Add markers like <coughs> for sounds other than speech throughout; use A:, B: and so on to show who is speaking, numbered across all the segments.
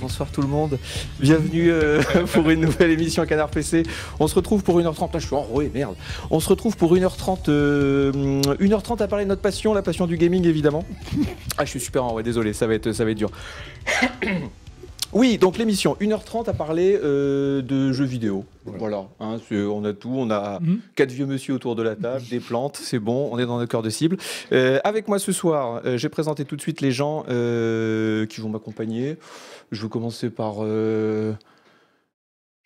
A: Bonsoir tout le monde. Bienvenue euh, <laughs> pour une nouvelle émission Canard PC. On se retrouve pour 1h30. Là, je suis en roué, merde. On se retrouve pour 1h30. euh, 1h30 à parler de notre passion, la passion du gaming évidemment. Ah, je suis super en ouais, désolé, ça va être, ça va être dur. <coughs> Oui, donc l'émission 1h30 à parler euh, de jeux vidéo. Voilà, hein, c'est- on a tout, on a quatre vieux monsieur autour de la table, des plantes, c'est bon, on est dans notre cœur de cible. Euh, avec moi ce soir, euh, j'ai présenté tout de suite les gens euh, qui vont m'accompagner. Je vais commencer par. euh,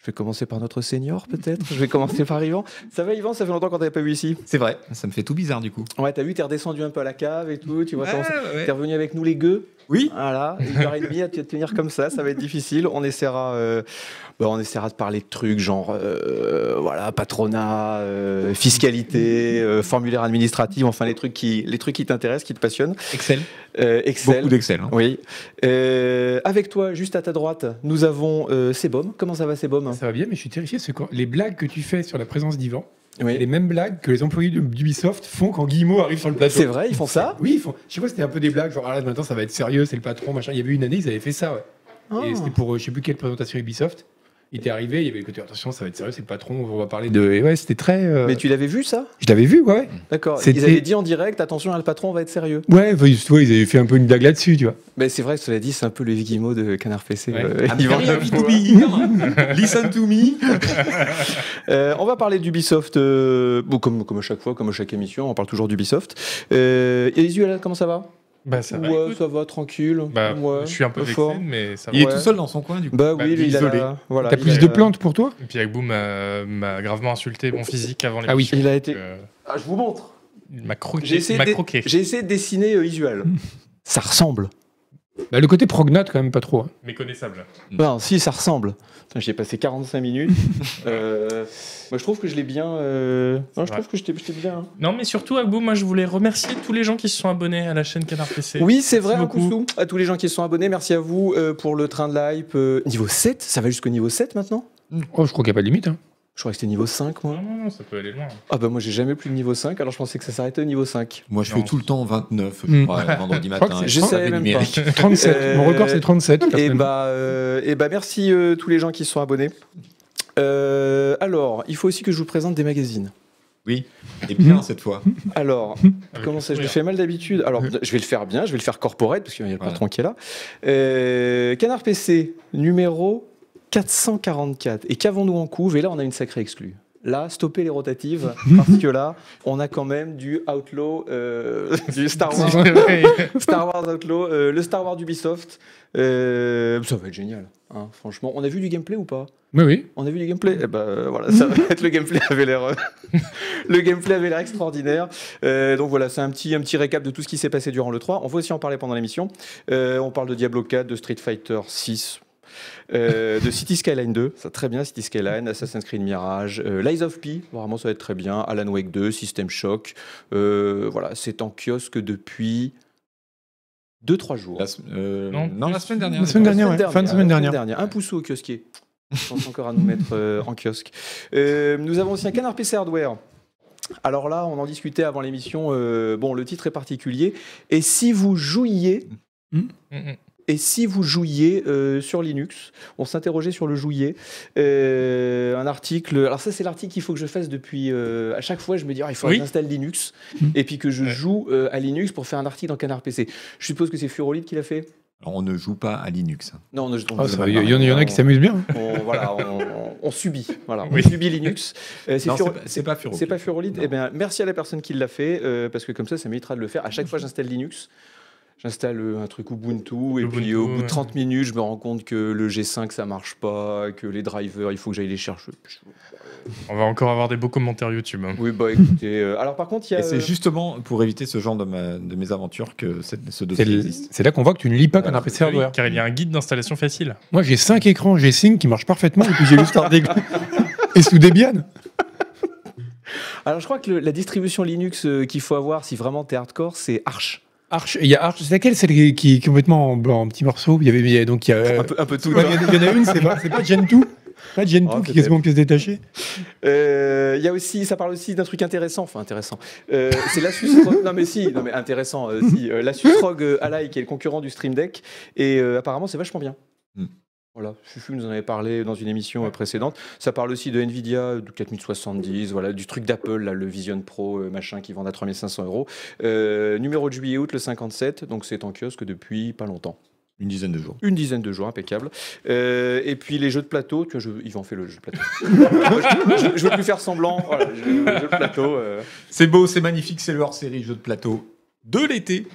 A: Je vais commencer par notre senior peut-être. Je vais commencer par Yvan. Ça va Yvan, ça fait longtemps qu'on t'avait pas vu ici.
B: C'est vrai, ça me fait tout bizarre du coup.
A: Ouais, t'as vu, t'es redescendu un peu à la cave et tout. Tu vois, t'as- T'es revenu avec nous les gueux
B: Oui.
A: Voilà, une heure et demie à te tenir comme ça, ça va être difficile. On essaiera, euh, bah, on essaiera de parler de trucs genre euh, voilà, patronat, euh, fiscalité, euh, formulaire administratif, enfin les trucs qui, les trucs qui t'intéressent, qui te passionnent.
B: Excel.
A: Euh, Excel.
B: Beaucoup d'Excel. hein.
A: Oui. Euh, avec toi, juste à ta droite, nous avons euh, Sebom. Comment ça va Sebom
C: Ça va bien, mais je suis terrifié parce que quand- les blagues que tu fais sur la présence d'Ivan, c'est les
A: Oui.
C: mêmes blagues que les employés de- d'Ubisoft font quand Guillemot arrive sur le plateau.
A: C'est vrai, ils font ça
C: Oui, ils font. Je sais pas, c'était un peu des blagues, genre ah là maintenant ça va être sérieux, c'est le patron, machin. Il y avait une année, ils avaient fait ça, ouais. Et
A: Ah.
C: c'était pour euh, je sais plus quelle présentation Ubisoft. Il était arrivé, il y avait écoutez, attention, ça va être sérieux, c'est le patron, on va parler de. Et ouais, c'était très. euh,
B: Ah.
A: Mais tu l'avais vu ça
C: Je l'avais vu, ouais.
A: D'accord. Ils
C: C'était-
A: avaient dit en direct, attention, hein, le patron va être sérieux.
C: Ouais, ouais, ils ouais, ils avaient fait un peu une blague là-dessus,
A: <laughs>
C: tu vois.
A: Mais c'est vrai que cela dit, c'est un peu le Guillemot de Canard PC.
C: Ouais.
A: euh,
B: I'm
A: Yvan.
B: very happy to be here. Listen to me.
A: Euh, on va parler d'Ubisoft, euh, bon, comme, comme à chaque fois, comme à chaque émission, on parle toujours d'Ubisoft. Euh, Isuela, comment ça va
D: Bah ça va.
A: Ouais,
D: écoute.
A: ça va, tranquille.
D: Bah,
A: Ouais,
D: je suis un peu vexé,
A: fort.
D: mais ça va.
B: Il
A: Ouais.
B: est tout seul dans son coin du coup.
A: Bah
D: Bah,
A: oui, lui, il a
C: isolé.
A: la- voilà,
C: T'as
A: il euh,
C: plus
A: a-
C: de plantes pour toi
D: Et puis Agbo m'a m'a gravement insulté mon physique avant les
C: Ah oui.
A: Il a été.
D: Euh,
A: Ah, je vous montre.
D: il m'a croqué.
A: J'ai essayé,
D: il m'a
A: de-
D: croqué.
A: j'ai essayé de dessiner euh, Isuel. Ça ressemble.
C: bah, Le côté prognote, quand même, pas trop. hein.
D: Méconnaissable.
A: Non, si, ça ressemble. Putain, J'y ai passé 45 minutes. <laughs> Euh, moi, je trouve que je l'ai bien. euh, Non, je
D: Ouais.
A: trouve que je t'ai je t'ai bien. hein.
D: Non, mais surtout, Agbo, moi, je voulais remercier tous les gens qui se sont abonnés à la chaîne Canard PC.
A: Oui, c'est vrai, un
D: Merci
A: coup de sou. À tous les gens qui se sont abonnés, merci à vous euh, pour le train de l'hype. euh, niveau 7, ça va jusqu'au niveau 7 maintenant
C: Oh, je crois qu'il n'y a pas de limite. <laughs> Hein.
A: Je crois que c'était niveau 5, moi.
D: Non, non, non, ça peut aller loin.
A: Ah bah moi j'ai jamais plus de niveau 5, alors je pensais que ça s'arrêtait au niveau 5.
B: Moi je
D: Non.
B: fais tout le temps 29 je
C: Mm.
B: crois, le
C: <laughs>
B: vendredi
C: crois que
B: matin.
C: c'est-
B: et
A: je
B: ça
A: savais
B: fait
A: même
B: numérique.
C: 37.
A: Euh,
C: Mon record, c'est 37.
A: Et
C: personnellement.
A: bah, euh, eh bah merci euh, tous les gens qui se sont abonnés. Euh, alors, il faut aussi que je vous présente des magazines.
B: Oui. Et
C: Mm.
B: bien cette fois.
A: Alors,
D: Avec
A: comment
D: le
A: ça Je le
D: sourire.
A: fais mal d'habitude. Alors, je vais le faire bien, je vais le faire corporate, parce qu'il y a le
B: Voilà.
A: patron qui est là. Euh, Canard PC, numéro 444. Et qu'avons-nous en couve Et là, on a une sacrée exclue. Là, stopper les
D: <laughs>
A: rotatives, parce que là, on a quand même du Outlaw, euh, <laughs> du Star Wars
D: <laughs>
C: <laughs>
A: <laughs> Star Wars Outlaw, euh, le Star Wars Ubisoft. euh, ça va être génial, hein, franchement. On a vu du gameplay ou pas
C: Oui, oui.
A: On a vu du gameplay Eh ben euh, voilà, ça va être le gameplay avait l'air. euh, <laughs> le gameplay avait l'air extraordinaire. Euh, donc voilà, c'est un petit, un petit récap de tout ce qui s'est passé durant le 3. On va aussi en parler pendant l'émission. Euh, on parle de Diablo 4, de Street Fighter 6. euh, de City Skyline 2, ça très bien, City Skyline, Assassin's Creed Mirage, euh, Lies of P, vraiment ça va être très bien, Alan Wake 2, System Shock, euh, voilà, c'est en kiosque depuis 2-3 jours.
B: La s- euh,
D: Non,
B: non, la
D: plus-
B: semaine dernière.
C: la semaine
B: je crois.
C: dernière. ouais. Fin de semaine
A: la
C: dernière.
A: Un pouceau au kiosquier. Je pense encore à nous mettre euh, en kiosque. Euh, nous avons aussi un canard PC Hardware. Alors là, on en discutait avant l'émission. euh, bon, le titre est particulier. Et si vous jouiez,
D: Mm, mm.
A: et si vous jouiez euh, sur Linux, on s'interrogeait sur le jouier. Euh, un article. Alors ça, c'est l'article qu'il faut que je fasse depuis. euh, à chaque fois, je me dis, ah, il faut
D: Oui.
A: que j'installe Linux
C: Mhm.
A: et puis que je
D: Ouais.
A: joue euh, à Linux pour faire un article dans Canard PC. Je suppose que c'est Furolid qui l'a fait.
B: Alors, on ne joue pas à Linux. hein.
A: Non, on,
C: Ah, ça va, Il y, en- il y en a qui s'amusent bien. hein.
A: on, voilà, on, on- on subit. Voilà,
D: Oui.
A: On subit Linux. Euh, c'est
B: Non,
A: Furo-
B: c'est pas- c'est pas Furo.
A: c'est pas Furolite.
B: Non.
A: Eh bien, merci à la personne qui l'a fait, euh, parce que comme ça, ça m'évitera de le faire. À chaque fois, j'installe Linux. J'installe euh, un truc Ubuntu, et
D: Ubuntu,
A: puis au bout de
D: ouais.
A: 30 minutes, je me rends compte que le G5, ça marche pas, que les drivers, il faut que j'aille les chercher.
D: On va encore avoir des beaux commentaires YouTube. hein.
A: Oui, bah écoutez. euh, alors, par contre, il y a.
B: Et c'est
A: euh,
B: justement pour éviter ce genre de, ma- de mésaventures que cette- ce
C: C'est
B: dossier
C: le-
B: existe.
C: C'est là qu'on voit que tu ne lis pas
B: Voilà.
C: Canard PC Hardware.
D: Car il y a un guide d'installation facile.
C: Moi, j'ai 5 écrans, j'ai Sync qui marche parfaitement, et puis j'ai juste un <laughs> déglin. Et sous Debian
A: Alors, je crois que le- la distribution Linux euh, qu'il faut avoir si vraiment t'es hardcore, c'est Arch.
C: Arch, il y a Arch, c'est laquelle celle qui, qui est complètement en, en petits morceaux Il y avait, il y a- donc il y a. euh,
A: Un peu, un peu tout.
C: ouais, Il y en a une, c'est pas, c'est pas Gentoo Pas Gentoo
A: Oh,
C: qui est
A: peut-être.
C: quasiment en pièce détachée
A: Euh, Il y a aussi, ça parle aussi d'un truc intéressant, enfin intéressant. Euh, c'est l'Asus ROG, non mais si, non mais intéressant. euh, si, Euh, L'Asus ROG euh, Ally qui est le concurrent du Stream Deck et euh, apparemment c'est vachement bien.
B: Hmm.
A: Voilà, Chuchu nous en avait parlé dans une émission euh, précédente. Ça parle aussi de Nvidia, euh, du 4070, voilà, du truc d'Apple, là, le Vision Pro, euh, machin, qui vendent à 3500 euros. Euh, Numéro de juillet-août, le 57, donc c'est en kiosque depuis pas longtemps.
B: Une dizaine de jours.
A: Une dizaine de jours, impeccable. Euh, et puis les jeux de plateau, tu vois, je, Yvan fait le jeu de plateau. Moi, je, je- je veux plus faire semblant, voilà, je- le jeu de plateau. euh,
B: C'est beau, c'est magnifique, c'est le hors-série jeu de plateau de l'été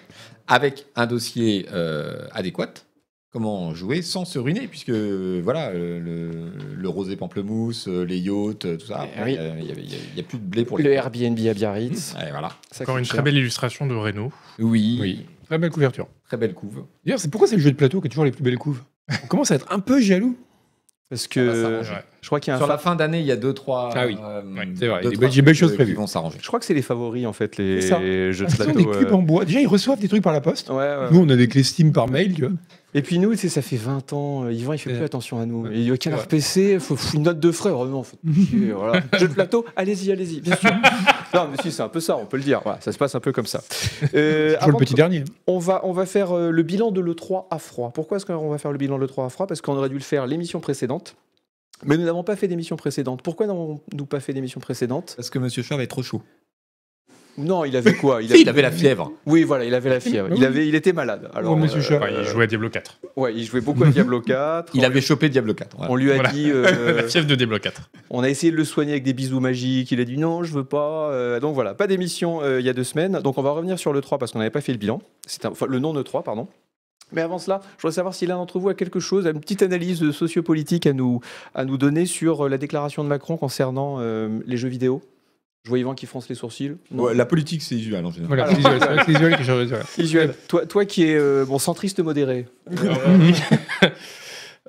B: avec un dossier euh, adéquat. Comment jouer sans se ruiner, puisque euh, voilà, euh, le, le rosé pamplemousse, euh, les yachts, euh, tout ça.
A: Eh
B: Il
A: oui.
B: n'y a, il y a- il y a plus de blé pour les.
A: le Airbnb à Biarritz.
B: Allez, voilà.
A: ça
D: Encore
A: coûte
D: une
A: cher.
D: très belle illustration de Renault.
B: Oui,
C: Oui. Très belle couverture.
B: Très belle couve.
C: D'ailleurs, c'est pourquoi c'est le jeu de plateau qui a toujours les plus belles couves On commence à être un peu jaloux.
A: Parce
B: Ça va
A: que
B: s'arranger.
D: Ouais.
A: je crois qu'il y a un
B: Sur
A: fa-
B: la fin d'année, il y a deux, trois.
C: Ah oui.
B: euh,
D: Oui,
C: c'est vrai,
B: deux,
C: il
B: trois
C: y a des
B: euh,
C: belles- des belles choses
B: qui
C: prévues.
B: vont s'arranger.
A: Je crois que c'est les favoris en fait, les
C: C'est ça. Ah,
A: jeux de
C: Ils ont
A: plateau.
C: des cubes
A: euh.
C: en bois. Déjà, ils reçoivent des trucs par la poste.
A: Ouais, ouais.
C: Nous, on a des clés Steam par mail, tu vois.
A: Et puis nous, tu sais, ça fait 20 ans, euh, Yvan, il fait
C: Ouais.
A: plus attention à nous.
C: Ouais.
A: Il y a qu'un
C: Ouais.
A: RPC, faut faut une note de frais, vraiment. Faut chier, voilà. Jeu de plateau, allez-y, allez-y, bien sûr. non, mais si, c'est un peu ça, on peut le dire. Voilà, ça se passe un peu comme ça. Euh,
C: Toujours
A: avant
C: le petit
A: de-
C: dernier.
A: on, va, on va faire euh, le bilan de l'E3 à froid. Pourquoi est-ce qu'on va faire le bilan de l'E3 à froid Parce qu'on aurait dû le faire l'émission précédente. Mais nous n'avons pas fait d'émission précédente. Pourquoi n'avons-nous pas fait d'émission précédente
B: Parce que Monsieur Chave est trop chaud.
A: Non, il avait quoi
B: <laughs> Il avait la fièvre.
A: Oui, voilà, il avait la fièvre.
C: Oui.
A: Il, avait, il était malade. Alors, euh,
C: monsieur Chat.
D: Enfin, il jouait à Diablo 4.
A: ouais, il jouait beaucoup à Diablo 4.
B: Il avait chopé Diablo 4. voilà.
A: On lui a
D: Voilà.
A: dit,
B: <laughs>
A: euh,
D: <laughs> La fièvre de Diablo 4.
A: on a essayé de le soigner avec des bisous magiques. Il a dit non, je veux pas. Euh, donc voilà, pas d'émission euh, il y a deux semaines. Donc on va revenir sur le 3 parce qu'on n'avait pas fait le bilan. C'est un- enfin, le non le 3 pardon. Mais avant cela, je voudrais savoir si l'un d'entre vous a quelque chose, une petite analyse euh, sociopolitique à nous, à nous donner sur euh, la déclaration de Macron concernant euh, les jeux vidéo. Je vois Yvan qui fronce les sourcils. Non.
B: Ouais, la politique, c'est usuel en général.
C: Voilà, Ah, c'est visuel, c'est vrai que c'est visuel que je- voilà.
A: Isuel, toi, toi qui es euh, bon, centriste modéré,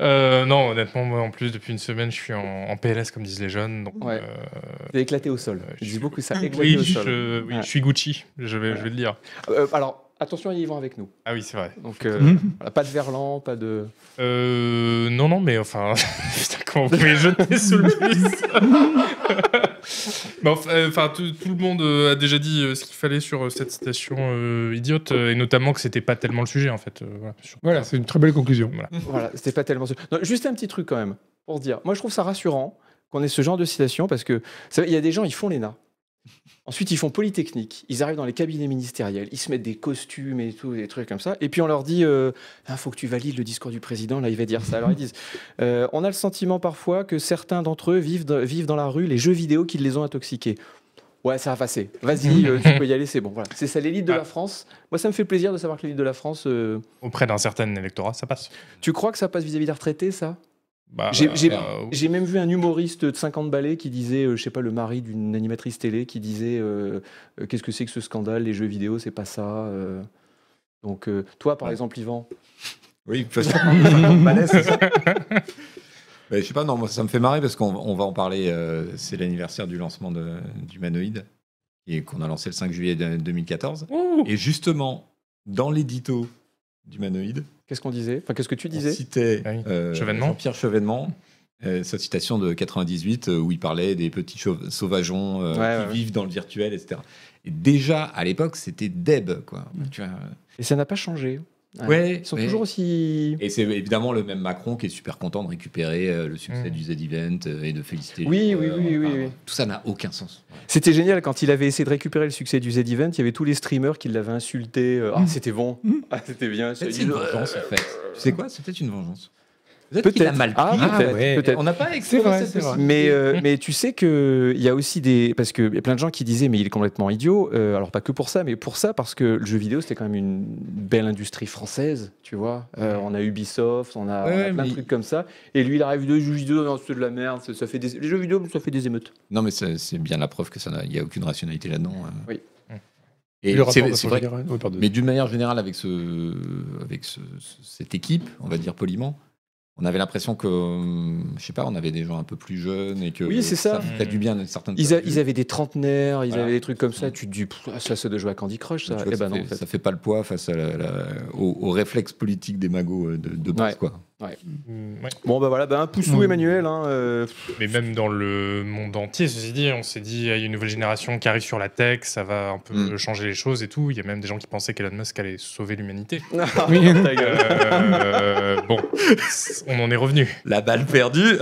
D: Euh, non, honnêtement, moi en plus, depuis une semaine, je suis en, en PLS, comme disent les jeunes. Donc,
A: Ouais.
D: euh,
A: t'es éclaté au sol.
D: Euh,
A: Je
D: je-
A: dis beaucoup
D: <laughs>
A: ça, éclaté
D: oui,
A: au sol.
D: je, oui,
A: Ouais.
D: je suis Gucci, je vais, je vais le dire.
A: Euh, alors, attention, il y a Yvan avec nous.
D: Ah oui, c'est vrai.
A: Donc, euh,
C: Mhm.
A: voilà, pas de verlan, pas de...
D: Euh, non, non, mais enfin, <laughs> putain, comment vous pouvez jeter sous le bus <laughs> Bon, enfin, euh, enfin, tout, tout le monde euh, a déjà dit euh, ce qu'il fallait sur euh, cette citation euh, idiote, euh, et notamment que c'était pas tellement le sujet en fait. euh, voilà, sur-
C: Voilà, c'est une très belle conclusion.
D: Voilà.
A: Voilà, c'était pas tellement. Non, juste un petit truc quand même pour se dire. Moi, je trouve ça rassurant qu'on ait ce genre de citation parce que vous savez, il y a des gens, ils font l'ENA. Ensuite, ils font Polytechnique. Ils arrivent dans les cabinets ministériels. Ils se mettent des costumes et tout, des trucs comme ça. Et puis on leur dit, euh, Ah, faut que tu valides le discours du président. Là, il va dire ça. Alors ils disent, Euh, on a le sentiment parfois que certains d'entre eux vivent dans, vivent dans la rue les jeux vidéo qui les ont intoxiqués. Ouais, ça va passer. Vas-y, euh, tu peux y aller, c'est bon. Voilà. C'est ça l'élite de
D: Ah.
A: la France. Moi, ça me fait plaisir de savoir que l'élite de la France. euh,
D: Auprès d'un certain électorat, ça passe.
A: Tu crois que ça passe vis-à-vis des retraités, ça
D: Bah,
A: J'ai- j'ai-
D: euh,
A: J'ai même vu un humoriste de 50 balais qui disait, euh, je sais pas, le mari d'une animatrice télé qui disait euh, euh, Qu'est-ce que c'est que ce scandale Les jeux vidéo, c'est pas ça. euh. Donc, euh, toi, par
B: Ouais.
A: exemple, Yvan,
B: Oui, parce que- Malaise, c'est
D: <laughs>
B: ça. Ben, je sais pas, non, moi ça me fait marrer parce qu'on on va en parler. euh, c'est l'anniversaire du lancement de- d'Humanoïde et qu'on a lancé le 5 juillet de- 2014.
D: ouh.
B: Et justement, dans l'édito d'Humanoïde,
A: qu'est-ce qu'on disait Enfin, qu'est-ce que tu
B: on
A: disais
B: citait
D: Ah oui.
B: euh,
D: Chevènement.
B: Jean-Pierre Chevènement, euh, sa citation de 98 euh, où il parlait des petits chauve- sauvageons euh,
A: Ouais,
B: qui
A: ouais.
B: vivent dans le virtuel, etc. Et déjà à l'époque, c'était Deb, quoi. Tu vois,
A: Et ça n'a pas changé. Ouais.
B: ouais,
A: Ils sont
B: ouais.
A: toujours aussi.
B: Et c'est évidemment le même Macron qui est super content de récupérer euh, le succès
D: Mm.
B: du Z-Event euh, et de féliciter.
A: Oui,
B: les
A: oui,
B: joueurs.
A: oui, oui, oui.
B: Tout ça n'a aucun sens.
A: C'était génial quand il avait essayé de récupérer le succès du Z-Event, il y avait tous les streamers qui l'avaient insulté. euh,
B: Mm.
A: Ah, c'était bon, ah, c'était bien.
B: C'est
A: c'est-
B: une euh, vengeance, en fait. Tu sais quoi C'est peut-être une vengeance.
A: Peut-être.
B: qu'il a mal pris.
A: Ah,
B: en fait.
A: peut-être, peut-être.
B: On n'a pas exploré
C: C'est vrai,
B: cette
C: c'est vrai.
B: possibilité.
A: Mais, euh, mais tu sais qu'il y a aussi des. Parce qu'il y a plein de gens qui disaient, mais il est complètement idiot. Euh, alors, pas que pour ça, mais pour ça, parce que le jeu vidéo, c'était quand même une belle industrie française, tu vois. Euh, on a Ubisoft, on a, on a
B: Ouais,
A: plein de
B: mais-
A: trucs comme ça. Et lui, il arrive de jeux vidéo, non, c'est de la merde. ça- Ça fait des... Les jeux vidéo, ça fait des émeutes.
B: Non, mais c'est c'est bien la preuve que ça n'a- il n'y a aucune rationalité là-dedans. euh.
A: Oui.
D: Mm.
B: Et
C: le rapport
B: c'est-
C: de
B: c'est
C: son
B: vrai.
C: général- oh, pardon.
B: Mais d'une manière générale, avec, ce, avec ce- ce- cette équipe, on va dire poliment, on avait l'impression que, euh, je sais pas, on avait des gens un peu plus jeunes et que
A: Oui, c'est ça.
B: fait du bien à une certaine
A: Ils, a- ils avaient des trentenaires, ils
B: Voilà.
A: avaient des trucs comme ça. Tu te dis, Pff, ah, ça, c'est de jouer à Candy Crush, ça.
B: Tu vois,
A: Eh
B: ça,
A: ben non,
B: fait,
A: en fait.
B: ça fait pas le poids face à la- la- au, au réflexe politique des magots euh, de, de base,
A: Ouais.
B: quoi.
D: Mm, ouais.
A: Bon, bah voilà, bah, un pouce sous
C: Mm.
A: Emmanuel. hein, euh,
D: Mais même dans le monde entier, ceci dit, on s'est dit, ah, il y a une nouvelle génération qui arrive sur la tech, ça va un peu
B: Mm.
D: changer les choses et tout. Il y a même des gens qui pensaient qu'Elon Musk allait sauver
C: <laughs>
D: l'humanité.
A: ta gueule.
D: Euh, bon, <laughs> on en est revenu.
B: La balle perdue.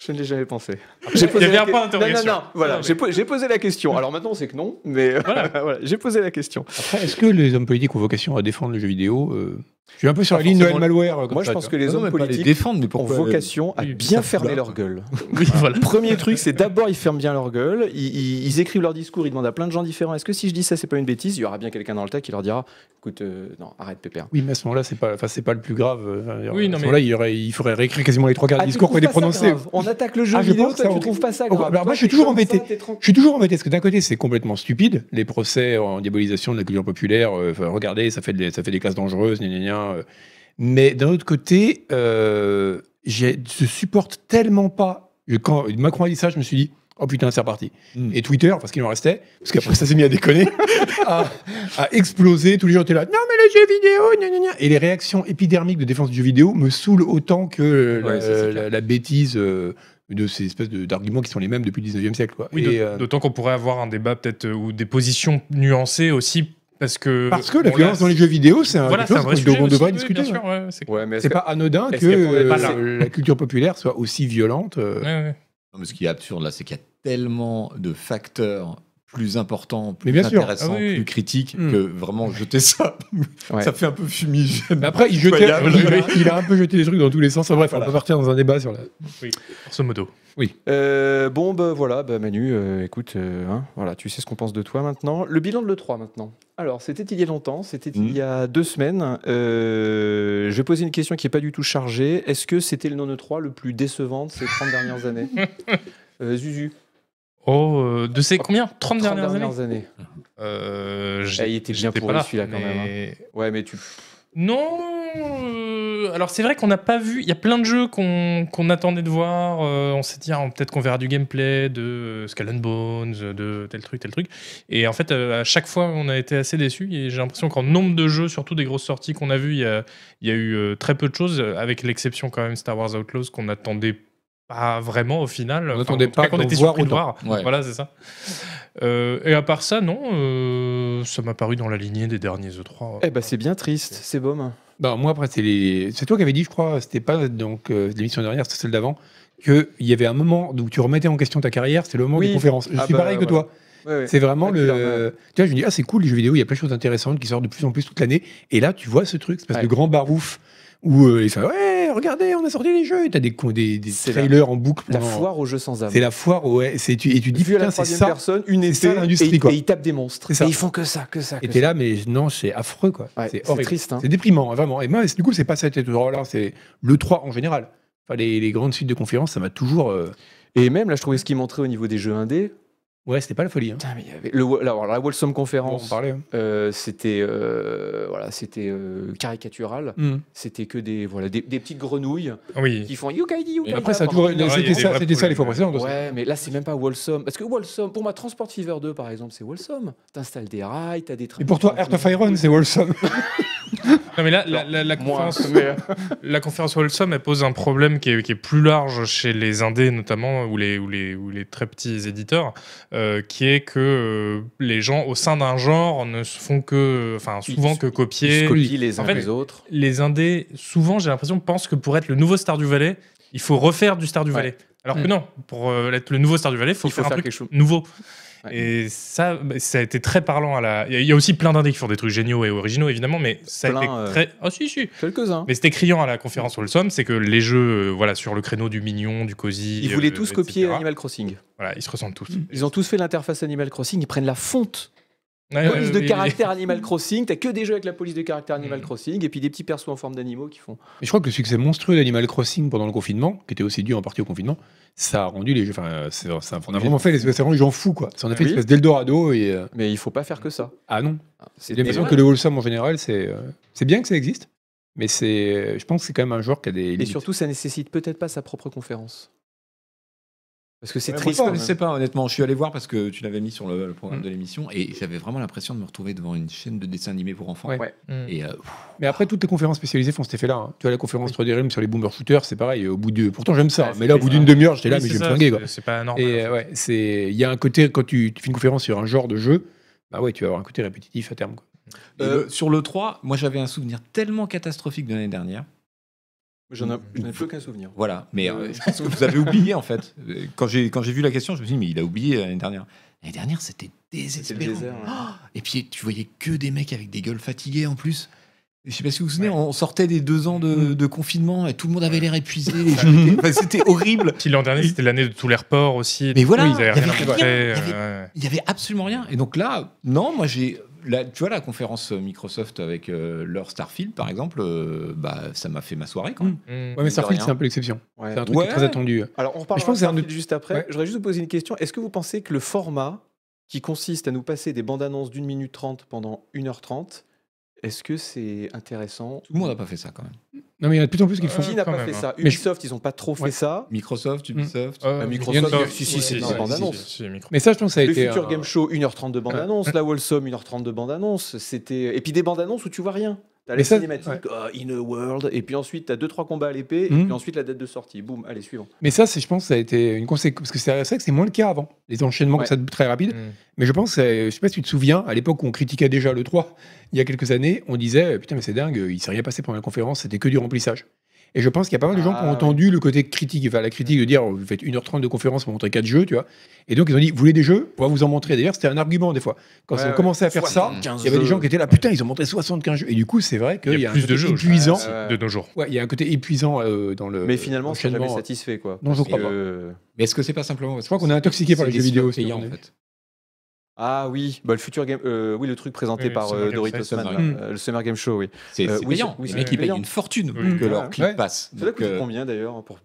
A: Je ne l'ai jamais pensé.
D: Il y avait un point
A: Non, non,
D: d'interrogation.
A: non, voilà,
D: Non, mais-
A: j'ai po- j'ai posé la question. Alors maintenant, c'est que non, mais euh, <laughs> voilà, j'ai posé la question.
C: Après, est-ce que les hommes politiques ont vocation à défendre le jeu vidéo euh, Je suis un peu sur la ligne de
B: forcément.
C: malware. euh, comme
A: Moi, je
C: ça,
A: pense
C: tu
A: que les
B: Non,
A: hommes
B: mais pas les
A: politiques
B: défendre, mais
A: ont
B: pourquoi euh,
A: vocation à
C: Oui,
A: bien
C: ça
A: fermer
C: fout
A: leur gueule.
C: <laughs>
D: Oui, voilà.
A: <laughs> Premier truc, c'est d'abord ils ferment bien leur gueule, ils, ils- ils écrivent leur discours, ils demandent à plein de gens différents. Est-ce que si je dis ça, c'est pas une bêtise Il y aura bien quelqu'un dans le tas qui leur dira, écoute, euh, non, arrête, pépère.
C: Oui, mais à ce moment-là, c'est pas, enfin, c'est pas le plus grave. euh,
D: Oui,
C: à ce
D: non, mais-
C: moment-là, il, y aurait- il faudrait réécrire quasiment les trois
A: Ah,
C: quarts du discours qu'on a prononcé.
A: On attaque le jeu
C: Ah, je
A: vidéo,
C: pense
A: toi,
C: ça,
A: tu
C: on-
A: trouves pas ça
C: on-
A: grave.
C: alors,
A: Toi,
C: moi, je suis
A: t'es
C: toujours
A: comme
C: embêté.
A: ça, t'es tranquille.
C: Je suis toujours embêté parce que d'un côté, c'est complètement stupide, les procès en diabolisation de la culture populaire. euh, enfin, regardez, ça fait, des, ça fait des classes dangereuses, gna gna gna, euh. Mais d'un autre côté, euh, j'ai- je supporte tellement pas. je- Quand Macron a dit ça, je me suis dit. Oh putain, c'est reparti.
B: Mm.
C: Et Twitter, parce qu'il en restait, parce qu'après ça s'est mis
B: <laughs>
C: à déconner, à, à exploser. Tous les gens étaient là, non mais le jeu vidéo, gna gna gna. Et les réactions épidermiques de défense du jeu vidéo me saoulent autant que euh, la,
B: Ouais, ça, c'est clair.
C: la- la bêtise euh, de ces espèces de- d'arguments qui sont les mêmes depuis le 19e siècle. Quoi.
D: Oui,
C: Et,
D: d'aut-
C: euh,
D: d'autant qu'on pourrait avoir un débat peut-être euh, ou des positions nuancées aussi parce que
C: Parce que la
D: bon, là,
C: violence dans les jeux vidéo, c'est un,
D: voilà,
C: quelque
D: c'est un
C: chose
D: vrai
C: dont
D: sujet
C: on
D: aussi,
C: devrait
D: oui,
C: discuter. hein.
D: bien sûr, ouais, c'est-
A: Ouais, mais
C: C'est
A: est-ce
C: pas anodin
A: est-ce
C: que
A: qu'elle pourrait
C: euh,
A: pas-
C: la- la culture populaire soit aussi violente. euh,
D: ouais, ouais.
B: Non, mais ce qui est absurde là, c'est qu'il y a tellement de facteurs plus importants, plus
C: Mais bien sûr.
B: intéressants,
D: Ah oui, oui.
B: plus critiques
C: Hmm.
B: que vraiment jeter ça.
A: Ouais.
B: Ça fait un peu
D: Bah,
B: fumigène.
C: Mais après, il, jetait,
B: Incroyable.
C: il a- il a un peu jeté des trucs dans tous les sens. Enfin, bref, on peut partir dans un débat sur la.
D: grosso modo.
A: Euh, bon, bah voilà, bah, Manu, euh, écoute, euh, hein, voilà, tu sais ce qu'on pense de toi maintenant. Le bilan de l'E3 maintenant. Alors, c'était il y a longtemps, c'était il y
C: Hmm.
A: a deux semaines. Euh, je vais poser une question qui n'est pas du tout chargée. Est-ce que c'était le non-E3 le plus décevant de ces 30 dernières années Euh, Zuzu,
D: Oh, euh, de ces combien 30,
A: 30
D: dernières,
A: dernières,
D: années
A: années.
D: euh, j'ai-
A: Eh, il était bien
D: j'étais
A: pourri,
D: pas là,
A: celui-là, quand
D: mais-
A: Ouais, mais tu.
D: Non euh, Alors c'est vrai qu'on n'a pas vu, il y a plein de jeux qu'on qu'on attendait de voir, euh, on s'est dit ah, peut-être qu'on verra du gameplay de euh, Skull and Bones, euh, de tel truc, tel truc. Et en fait euh, à chaque fois on a été assez déçus et j'ai l'impression qu'en nombre de jeux, surtout des grosses sorties qu'on a vues, il y a, il y a eu euh, très peu de choses, euh, avec l'exception quand même Star Wars Outlaws qu'on attendait pas vraiment au final. Enfin,
C: n'attendait
D: en tout cas,
C: pas
D: qu'on
C: d'en
D: était
C: voir
D: surpris de
C: autant.
D: voir.
B: Ouais.
D: Voilà, c'est ça. Euh, et à part ça, non, euh, ça m'a paru dans la lignée des derniers E E3.
A: Eh bah, c'est bien triste, c'est baume.
C: Bah, moi, après, c'est les... c'est toi qui avais dit, je crois, c'était pas donc euh, l'émission dernière, c'était celle d'avant, qu'il y avait un moment où tu remettais en question ta carrière, c'est le moment
A: Oui.
C: des conférences. Je
A: Ah
C: suis
A: bah,
C: pareil que
A: voilà.
C: toi. C'est vraiment
A: Ah, tu l'as remarqué.
C: le. Tu vois, je me dis, ah, c'est cool les jeux vidéo, il y a plein de choses intéressantes qui sortent de plus en plus toute l'année. Et là, tu vois ce truc, espèce
A: Ouais.
C: de grand barouf où euh, ils font, ouais, regardez, on a sorti les jeux. Et t'as des, con- des, des
A: C'est
C: trailers en boucle.
A: La
C: pendant-
A: foire aux jeux sans âme.
C: C'est la foire, ouais. C'est, tu, et tu dis,
A: Vu à la
C: putain, c'est
A: troisième
C: ça.
A: personne, une
C: c'est ça,
A: épée,
C: l'industrie,
A: et, ils-
C: quoi.
A: et ils tapent des monstres.
C: C'est ça.
A: Et ils font que ça, que ça. Que
C: Et
A: ça.
C: t'es là, mais non, c'est affreux, quoi.
A: Ouais,
C: c'est
A: c'est
C: horrible.
A: triste. hein.
C: C'est déprimant, hein, vraiment. Et moi, c'est- du coup, c'est pas ça tête là, c'est le 3 en général. Enfin, les, les grandes suites de conférences, ça m'a toujours. euh,
A: Et même, là, je trouvais ce qu'ils montraient au niveau des jeux indés.
C: Ouais, c'était pas la folie. Hein.
A: Putain, mais il y avait- le- alors, la Wolsom
C: Bon,
A: Conférence,
C: on parlait. hein.
A: euh, c'était euh, voilà, c'était euh, caricatural.
C: Hmm.
A: C'était que des voilà des, des petites grenouilles
D: Oui.
A: qui font Yukaidi, Yukaidi.
C: Après, ça a toujours.
D: y a
C: C'était
D: des vrais
C: ça, c'était ça les fois
D: problèmes.
C: précédentes. aussi.
A: Ouais, mais là, c'est même pas Wolsom. Parce que Wolsom, pour moi, Transport Fever 2, par exemple, c'est Wolsom. T'installes des rails, t'as des trains.
C: Et pour toi, Heart of Iron, c'est Wholesome.
D: Non, mais là, la, la- la
A: Moins,
D: conférence,
A: mais-
D: la conférence Wholesome, elle pose un problème qui est, qui est plus large chez les indés, notamment, ou les, ou les, ou les très petits éditeurs, euh, qui est que euh, les gens au sein d'un genre ne se font que, enfin,
A: Ils
D: souvent
A: se-
D: que
A: Ils se
D: copier.
A: copient les
D: En
A: uns
D: fait,
A: les autres.
D: Les indés, souvent, j'ai l'impression, pensent que pour être le nouveau Star du Valais, il faut refaire du Star du
A: Ouais.
D: Valais. Alors que
A: Mm.
D: non, pour euh, être le nouveau Star du Valais, il faut
A: Il faut
D: faire un
A: faire
D: truc
A: quelque chose.
D: nouveau.
A: Ouais.
D: Et ça, bah, ça a été très parlant à la. Il y a- il y a aussi plein d'indés qui font des trucs géniaux et originaux, évidemment, mais ça
A: Plein,
D: a été
A: euh,
D: très. Ah, si, si.
A: Quelques-uns.
D: Mais c'était criant à la conférence Wholesome, c'est que les jeux, euh, voilà, sur le créneau du mignon, du cosy.
A: Ils voulaient
D: euh,
A: tous
D: etc.,
A: copier Animal Crossing.
D: Voilà, ils se ressemblent tous.
A: Ils ont tous fait l'interface Animal Crossing, ils prennent la fonte
C: Euh,
D: Ouais,
A: police
D: ouais,
A: de
D: oui,
C: <laughs>
A: caractère Animal Crossing, t'as que des jeux avec la police de caractère Animal
D: Mm.
A: Crossing et puis des petits persos en forme d'animaux qui font.
C: Mais je crois que le succès monstrueux d'Animal Crossing pendant le confinement, qui était aussi dû en partie au confinement, ça a rendu les jeux. Enfin, euh, c'est, ça- on a vraiment fait les, c'est vraiment les gens fous, quoi. Ça en a fait
A: Oui.
C: une espèce d'Eldorado et. euh,
A: Mais il faut pas faire que ça.
C: ah non.
A: C'est
C: J'ai l'impression
A: et-
C: que le Wholesome en général, c'est, euh, c'est bien que ça existe, mais c'est, je pense que c'est quand même un genre qui a des.
A: Et
C: limites.
A: surtout, ça nécessite peut-être pas sa propre conférence. Parce que c'est
B: Ouais,
A: triste. hein. Hmm.
B: Moi, je
A: quand même.
B: connaissais pas, honnêtement. Je suis allé voir parce que tu l'avais mis sur le, le programme
D: Mm.
B: de l'émission et j'avais vraiment l'impression de me retrouver devant une chaîne de dessins animés pour enfants.
C: Ouais.
D: Mm.
B: Et euh,
C: Mais après, toutes les conférences spécialisées font cet effet-là. hein. Tu vois, la conférence 3D Realm sur les boomer shooters, c'est pareil. Au bout de... Pourtant, j'aime Ah, ça.
D: Ouais,
C: mais là, au bout d'une demi-heure, j'étais là,
D: Oui,
C: mais
D: c'est
C: je vais me
D: ça,
C: flinguer, quoi.
D: c'est- C'est pas normal.
C: Et euh, ouais, c'est il y a un côté quand tu, tu fais une conférence sur un genre de jeu, bah ouais, tu vas avoir un côté répétitif à terme. quoi.
B: et
A: Euh,
B: le- sur le 3, moi j'avais un souvenir tellement catastrophique de l'année dernière.
A: J'en
C: Mm.
A: ai, je n'ai plus aucun souvenir.
B: Voilà, mais
A: Euh,
B: euh, je pense que vous avez oublié en fait. Euh, Quand j'ai quand j'ai vu la question, je me suis dit mais il a oublié euh, l'année dernière. L'année dernière, c'était
A: C'est le
B: désespérant.
A: désert. hein.
B: Et puis tu voyais que des mecs avec des gueules fatiguées en plus. Je sais pas si vous vous souvenez, on sortait des deux ans de, de confinement et tout le monde avait l'air épuisé. les gens étaient- enfin, C'était horrible.
D: Puis l'an dernier, c'était l'année de tous les reports aussi.
B: Mais voilà,
D: Oui, ils
B: il
D: avaient
B: y
D: rien
B: avait
D: à
B: rien,
D: faire,
B: il y
D: euh,
B: Il n'y avait absolument rien. Et donc là, non, moi j'ai. là, tu vois, la conférence Microsoft avec euh, leur Starfield, par exemple, euh, bah, ça m'a fait ma soirée quand même.
D: ouais. Mm.
C: Ouais, mais Starfield
B: rien.
C: c'est un peu l'exception.
A: Ouais.
C: C'est un truc
B: Ouais.
C: qui est très attendu.
A: Alors, on reparlera
C: Je pense que c'est un
A: de
C: de-
A: Starfield juste après.
C: Ouais.
A: Je voudrais juste vous poser une question. Est-ce que vous pensez que le format qui consiste à nous passer des bandes annonces d'une minute trente pendant 1h30, est-ce que c'est intéressant
B: Tout le monde n'a pas fait ça quand même.
C: Non mais il y en a de plus en plus qui le
D: Ouais.
C: font.
A: Qui n'a
D: quand
A: pas
D: même,
A: fait
D: hein.
A: ça
C: Mais je-
A: Ubisoft, ils n'ont pas trop fait ça.
B: Microsoft, Ubisoft.
D: Euh,
A: Bah, Microsoft,
D: Microsoft,
A: si, si, c'est
D: ouais,
A: dans
D: ouais,
A: la bande-annonce.
D: si, si, si, Microsoft.
C: Mais ça, je pense que ça a
A: le
C: été. euh,
A: Future
C: un-
A: Game Show, 1h30 de bande-annonce. La Wholesome, 1h30 de bande-annonce. C'était... Et puis des bandes-annonces où tu vois rien. T'as
C: Mais
A: les
C: ça-
A: cinématiques,
C: ouais.
A: ah, In a World, et puis ensuite t'as 2-3 combats à l'épée, et
C: Mhm.
A: puis ensuite la date de sortie. Boum, allez, suivant.
C: Mais ça, c'est- je pense, que ça a été une conséquence parce que c'est c'est vrai que c'est moins le cas avant. Les enchaînements
A: Ouais.
C: comme ça très rapides.
D: Mm.
C: Mais je pense, euh, je sais pas si tu te souviens, à l'époque où on critiquait déjà le 3, il y a quelques années, on disait euh, putain mais c'est dingue, euh, il s'est rien passé pendant la conférence, c'était que du remplissage. Et je pense qu'il y a pas mal de gens qui
A: Ah,
C: ont entendu le côté critique, enfin la critique de dire oh, vous faites 1h30 de conférence pour montrer 4 jeux, tu vois. Et donc ils ont dit vous voulez des jeux, on va vous en montrer. D'ailleurs c'était un argument des fois. Quand
A: Ouais,
C: ils ont
A: ouais.
C: commencé à faire ça,
A: 75
C: il y avait des
A: jeux.
C: gens qui étaient là putain ils ont montré 75 jeux. Et du coup c'est vrai qu'il
D: Il
C: y a un
D: plus
C: côté
D: de jeux aujourd'hui,
C: épuisant.
A: ouais.
D: de nos jours.
C: Ouais, il y a un côté épuisant euh, dans le.
A: Mais finalement, c'est jamais
C: enchaînement.
A: satisfait, quoi. euh,
C: Non euh, je
A: Parce
C: crois pas.
A: que-
B: Mais est-ce que c'est pas simplement.
C: Je crois qu'on est intoxiqué par les jeux vidéo. c'est
B: payants
C: vrai.
B: en fait.
A: Ah oui, bah, le futur game, euh, oui le truc présenté
D: Oui, le
A: par
D: Summer
A: euh,
D: Game
A: Doritos
D: Show,
A: Man,
B: Summer
A: là,
C: Game. Hmm.
A: euh, le Summer Game Show, oui.
B: C'est
A: Euh,
B: c'est
A: oui,
B: payant.
A: c'est- oui,
B: les
A: c'est
B: mecs, ils payent
A: payant.
B: une fortune pour
D: Oui.
B: que leur
A: Ouais.
B: clip
C: Ouais.
B: passe.
A: Ça doit
B: Donc,
A: coûter
B: euh,
A: combien d'ailleurs pour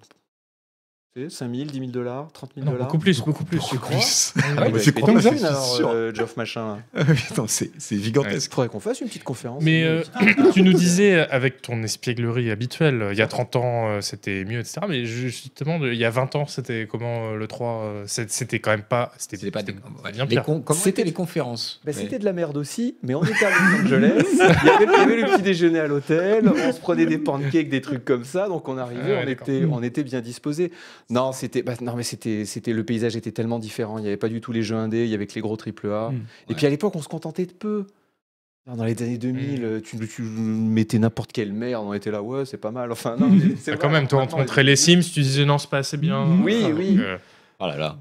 A: 5 000, 10 000 dollars, 30 000
D: Non,
A: dollars
D: beaucoup plus, beaucoup plus.
A: Tu crois bah,
C: Ah ouais,
A: Il doit
C: mais c'est
A: être
C: tant que ça,
A: pété de thunes,
B: je suis
A: alors,
B: sûr.
A: euh, Geoff machin. là.
B: <laughs> Putain, c'est c'est gigantesque.
A: Il faudrait qu'on fasse une petite conférence.
D: Mais
A: une
D: euh,
A: petite-
D: tu nous disais, euh, avec ton espièglerie habituelle, il y a 30 ans, euh, c'était mieux, etc. Mais justement, il y a 20 ans, c'était comment euh, le 3 euh, c'est- C'était quand même pas. C'était
B: C'était pas des-
D: c'était
B: ouais.
D: bien
B: Les
D: pire.
B: con- Comment
A: C'était-
B: étaient les conférences
A: Bah,
B: Mais-
A: C'était de la merde aussi, mais on était à Los Angeles. <laughs> Il y avait, il y avait le petit déjeuner à l'hôtel, on se prenait des pancakes, des trucs comme ça, donc on arrivait,
D: Ah ouais,
A: on,
D: d'accord.
A: était, on était bien disposés. Non, c'était, bah, non mais c'était, c'était, le paysage était tellement différent. Il n'y avait pas du tout les jeux indés, il y avait que les gros triple A.
D: Hmm,
C: Mm.
A: Et
B: Ouais.
A: puis à l'époque, on se contentait de peu. Dans les années 2000,
D: Hmm.
A: euh, tu, tu mettais n'importe quelle merde, on était là, ouais, c'est pas mal. Enfin, non,
D: <laughs>
A: mais c'est vrai,
D: Bah, quand même, toi, on te
A: maintenant,
D: montrait les Sims, tu disais non, c'est pas assez bien.
A: Oui, oui.
D: euh,
B: Oh là là.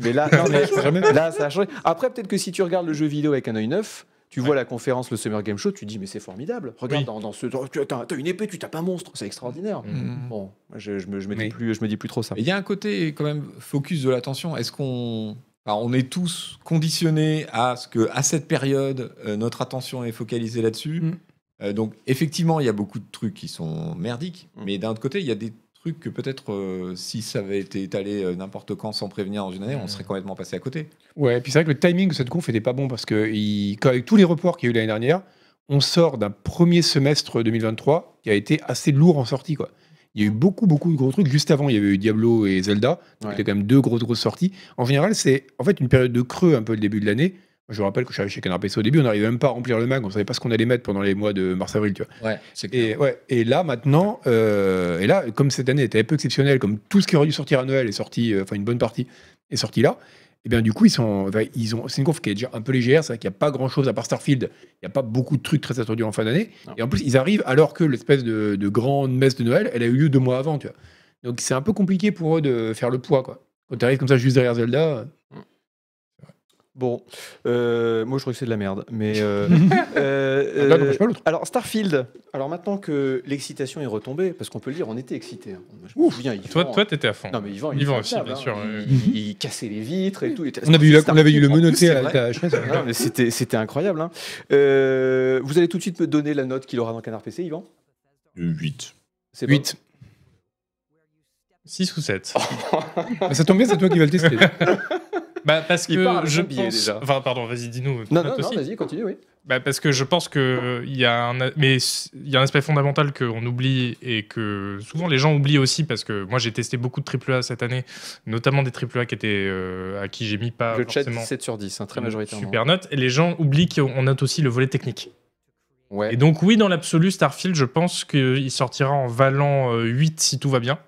A: Mais
C: <laughs>
A: là, non, mais <laughs> là, ça a changé. Après, peut-être que si tu regardes le jeu vidéo avec un œil neuf, tu vois la conférence, le Summer Game Show, tu dis, mais c'est formidable. Regarde,
D: Oui.
A: dans, dans ce. dans- tu- T'as t'as une épée, tu tapes un monstre, c'est extraordinaire.
B: Mm.
A: Bon, moi, je, je me, je, m'étais
C: Oui.
A: plus, je me dis plus trop ça.
B: Il y a un côté quand même focus de l'attention. Est-ce qu'on enfin, on est tous conditionnés à ce que à cette période euh, notre attention est focalisée là-dessus.
C: Mm.
B: Euh, donc effectivement, il y a beaucoup de trucs qui sont merdiques,
A: Mm.
B: mais d'un autre côté, il y a des trucs que peut-être euh, si ça avait été étalé euh, n'importe quand sans prévenir dans une année, on serait complètement passé à côté.
C: Ouais, et puis c'est vrai que le timing de cette conf était pas bon parce que il- quand- avec tous les reports qu'il y a eu l'année dernière, on sort d'un premier semestre 2023 qui a été assez lourd en sortie quoi. Il y a eu beaucoup beaucoup de gros trucs juste avant. Il y avait eu Diablo et Zelda,
A: Ouais.
C: donc c'était quand même deux grosses grosses sorties. En général, c'est en fait une période de creux un peu le début de l'année. Moi, Je me rappelle que je suis arrivé chez Canard PC au début, on n'arrivait même pas à remplir le mag, on savait pas ce qu'on allait mettre pendant les mois de mars-avril, tu vois.
B: Ouais, c'est
C: Et, ouais, et là, maintenant, euh, et là, comme cette année était un peu exceptionnelle, comme tout ce qui aurait dû sortir à Noël est sorti, euh, enfin une bonne partie est sortie là, et bien du coup, ils sont, enfin, ils ont, c'est une conf qui est déjà un peu légère, c'est vrai qu'il n'y a pas grand chose à part Starfield, il n'y a pas beaucoup de trucs très attendus en fin d'année,
A: Non.
C: et en plus, ils arrivent alors que l'espèce de, de grande messe de Noël, elle a eu lieu deux mois avant, tu vois. Donc c'est un peu compliqué pour eux de faire le poids, quoi. Quand tu arrives comme ça juste derrière Zelda,
A: Bon, euh, moi, je crois que c'est de la merde. Mais.
C: <laughs>
A: euh,
C: euh,
A: euh,
C: là, n'empêche pas l'autre.
A: Alors Starfield, alors maintenant que l'excitation est retombée, parce qu'on peut le dire, on était excités. hein. Je me
C: Ouf.
A: souviens, Yvan-
D: Toi, toi, t'étais à fond.
A: non mais Yvan, il
D: Yvan
A: était
D: aussi,
A: incroyable,
D: bien sûr, ouais.
A: Il, il cassait les vitres et tout. il était-
C: On avait eu, la- on avait eu le
A: Starfield, en
C: menotté
A: plus,
C: à
A: c'est
C: la à la chaise.
A: Non, mais c'était, c'était incroyable. hein. Euh, vous allez tout de suite me donner la note qu'il aura dans Canard PC, Yvan
B: 8.
A: C'est bon
C: 8.
D: 6 ou 7.
A: Oh.
C: Ah, Ça tombe bien, c'est toi qui vas le tester.
D: Bah, parce
A: Il
D: que
A: part avec
D: je
A: un billet,
D: pense.
A: déjà.
D: Enfin, pardon, vas-y, dis-nous.
A: Non,
D: note
A: non, non,
D: aussi.
A: vas-y, continue, oui.
D: Bah, parce que je pense que euh, il y a un, a- mais c- il y a un aspect fondamental qu'on oublie et que souvent les gens oublient aussi parce que moi j'ai testé beaucoup de AAA cette année, notamment des AAA qui étaient euh, à qui j'ai mis pas
A: le chat,
D: forcément
A: 17 sur 10, hein, très
D: une
A: majoritairement.
D: super note. Et les gens oublient qu'on note aussi le volet technique.
A: Ouais.
D: Et donc oui, dans l'absolu, Starfield, je pense qu'il sortira en valant euh, 8 si tout va bien.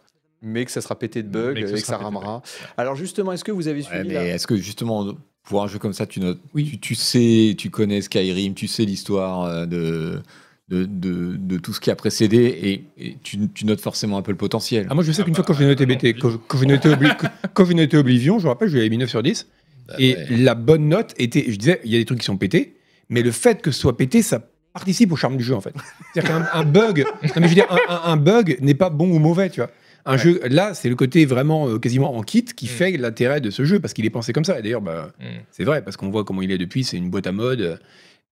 A: mais que ça sera pété de bugs
D: Mais
A: et
D: que ce
A: que
D: sera
A: ça
D: pété de
A: ramera. Alors justement, est-ce que vous avez
B: Ouais,
A: suivi
B: mais
A: la-
B: est-ce que justement, pour un jeu comme ça, tu, notes, tu, tu sais, tu connais Skyrim, tu sais l'histoire euh, de, de, de- de tout ce qui a précédé et, et tu, tu notes forcément un peu le potentiel.
C: Ah, moi, je sais
D: Ah
C: qu'une
D: bah,
C: fois, quand j'ai noté
D: non,
C: BT,
D: oublie.
C: quand, quand j'ai noté Obli- quand- quand j'ai noté Oblivion, je me rappelle, je lui avais mis 9 sur 10.
B: Bah,
C: et
B: ouais.
C: la bonne note était, je disais, il y a des trucs qui sont pétés, mais le fait que ce soit pété, ça participe au charme du jeu, en fait. C'est-à-dire qu'un un bug, non, mais je veux dire, un, un- un bug n'est pas bon ou mauvais, tu vois. Un jeu, là, c'est le côté vraiment euh, quasiment en kit qui
D: Mm.
C: fait l'intérêt de ce jeu, parce qu'il est pensé comme ça. Et d'ailleurs, bah,
D: Mm.
C: c'est vrai, parce qu'on voit comment il est depuis, c'est une boîte à mode. euh,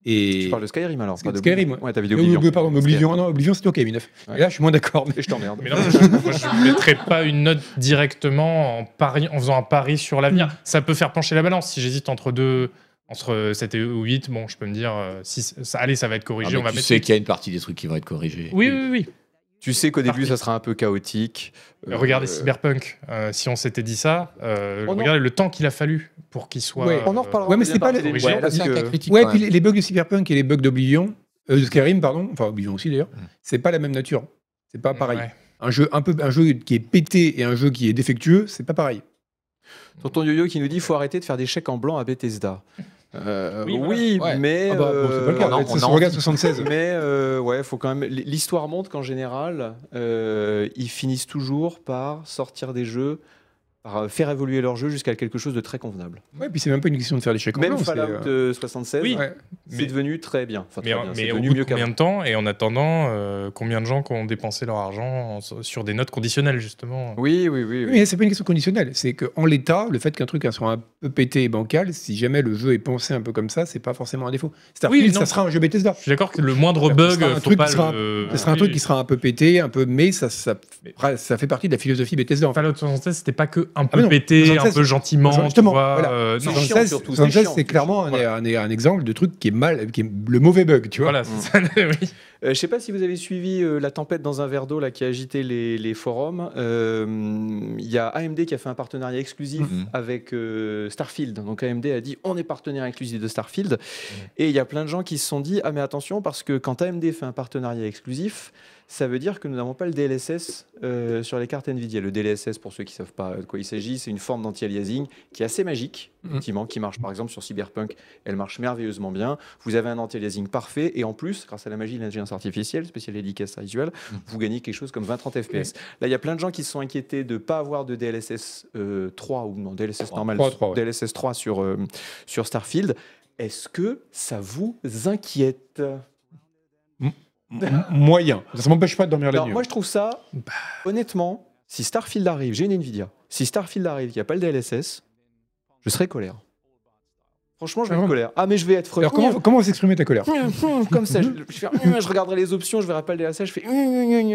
C: Et...
A: Tu parles de Skyrim alors
C: Sky-
A: pas de
C: Skyrim,
A: ouais.
C: ouais.
A: ta vidéo
C: Non,
A: Oblivion.
C: oui, pardon, mais Oblivion, non, Oblivion, c'est ok, 9.
A: Ouais.
C: Et là, je suis moins d'accord. mais-
A: Et je t'emmerde.
D: Mais non, mais je, moi, je mettrais pas une note directement en, pari, en faisant un pari sur l'avenir. Ça peut faire pencher la balance. Si j'hésite entre deux, entre 7 et 8, bon, je peux me dire, euh, si, ça, allez, ça va être
B: Ah,
D: corrigé,
B: mais
D: on va
B: tu
D: mettre.
B: sais qu'il y a une partie des trucs qui vont être corrigés.
D: Oui, oui, oui.
A: Tu sais qu'au début,
D: Parfait.
A: ça sera un peu chaotique. Euh,
D: Ah, Regardez Cyberpunk. Euh, si on s'était dit ça, euh,
A: On en-
D: regardez le temps qu'il a fallu pour qu'il soit.
C: Ouais,
A: On en
D: euh,
A: reparlera.
C: Ouais, mais c'est pas le-
A: les
D: Ouais,
A: gens
D: là,
A: parce
B: C'est un cas
A: que
B: critique,
C: Ouais,
B: quand
C: puis
B: même.
C: les, les bugs de Cyberpunk et les bugs d'Oblivion, euh, de Skyrim, pardon, enfin Oblivion aussi d'ailleurs, c'est pas la même nature. C'est pas pareil.
D: ouais.
C: Un, jeu, un, peu, un jeu qui est pété et un jeu qui est défectueux, c'est pas pareil.
A: Tonton Yo-Yo qui nous dit faut arrêter de faire des chèques en blanc à Bethesda. Euh,
D: Oui,
A: oui,
D: voilà.
C: Ouais.
A: mais.
C: Ah bah, bon, c'est pas le cas.
A: euh,
B: non,
C: en fait,
B: on
C: ça se
B: a
C: regarde 76.
A: Mais euh, ouais, faut quand même. L'histoire montre qu'en général, euh, ils finissent toujours par sortir des jeux, par euh, faire évoluer leur jeu jusqu'à quelque chose de très convenable.
C: ouais, puis c'est même pas une question de faire des chèques en
A: Même
C: blanc, c'est,
A: Fallout
C: euh,
A: euh, 76,
D: Oui,
C: ouais.
A: c'est
D: mais-
A: devenu très bien. Enfin,
D: Mais,
A: très bien.
D: mais
A: C'est
D: au
A: devenu
D: bout de
A: mieux
D: combien
A: qu'avant.
D: de temps Et en attendant, euh, combien de gens qui ont dépensé leur argent en- sur des notes conditionnelles, justement
A: Oui, oui, oui. oui.
C: Oui, Mais c'est pas une question conditionnelle. C'est qu'en l'état, le fait qu'un truc hein, soit un peu pété et bancal, si jamais le jeu est pensé un peu comme ça, c'est pas forcément un défaut. Starfield,
D: Oui, non.
C: ça sera un jeu Bethesda.
D: Je suis d'accord que le moindre
C: Ce
D: bug,
C: sera un
D: faut
C: truc
D: pas
C: qui sera-
D: le-
C: Ce sera un
D: Oui,
C: truc
D: oui.
C: qui sera un peu pété, un peu, mais ça, ça,
D: Mais-
C: ça fait partie de la philosophie Bethesda. En fait.
D: Fallout 76, c'était pas que un
C: Ah, mais
D: peu
C: non,
D: pété, un
C: 76,
D: peu gentiment, tu
C: justement,
D: vois,
C: voilà.
D: euh, non,
A: C'est chiant,
C: 76,
A: surtout, c'est
C: 76,
A: chiant,
C: c'est
A: c'est
C: clairement un, un- un exemple de truc qui est mal, qui est le mauvais bug, tu vois.
D: voilà, c'est ça, <laughs> oui.
A: Euh, je sais pas si vous avez suivi euh, la tempête dans un verre d'eau là qui a agité les, les forums. Euh, Il y a AMD qui a fait un partenariat exclusif
B: Mhm.
A: avec euh, Starfield. Donc AMD a dit on est partenaire exclusif de Starfield. Et il y a plein de gens qui se sont dit ah mais attention parce que quand AMD fait un partenariat exclusif, ça veut dire que nous n'avons pas le DLSS euh, sur les cartes Nvidia. Le DLSS pour ceux qui savent pas de quoi il s'agit, c'est une forme d'anti-aliasing qui est assez magique,
C: Mhm.
A: effectivement, qui marche par exemple sur Cyberpunk elle marche merveilleusement bien. Vous avez un anti-aliasing parfait et en plus, grâce à la magie de l'intelligence artificielle, spéciale dédicace à Visual, vous gagnez quelque chose comme 20-30 FPS. Là, il y a plein de gens qui se sont inquiétés de ne pas avoir de DLSS euh, 3 ou non, DLSS normal,
C: trois, trois, ouais.
A: DLSS 3 sur, euh, sur Starfield. Est-ce que ça vous inquiète
C: M- moyen. Ça m'empêche pas de dormir la
A: Alors,
C: nuit.
A: moi, je trouve ça,
C: Bah.
A: honnêtement, si Starfield arrive, j'ai une Nvidia, si Starfield arrive, qu'il n'y a pas le DLSS, je serai colère. Franchement, je vais
C: Ah
A: être
C: ouais.
A: colère. Ah, mais je vais être freiné.
C: Alors comment, comment s'exprimer ta colère
A: comme ça, je, je, fais, je regarderai les options, je verrai pas le DLC, je fais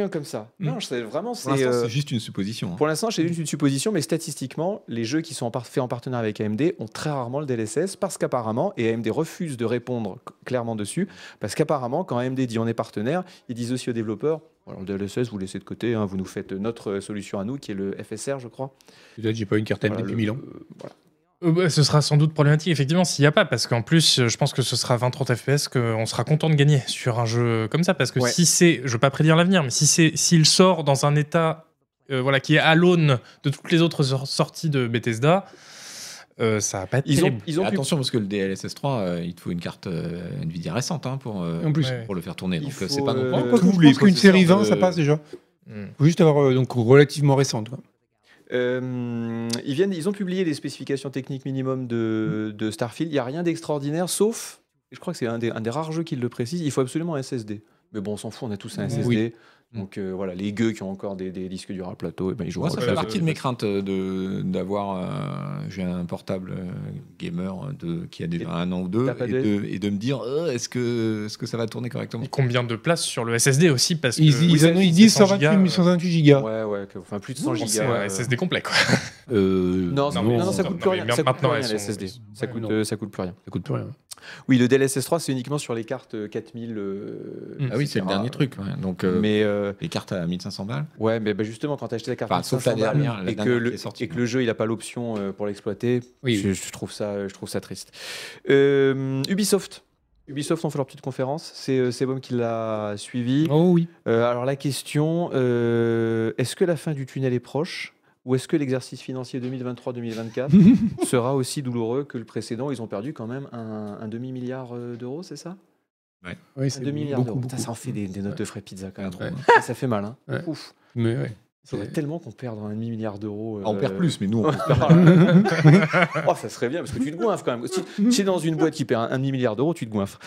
A: comme ça.
C: Mm.
A: Non, je sais vraiment, c'est.
B: Pour l'instant,
A: euh,
B: c'est juste une supposition. hein.
A: Pour l'instant, j'ai une supposition, mais statistiquement, les jeux qui sont en par- faits en partenariat avec AMD ont très rarement le DLSS parce qu'apparemment, et AMD refuse de répondre c- clairement dessus, parce qu'apparemment, quand AMD dit on est partenaire, ils disent aussi aux développeurs alors le DLSS, vous laissez de côté, hein, vous nous faites notre euh, solution à nous, qui est le FSR, je crois.
C: Peut-être j'ai pas une carte AMD
A: Voilà,
C: depuis
A: le-
C: 1000 ans.
A: euh, voilà.
D: Euh, bah, ce sera sans doute problématique, effectivement, s'il n'y a pas, parce qu'en plus, euh, je pense que ce sera 20-30 FPS qu'on sera content de gagner sur un jeu comme ça, parce que
A: Ouais.
D: si c'est, je veux pas prédire l'avenir, mais si c'est, s'il sort dans un état, euh, voilà, qui est à l'aune de toutes les autres sor- sorties de Bethesda, euh, ça va pas être
A: Ils ont,
D: terrible.
A: ils ont
B: Mais
A: pu-
B: Attention, parce que le DLSS 3 euh, il te faut une carte euh, Nvidia récente hein, pour, euh,
C: En plus.
D: Ouais.
B: pour le faire tourner.
A: Il
B: Donc,
A: faut,
B: euh, c'est pas non
A: euh,
B: plus.
A: Tous
C: Moi, je
B: les
C: pense qu'une série 20,
B: processeurs de-
C: ça passe déjà.
D: Mm.
C: Faut juste avoir euh, donc relativement récente. quoi.
A: Euh, ils, viennent, ils ont publié les spécifications techniques minimum de,
B: Mm.
A: de Starfield. Il n'y a rien d'extraordinaire,
B: Mm.
A: sauf, je crois que c'est un des, un des rares jeux qui le précise, il faut absolument un SSD. Mais bon, on s'en fout, on a tous un SSD. Donc euh, voilà, les gueux qui ont encore des, des disques durs à plateau, et ben, ils jouent
B: Moi,
A: à
B: ça
D: Ouais,
B: fait
D: ça
B: partie
D: peut-
B: de mes craintes euh, de d'avoir. euh, J'ai un portable euh, gamer de, qui a déjà un an ou deux
A: t'as pas
B: et de, et de me dire euh, est-ce que, est que ça va tourner correctement
D: Et combien de places sur le SSD aussi parce que
C: Ils, ils
D: oui,
C: annoncent- ils
D: c'est
C: disent
D: 100
C: 128
D: gigas,
C: gigas.
D: euh,
C: 128 gigas.
A: Ouais, ouais, que- enfin plus de
D: on
A: 100
D: sait,
A: gigas.
D: ouais,
A: euh,
D: SSD complet quoi.
C: Euh,
A: Non, ça-
D: Non, mais
A: non, non, ça
D: non,
A: coûte
D: non,
A: plus
D: mais
A: rien.
D: merde,
A: Ça coûte plus
D: maintenant,
A: rien,
D: elles
A: les
D: sont-
A: SSD. Ça
D: Ouais,
A: coûte,
C: non.
A: euh, ça coûte plus rien.
C: ça coûte plus rien.
A: Oui, le DLSS 3, c'est uniquement sur les cartes euh, 4000. euh,
D: Mm.
B: Ah oui, c'est
A: etc.
B: le dernier truc. ouais. Donc, euh,
A: Mais euh,
B: les cartes à 1500 balles.
A: ouais, mais bah, justement, quand t'as acheté la carte
B: Enfin, sauf la
A: 1500 balles
B: dernière, la
A: et, que
B: dernière
A: le,
B: qui est sortie.
A: et que le jeu il a pas l'option euh, pour l'exploiter,
C: Oui,
A: je, je trouve ça, je trouve ça triste. Euh, Ubisoft. Ubisoft ont fait leur petite conférence. C'est euh, Sebum qui l'a suivi.
C: Oh oui.
A: Euh, alors la question, euh, est-ce que la fin du tunnel est proche ou est-ce que l'exercice financier
B: <laughs>
A: 2023-2024 sera aussi douloureux que le précédent Ils ont perdu quand même un, un demi-milliard euh, d'euros, c'est ça
C: Oui,
A: Un
C: c'est
A: demi-milliard
C: beaucoup,
A: d'euros.
C: beaucoup.
A: Putain, Ça en fait des, des notes de frais de pizza quand même.
B: Ouais.
A: Ça, ça fait mal, hein
C: Ouais.
A: Ouf.
C: Mais ouais.
A: Il faudrait
C: C'est-
A: tellement qu'on perde un demi-milliard d'euros.
B: Ah, on perd
A: euh,
B: plus, mais nous,
A: <laughs>
B: on <laughs>
A: Oh, ça serait bien parce que tu te goinfres quand même. Si, si t'es dans une boîte qui perd un, un demi-milliard d'euros, tu te goinfres.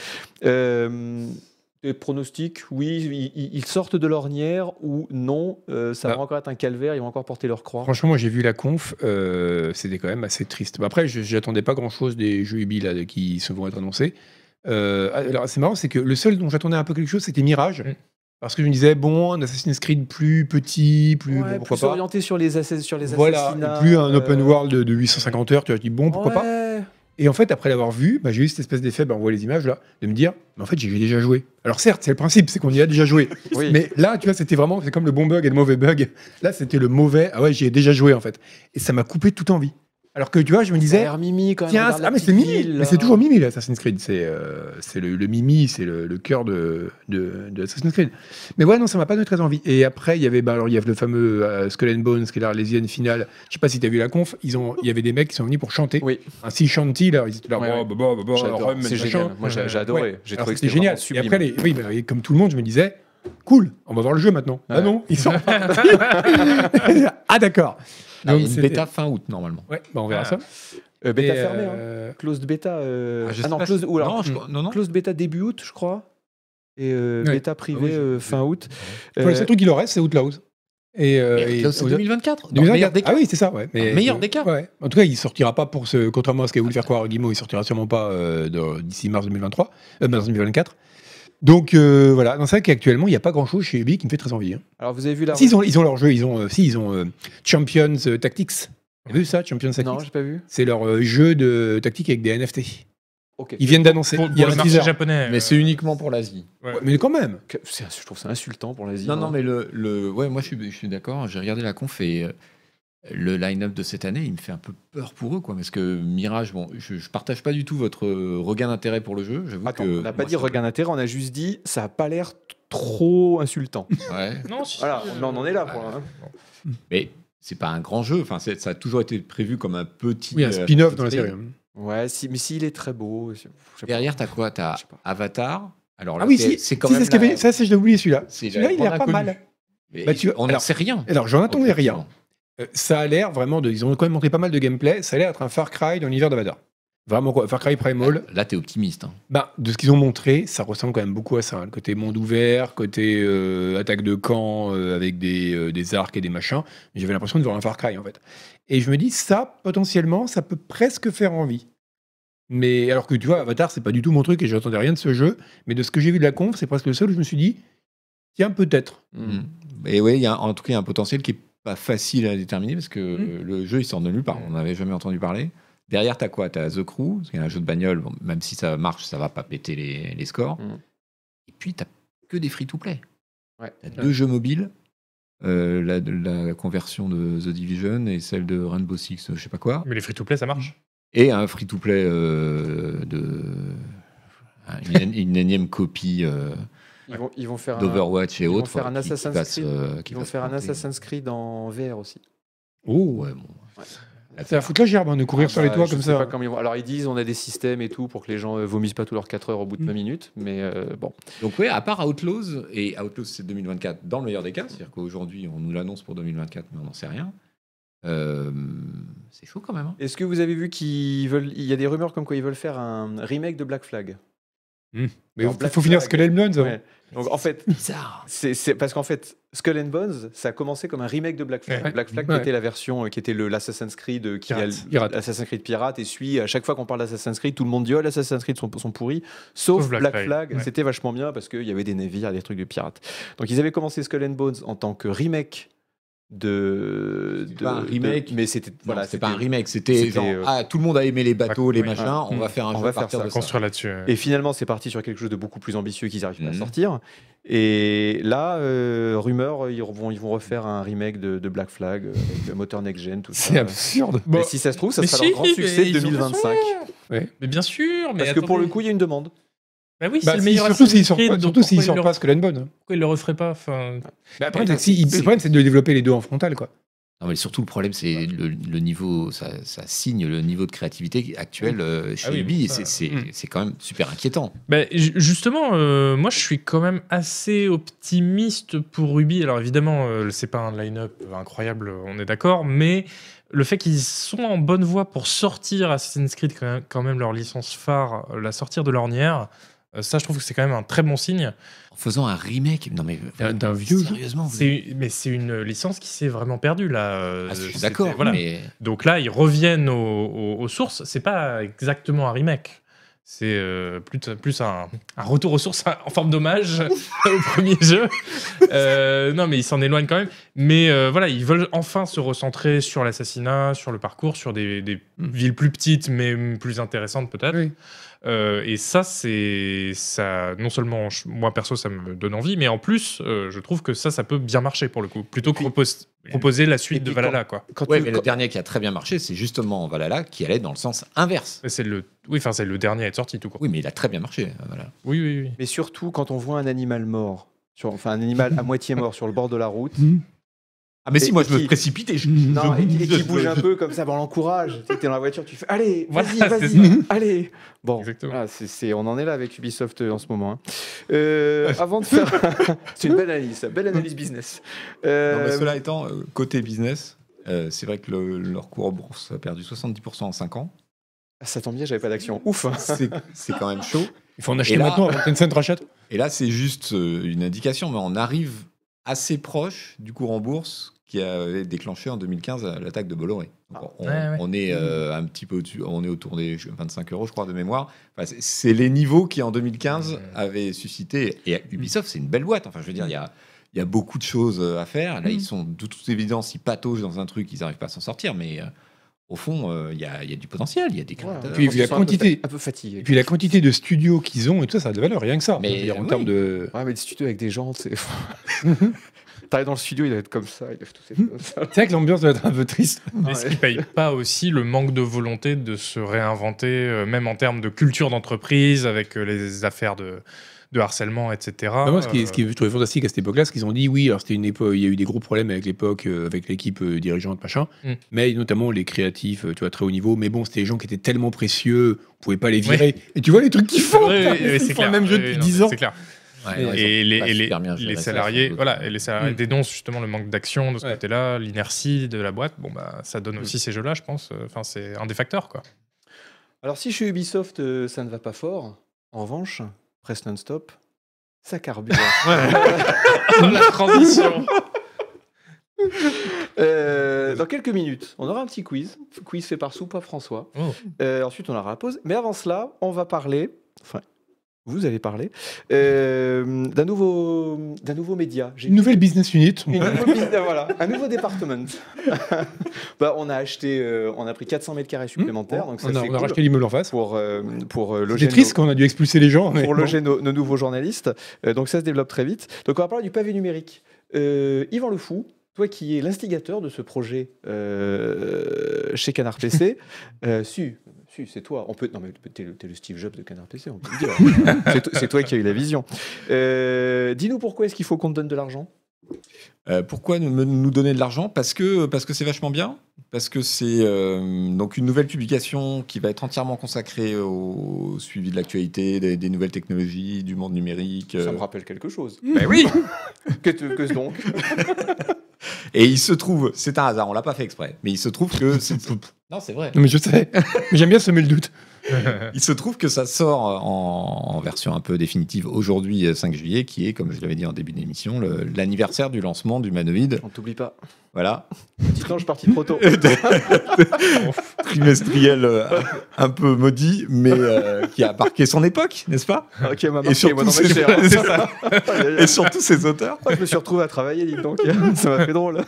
A: Euh, les pronostics, oui, ils, ils- ils sortent de l'ornière ou non, euh, ça
C: Bah.
A: va encore être un calvaire, ils vont encore porter leur croix.
C: Franchement, moi j'ai vu la conf, euh, c'était quand même assez triste. Bah, Après, je- j'attendais pas grand chose des jeux Ubi là, de- qui se vont être annoncés. Euh, alors, c'est marrant, c'est que le seul dont j'attendais un peu quelque chose, c'était Mirage.
D: Mm.
C: Parce que je me disais, bon, un Assassin's Creed plus petit, plus. bon,
A: Ouais,
C: pourquoi
A: plus
C: pas
A: orienté sur les, assass- sur les
C: Voilà,
A: assassinats.
C: et plus un open
A: euh,
C: world de, de 850 heures, tu vois, je dis bon, pourquoi pas
A: ouais.
C: Et en fait, après l'avoir vu, bah, j'ai eu cette espèce d'effet, bah, on voit les images là, de me dire, mais en fait, j'y ai déjà joué. Alors certes, c'est le principe, c'est qu'on y a déjà joué.
A: Oui.
C: Mais là, tu vois, c'était vraiment, c'est comme le bon bug et le mauvais bug. Là, c'était le mauvais, ah ouais, j'y ai déjà joué en fait. Et ça m'a coupé toute envie. Alors que tu vois, je me disais,
A: Derrière Mimi quand même.
C: tiens,
A: regarde la
C: ah mais c'est
A: petite
C: Mimi,
A: ville,
C: mais c'est
A: là.
C: toujours Mimi, l'Assassin's Creed. C'est euh, c'est le, le Mimi, c'est le, le cœur de, de, de Assassin's Creed. Mais ouais, non, ça m'a pas donné très envie. Et après, il y avait, bah, alors, il y avait le fameux euh, Skull and Bones, qui est l'arlésienne finale. Je sais pas si t'as vu la conf, ils ont, il y avait des mecs qui sont venus pour chanter.
A: Oui.
C: Ainsi chanty, là, ils étaient là,
A: Ouais, ouais.
C: bah, bah, bah, bah,
A: J'adore,
C: rum,
A: C'est
C: machin.
A: génial. Moi, j'ai j'ai adoré.
C: Ouais.
A: J'ai
C: Alors,
A: trouvé que
C: c'était génial.
A: vraiment
C: Et
A: sublime.
C: après, les- oui, bah, et comme tout le monde, je me disais, cool, on va voir le jeu maintenant. Ah
A: Ouais.
C: non, ils sont
A: <laughs>
C: partis. <laughs> ah d'accord.
B: Ah, il y a une
C: c'était-
B: bêta fin août, normalement.
C: Ouais, bah, on verra
D: Ah.
C: ça.
A: Euh, bêta
C: Et,
A: fermée. hein.
C: euh,
A: Closed bêta. euh,
B: Ah, je
A: Ah,
B: sais
A: non,
B: pas
A: closed. ou alors,
B: non, je- non, non.
A: Close bêta début août, je crois. Et euh,
C: Ouais.
A: bêta privé
C: Ah oui, je-
A: euh,
C: je-
A: fin août.
C: Enfin, Le
A: Euh,
C: seul truc qui leur reste, c'est Outlaws. Et, euh,
B: Et
C: et-
B: Outlaws, c'est 2024. Dans le
C: 2024.
B: meilleur des cas.
C: Ah oui, c'est ça, ouais.
B: Dans le meilleur des cas.
C: Ouais. En tout cas, il sortira pas pour ce. Contrairement à ce qu'a voulu faire croire Guimau, il sortira sûrement pas euh, dans- d'ici mars 2023, euh, mars 2024. Donc euh, voilà, dans ça qu'actuellement, il n'y a pas grand chose chez Ubi qui me fait très envie. hein.
A: Alors, vous avez vu la.
C: Si, ils, ont, ils ont leur jeu, ils ont, euh, si, ils ont euh, Champions euh, Tactics. T'as vu ça, Champions Tactics
A: Non, j'ai pas vu.
C: C'est leur euh, jeu de tactique avec des NFT.
A: Ok.
C: Ils viennent d'annoncer.
D: Pour,
C: il y
D: pour
C: a
D: le
C: un
D: marché
C: teaser.
A: Ah
D: japonais. euh,
B: Mais c'est uniquement pour l'Asie.
D: ouais.
C: Ouais, Mais quand même.
A: Que- c'est- Je trouve ça insultant pour l'Asie.
B: Non,
A: moi.
B: non, mais le, le ouais, moi je suis, je suis d'accord. J'ai regardé la conf et euh, le line-up de cette année, il me fait un peu peur pour eux, quoi. Parce que Mirage, bon, je, je partage pas du tout votre euh, regain d'intérêt pour le jeu. J'avoue
A: Attends,
B: que
A: on n'a
B: moi,
A: pas dit
B: ça-
A: regain d'intérêt, on a juste dit ça a pas l'air t- trop
C: <laughs>
A: insultant.
B: Ouais.
D: Non, si,
A: voilà,
D: si,
A: on en est là pour
B: voilà.
A: hein.
B: Mais c'est pas un grand jeu. Enfin, c'est- ça a toujours été prévu comme un petit.
C: Oui, un
B: euh,
C: spin-off dans la
B: spin.
C: série. hein.
A: Ouais, si, mais s'il est très beau. c'est- je sais pas.
B: Derrière, t'as quoi T'as
A: Je sais pas.
B: Avatar. Alors là,
C: Ah oui,
B: c'est-
C: si,
B: c'est
C: si,
B: quand
C: c'est
B: même.
C: ce qu'il y
B: la-
C: avait. Ça, c'est- je l'ai oublié celui-là.
B: c'est la
C: Celui-là, il a
B: grande
C: l'air pas
B: inconnue.
C: mal.
B: Mais
C: Bah, tu vois,
B: on n'en
C: alors-
B: sait rien. Oh,
C: Alors, j'en attendais rien.
B: Objectivement.
C: Euh, ça a l'air vraiment de. Ils ont quand même montré pas mal de gameplay. Ça a l'air d'être un Far Cry dans l'univers d'Avatar. Vraiment quoi. Far Cry Primal.
B: Là, t'es optimiste. hein.
C: Bah, de ce qu'ils ont montré, ça ressemble quand même beaucoup à ça. hein. Le côté monde ouvert, côté euh, attaque de camp euh, avec des, euh, des arcs et des machins. J'avais l'impression de voir un Far Cry en fait. Et je me dis, ça, potentiellement, ça peut presque faire envie. Mais alors que tu vois, Avatar, c'est pas du tout mon truc et j'attendais rien de ce jeu. Mais de ce que j'ai vu de la conf, c'est presque le seul où je me suis dit, tiens, peut-être.
A: Mm.
B: Et oui, il y a en tout cas il y a un potentiel qui est pas facile à déterminer parce que
C: Mm.
B: le jeu il sort de nulle part. On n'avait jamais entendu parler. Derrière, t'as quoi T'as The Crew, c'est un jeu de bagnole. Bon, même si ça marche, ça va pas péter les, les scores.
A: Mm.
B: Et puis, t'as que des free-to-play.
A: Ouais.
B: T'as deux jeux mobiles. euh, la, la conversion de The Division et celle de Rainbow Six, euh, je sais pas quoi.
D: Mais les free-to-play, ça marche.
B: Et un free-to-play euh, de.
A: <laughs>
B: Une, une énième copie euh,
A: Ils, vont, ils vont faire un,
B: d'Overwatch et
A: ils vont
B: autres.
A: faire un
B: qui- qui
A: Assassin's
B: fasse,
A: Creed.
B: euh, qui
A: ils vont
B: fasse
A: faire un
B: planter.
A: Assassin's Creed en VR aussi.
C: Oh,
B: Ouais, bon.
C: C'est la foutre la gerbe hein, de courir
A: Ah
C: sur les
A: bah,
C: toits
A: je
C: comme
A: sais
C: ça.
A: pas comment ils vont- Alors ils disent on a des systèmes et tout pour que les gens euh, vomissent pas tous leurs 4 heures au bout de
C: Mm.
A: 20 minutes, mais euh, bon.
B: Donc oui, à part Outlaws, et Outlaws c'est 2024 dans le meilleur des cas, c'est-à-dire qu'aujourd'hui on nous l'annonce pour 2024 mais on n'en sait rien, Euh, c'est chaud quand même. hein.
A: Est-ce que vous avez vu qu'ils veulent Il y a des rumeurs comme quoi ils veulent faire un remake de Black Flag.
C: Mais
A: Alors,
C: il
A: Black
C: faut finir
A: Flag.
C: Skull and Bones. hein. avant.
A: Ouais. Donc en fait, c'est c'est- parce qu'en fait, Skull and Bones, ça a commencé comme un remake de Black Flag.
D: Ouais.
A: Black Flag
C: Ouais.
A: qui était la version, euh, qui était le- l'Assassin's Creed euh, qui a-
D: Pirate.
C: Pirate.
A: Assassin's Creed pirate et suit à chaque fois qu'on parle d'Assassin's Creed, tout le monde dit oh les Assassin's Creed sont, sont pourris, sauf, Black, Flag.
D: ouais.
A: C'était vachement bien parce qu'il y avait des navires, des trucs de pirates. Donc ils avaient commencé Skull and Bones en tant que remake de,
B: C'était
A: de-
B: pas un remake.
A: de- mais c'était
B: Voilà,
A: voilà,
B: c'est pas un
A: c'était-
B: remake, c'était
A: c'était,
B: genre,
A: euh,
B: ah, tout le monde a aimé les bateaux, les
D: oui,
B: machins, on
D: ouais.
B: va faire un
A: On
B: jeu
A: va
B: à
A: faire
B: partir
A: ça,
B: de ça.
D: Construire là-dessus. ouais.
A: Et finalement, c'est parti sur quelque chose de beaucoup plus ambitieux qu'ils n'arrivent pas
B: Mhm.
A: à sortir. Et là, euh, rumeur, ils vont, ils vont refaire un remake de, de Black Flag euh, avec le moteur next-gen, tout ça.
C: C'est absurde. Bah,
A: Mais
D: Bon.
A: si ça se trouve, ça
D: Mais
A: sera
D: si,
A: leur grand
D: mais
A: succès de
D: ils ont raison.
A: 2025.
D: Mais bien sûr, mais
A: Parce que pour
D: attendez.
A: le coup, il y a une demande.
D: Bah oui,
C: Bah,
D: c'est le
C: si-
D: meilleur
C: surtout s'ils
D: Assassin's
C: sortent
D: Creed,
C: pas-
D: donc
C: surtout s'ils
D: pourquoi
C: sortent
D: il
C: pas
D: le-
C: Skull and Bones.
D: Pourquoi ils le referaient pas enfin,
C: Bah, après,
A: Putain,
C: si-
A: c'est-
C: le problème, c'est de développer les deux en frontal. quoi.
B: Non, mais surtout, le problème, c'est le, le niveau, ça, ça signe le niveau de créativité actuel euh, chez
D: Ah oui,
B: Ubi,
D: bon, ça-
B: c'est- c'est
C: Mm.
B: c'est quand même super inquiétant.
D: Ben, ju- justement, euh, moi je suis quand même assez optimiste pour Ruby. Alors évidemment, euh, c'est pas un line-up incroyable, on est d'accord, mais le fait qu'ils sont en bonne voie pour sortir Assassin's Creed, quand même, quand même leur licence phare, euh, la sortir de l'ornière, euh, ça je trouve que c'est quand même un très bon signe.
B: En faisant un remake, non mais
C: D'un- d'un vieux jeu.
B: Sérieusement, vous-
D: C'est une- mais c'est une licence qui s'est vraiment perdue là. euh,
B: Ah, je suis
D: c'était-
B: d'accord,
D: voilà.
B: mais
D: Donc là, ils reviennent aux, aux- aux sources. C'est pas exactement un remake. C'est euh, plus, plus un, un retour aux sources en forme d'hommage <laughs> au premier jeu. Euh, non, mais ils s'en éloignent quand même. Mais euh, voilà, ils veulent enfin se recentrer sur l'assassinat, sur le parcours, sur des, des
C: Mm.
D: villes plus petites mais mm, plus intéressantes peut-être.
C: Oui.
D: Euh, et ça, c'est ça. Non seulement je- moi perso, ça me donne envie, mais en plus, euh, je trouve que ça, ça peut bien marcher pour le coup, plutôt que repos- proposer la suite
A: et
D: de
A: puis quand-
D: Valhalla, quoi.
A: Quand
B: Ouais,
A: tu-
B: mais le
A: quand-
B: dernier qui a très bien marché, c'est justement Valhalla qui allait dans le sens inverse.
D: Mais C'est le, oui, enfin c'est le dernier à être sorti tout court.
B: Oui, mais il a très bien marché. euh, Valhalla.
D: Oui, oui, oui.
A: mais surtout, quand on voit un animal mort, sur, enfin un animal à moitié mort sur le bord de la route,
B: Ah, mais
A: si,
B: si,
A: Et-
B: moi
A: moi,
B: je
A: je me
B: me
A: qui-
B: précipite et je.
A: non, et, et qui bouge un peu comme ça, bon, on l'encourage. Tu es dans la voiture, tu fais allez, vas-y,
D: Voilà, c'est
A: vas-y, allez. Bon,
D: Exactement.
A: Voilà, c'est- c'est- on en est là avec Ubisoft euh, en ce moment. hein. Euh, avant de faire. <laughs> c'est une belle analyse, ça, belle analyse business. Euh,
B: cela étant, euh, côté business, euh, c'est vrai que le- leur cours en bourse a perdu 70% en 5 ans.
A: ah, Ça tombe bien, j'avais pas d'action. Ouf hein.
B: C'est c'est quand même chaud.
C: Il faut en acheter
B: là-
C: maintenant avant que Tencent rachète.
B: Et là, c'est juste euh, une indication, mais on arrive assez proche du cours en bourse qui avait déclenché en 2015 euh, l'attaque de Bolloré. Donc, on,
D: Ah, Ouais, Mmh. ouais.
B: on est euh, un petit peu au-dessus, on est autour des 25 euros, je crois, de mémoire. Enfin, c'est- c'est les niveaux qui, en 2015,
D: Mm.
B: avaient suscité.
D: Mmh.
B: Et Ubisoft, c'est une belle boîte. Enfin, je veux dire, il y a, il y a beaucoup de choses euh, à faire. Là,
D: Mmh.
B: ils sont, de toute évidence, ils patauchent dans un truc, ils n'arrivent pas à s'en sortir, mais. euh, au fond, euh, il y, a, il y a du potentiel, il y a des euh,
A: Voilà.
B: créateurs.
C: Puis, vu la
A: Ils sont un peu
C: quantité.
A: fa- Un peu
C: Et
A: fatigué.
C: puis la quantité de studios qu'ils ont et tout ça, ça a de la valeur, rien que ça.
B: Mais,
C: Je veux dire, en
B: oui.
C: termes de.
A: Ouais, mais le studio avec des gens, c'est. <laughs> T'arrives dans le studio, il doit être comme ça, il doit tous être comme ça.
C: C'est vrai que l'ambiance doit être un peu triste.
D: Mais ce qui paye pas aussi le manque de volonté de se réinventer, euh, même en termes de culture d'entreprise, avec euh, les affaires de, de harcèlement, etc.
C: Ah, moi, ce qui,
D: Euh,
C: ce qui- je trouvais fantastique à cette époque-là, c'est qu'ils ont dit oui, alors c'était une époque, il y a eu des gros problèmes avec l'époque, euh, avec l'équipe euh, dirigeante, machin,
D: Mm.
C: mais notamment les créatifs, euh, tu vois, très haut niveau. Mais bon, c'était des gens qui étaient tellement précieux, on pouvait pas les virer. Et tu vois les trucs qu'ils font
D: ouais,
C: putain,
D: ouais, ouais,
C: Ils
D: c'est
C: font
D: clair.
C: le même jeu
D: Ouais,
C: depuis
D: non,
C: 10
D: mais
C: ans.
D: C'est clair.
B: Ouais, non, ils
D: Et les,
B: pas
D: et les-
B: super bien
D: les
B: géré ça,
D: salariés,
B: sans doute.
D: voilà, et les salariés
C: Mm.
D: dénoncent justement le manque d'action de ce
C: Ouais.
D: côté-là, l'inertie de la boîte. Bon, bah, ça donne aussi ces jeux-là, je pense. euh, Enfin, c'est un des facteurs, quoi.
A: Alors, si chez Ubisoft, euh, ça ne va pas fort, en revanche, presse non-stop, ça carbure.
D: <laughs> la transition.
A: Euh, dans quelques minutes, on aura un petit quiz. Quiz fait par Soupa François.
D: Oh.
A: Euh, ensuite, on aura la pause. Mais avant cela, on va parler. Enfin, vous allez parler euh, d'un nouveau, d'un nouveau média. J'ai
C: Une nouvelle business unit.
A: une nouvelle business- <laughs> voilà, un nouveau département. <laughs> bah, on a acheté, euh, on a pris 400 mètres carrés supplémentaires, donc ça
C: Oh. on a,
A: c'est
C: on a
A: cool
C: racheté l'immeuble en face.
A: pour euh, pour euh, loger
C: C'est triste qu'on a dû expulser les gens. hein.
A: nos,
C: mais
A: pour
C: bon.
A: loger nos, nos nouveaux journalistes. Euh, donc ça se développe très vite. Donc on va parler du pavé numérique. Euh, Yvan Le Fou, toi qui es l'instigateur de ce projet euh, chez Canard
B: <laughs>
A: PC, euh, su. Si, c'est toi. On peut... Non, mais t'es le, t'es le Steve Jobs de Canard PC, on peut le dire.
B: <laughs>
A: C'est to- c'est toi qui as eu la vision. Euh, Dis-nous pourquoi est-ce qu'il faut qu'on te donne de l'argent
B: Euh, pourquoi nous, me- nous donner de l'argent Parce que parce que c'est vachement bien. Parce que c'est euh, donc une nouvelle publication qui va être entièrement consacrée au suivi de l'actualité, des, des nouvelles technologies, du monde numérique.
A: Ça
B: euh.
A: me rappelle quelque <laughs> chose.
B: Ben oui.
A: Que, te- que donc
B: Et il se trouve, <laughs> c'est un hasard, on l'a pas fait exprès, mais il se trouve que c'est- non, c'est vrai.
C: Non, mais je sais. Mais J'aime bien semer le doute.
B: Il se trouve que ça sort en, en version un peu définitive aujourd'hui, euh, 5 juillet, qui est, comme je l'avais dit en début d'émission, le- l'anniversaire du lancement du Manoïde.
A: On t'oublie pas.
B: <laughs> Voilà.
A: Petit ange parti trop tôt.
B: <laughs> Trimestriel euh, un peu maudit, mais euh, qui a marqué son époque, n'est-ce pas
A: Ah, ok, bah, m'a
B: Et
A: marqué, moi dans
B: surtout,
A: mes
B: c'est-
A: chairs.
B: c'est ça.
A: <laughs>
B: Et surtout ses auteurs.
A: Je me suis retrouvé à travailler, dis donc. <laughs> Ça m'a fait drôle.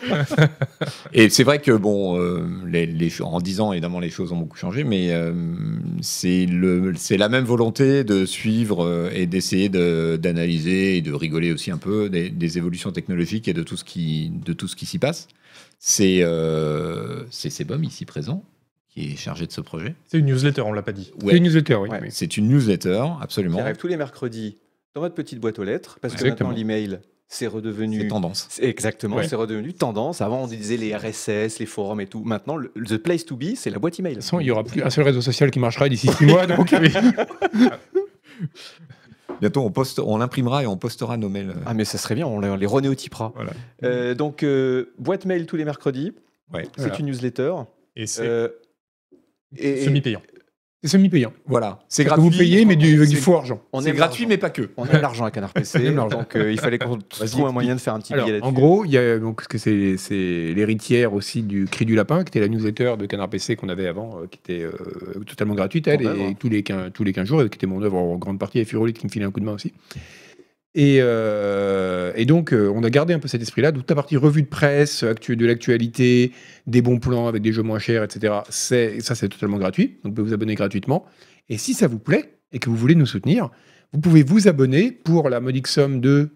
B: Et c'est vrai que, bon, euh, les, les cho- en 10 ans, évidemment, les choses ont beaucoup changé, mais euh, c'est le- c'est la même volonté de suivre euh, et d'essayer de- d'analyser et de rigoler aussi un peu des, des évolutions technologiques et de tout ce qui, de tout ce qui s'y passe. C'est euh, c'est Sebum, ici présent, qui est chargé de ce projet.
D: <laughs> C'est une newsletter, on l'a pas dit.
B: Ouais,
C: une newsletter, oui.
A: Ouais.
C: oui.
B: c'est une newsletter, absolument.
A: Qui arrive tous les mercredis dans votre petite boîte aux lettres, parce que
C: Exactement.
A: maintenant l'email, c'est redevenu
B: C'est tendance.
A: C'est- Exactement,
C: Ouais.
A: c'est redevenu tendance. Avant, on disait les RSS, les forums et tout. Maintenant, le, the place to be, c'est la boîte email.
C: De toute façon, il n'y aura plus un seul réseau social qui marchera d'ici six mois, <laughs> donc
B: Bientôt, on, poste, on l'imprimera et on postera nos mails.
A: Ah, mais ça serait bien, on les, on les renéotypera.
B: Voilà.
A: Euh, donc, euh, boîte mail tous les mercredis,
B: Ouais.
A: c'est
C: Voilà.
A: une newsletter.
D: Et c'est
A: Euh, et, et
D: semi-payant.
C: c'est semi-payant.
B: Voilà. C'est
C: Vous payez, mais du, avec du
B: C'est-
C: faux argent.
A: on
B: C'est
A: aime
B: gratuit,
A: l'argent.
B: mais pas que.
A: On aime l'argent à
C: <laughs>
A: Canard
C: On
A: PC,
C: aime l'argent.
A: donc euh, il fallait
C: <laughs>
A: qu'on trouve un moyen de faire un petit
C: Alors,
A: billet
C: en
A: là-dessus.
C: gros, il y a donc ce que c'est, c'est l'héritière aussi du Cri du Lapin, qui était la newsletter de Canard PC qu'on avait avant, euh, qui était euh, totalement gratuite, elle,
A: Ton œuvre.
C: et tous les, quin- tous les 15 jours, et qui était mon œuvre en grande partie, et Furolite qui me filait un coup de main aussi. Et, euh, et donc, euh, on a gardé un peu cet esprit-là. Toute la partie revue de presse, actu- de l'actualité, des bons plans avec des jeux moins chers, etc. C'est, ça, c'est totalement gratuit. Donc, vous pouvez vous abonner gratuitement. Et si ça vous plaît et que vous voulez nous soutenir, vous pouvez vous abonner pour la modique somme de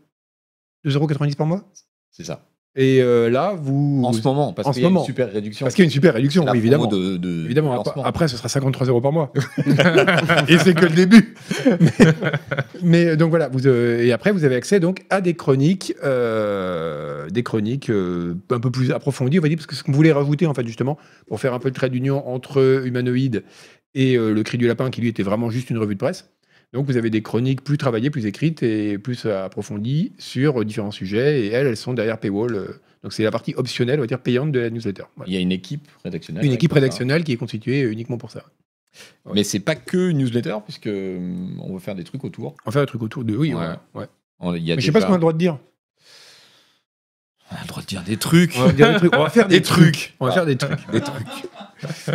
C: 2,90€ par mois.
B: C'est ça.
C: Et euh, là, vous.
B: En ce moment, parce
C: en
B: qu'il
C: ce
B: y a une
C: moment.
B: super réduction.
C: Parce qu'il y a une super réduction,
B: La
C: oui, évidemment.
B: promo de- de-
C: Évidemment,
B: de
C: ap-
B: lancement.
C: après, ce sera 53 euros par mois. <laughs> et c'est que le début. mais, mais, donc voilà, vous, euh, et après, vous avez accès donc à des chroniques, euh, des chroniques euh, un peu plus approfondies, on va dire, parce que ce qu'on voulait rajouter, en fait, justement, pour faire un peu le trait d'union entre Humanoïde et euh, Le Cri du Lapin, qui lui était vraiment juste une revue de presse. Donc vous avez des chroniques plus travaillées, plus écrites et plus approfondies sur euh, différents sujets. Et elles, elles sont derrière paywall. euh, donc c'est la partie optionnelle, on va dire payante de la newsletter. Voilà.
B: Il y a une équipe rédactionnelle. hein,
C: Une équipe
B: avec ça.
C: rédactionnelle qui est constituée uniquement pour ça.
B: Mais c'est pas que une newsletter, puisque hum, on veut faire des trucs autour.
C: On fait un truc autour de oui.
B: Ouais.
C: on- ouais.
B: On, il y a
C: Mais je sais pas ce qu'on a le droit de dire.
B: a le droit de dire des trucs.
C: On va, dire des trucs. On va faire des,
B: Des trucs.
C: On va
B: Ah.
C: faire des trucs. des trucs.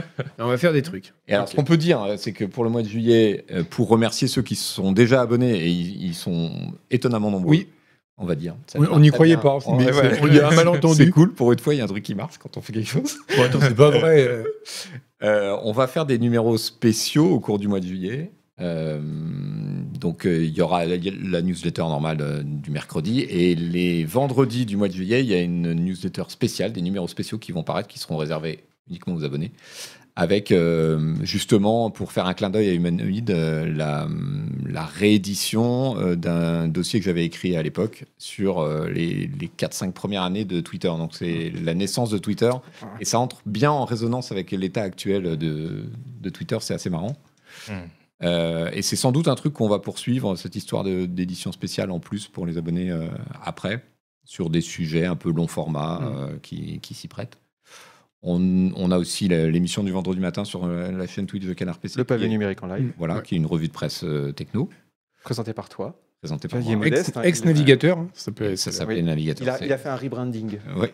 C: <laughs> on va faire des trucs.
B: Et alors, ce qu'on peut dire, euh, c'est que pour le mois de juillet, euh, pour remercier ceux qui se sont déjà abonnés, et ils, ils sont étonnamment nombreux.
C: Oui.
B: On va dire. Ça
C: On-
B: fait
C: on n'y
B: très
C: croyait
B: bien.
C: pas,
B: On-
C: mais
B: ouais,
C: c'est-
B: ouais.
C: il y a un
B: C'est
C: malentendu.
B: cool. Pour une fois, il y a un truc qui marche quand on fait quelque chose.
C: c'est pas vrai. euh.
B: <laughs> Euh, on va faire des numéros spéciaux au cours du mois de juillet. Euh, donc euh, il y aura la, la newsletter normale euh, du mercredi et les vendredis du mois de juillet, il y a une newsletter spéciale, des numéros spéciaux qui vont paraître, qui seront réservés uniquement aux abonnés, avec euh, justement pour faire un clin d'œil à Humanoid, euh, la, la réédition euh, d'un dossier que j'avais écrit à l'époque sur euh, les, les 4-5 premières années de Twitter. Donc c'est la naissance de Twitter et ça entre bien en résonance avec l'état actuel de, de Twitter, c'est assez marrant.
D: Mm.
B: Euh, et c'est sans doute un truc qu'on va poursuivre, cette histoire de- d'édition spéciale en plus pour les abonnés euh, après, sur des sujets un peu long format
C: Mm.
B: euh, qui, qui s'y prêtent. On, on a aussi la- l'émission du vendredi matin sur euh, la chaîne Twitch de Canard PC.
A: Le pavé
B: qui est-
A: numérique en live,
B: Voilà,
C: Ouais.
B: qui est une revue de presse euh, techno,
A: présenté par toi.
B: présentée par
A: Il y a
B: moi.
A: modeste,
C: Ex-
A: hein,
C: Ex-navigateur. hein, ça peut être-
B: Ça
C: De
B: s'appelait
A: Oui.
B: Navigateur.
A: Il a,
B: c'est-
A: il a fait un rebranding.
B: Ouais,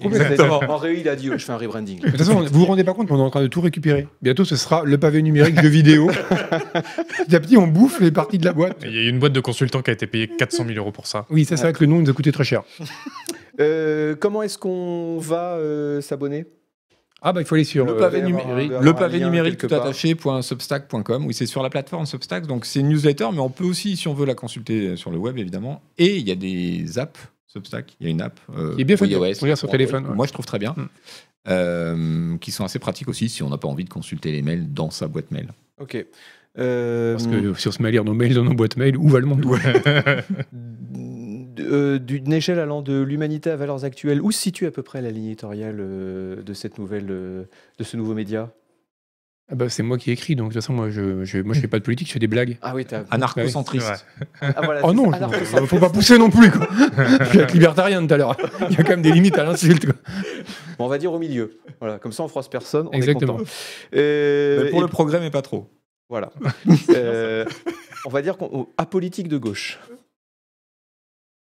A: En réu, il a dit oh, Je fais un rebranding.
C: toute façon, vous vous rendez pas compte, mais on est en train de tout récupérer. Bientôt, ce sera le pavé numérique de <laughs> vidéo. petit à petit, on bouffe les parties de la boîte.
D: Il y a une boîte de consultants qui a été payée 400 000 euros pour ça.
C: Oui, ça, c'est vrai que le nom nous a coûté très cher.
A: Euh, comment est-ce qu'on va euh, s'abonner
C: Ah, bah, il faut aller sur.
A: Le
C: euh,
A: pavé
B: pavé
A: Il doit y avoir
B: numérique,
A: un-
B: le
A: un
B: pavé
A: lien
B: numérique
A: quelque
B: tout
A: part.
B: attaché point substack.com. Oui, c'est sur la plateforme Substack. Donc c'est une newsletter, mais on peut aussi, si on veut, la consulter sur le web évidemment. Et il y a des apps Substack. Il y a une app. euh,
C: Qui est bien
B: pour
C: faite,
B: iOS,
C: on regarde sur
B: pour
C: téléphone,
B: Android.
C: ouais.
B: Moi, je trouve très bien.
C: Mm.
B: Euh, qui sont assez pratiques aussi si on n'a pas envie de consulter les mails dans sa boîte mail.
A: Ok. Euh,
C: Parce que si on se met à lire nos mails dans nos boîtes mail, où va le monde
A: d- euh, D'une échelle allant de l'humanité à valeurs actuelles, où se situe à peu près la ligne éditoriale euh, de, cette nouvelle, euh, de ce nouveau média
C: Ah bah, c'est moi qui écris, donc de toute façon, moi je, je, moi, je fais pas de politique, je fais des blagues.
A: Ah oui, t'as.
B: Anarchocentriste.
D: Ouais.
A: Ah, voilà,
C: Oh
A: c'est
C: non,
A: ça. Alors que
C: je- faut pas pousser non
A: <laughs>
C: plus. Quoi. je suis avec libertarien tout à l'heure. Il y a quand même des limites à l'insulte. quoi.
A: ça- bon, on va dire au milieu. Voilà, comme ça on froisse personne. On
C: Exactement.
A: Est content. Euh,
B: Mais pour
A: et-
B: le progrès, mais pas trop.
A: <laughs> Voilà. Euh, on va dire qu'on oh, apolitique de gauche.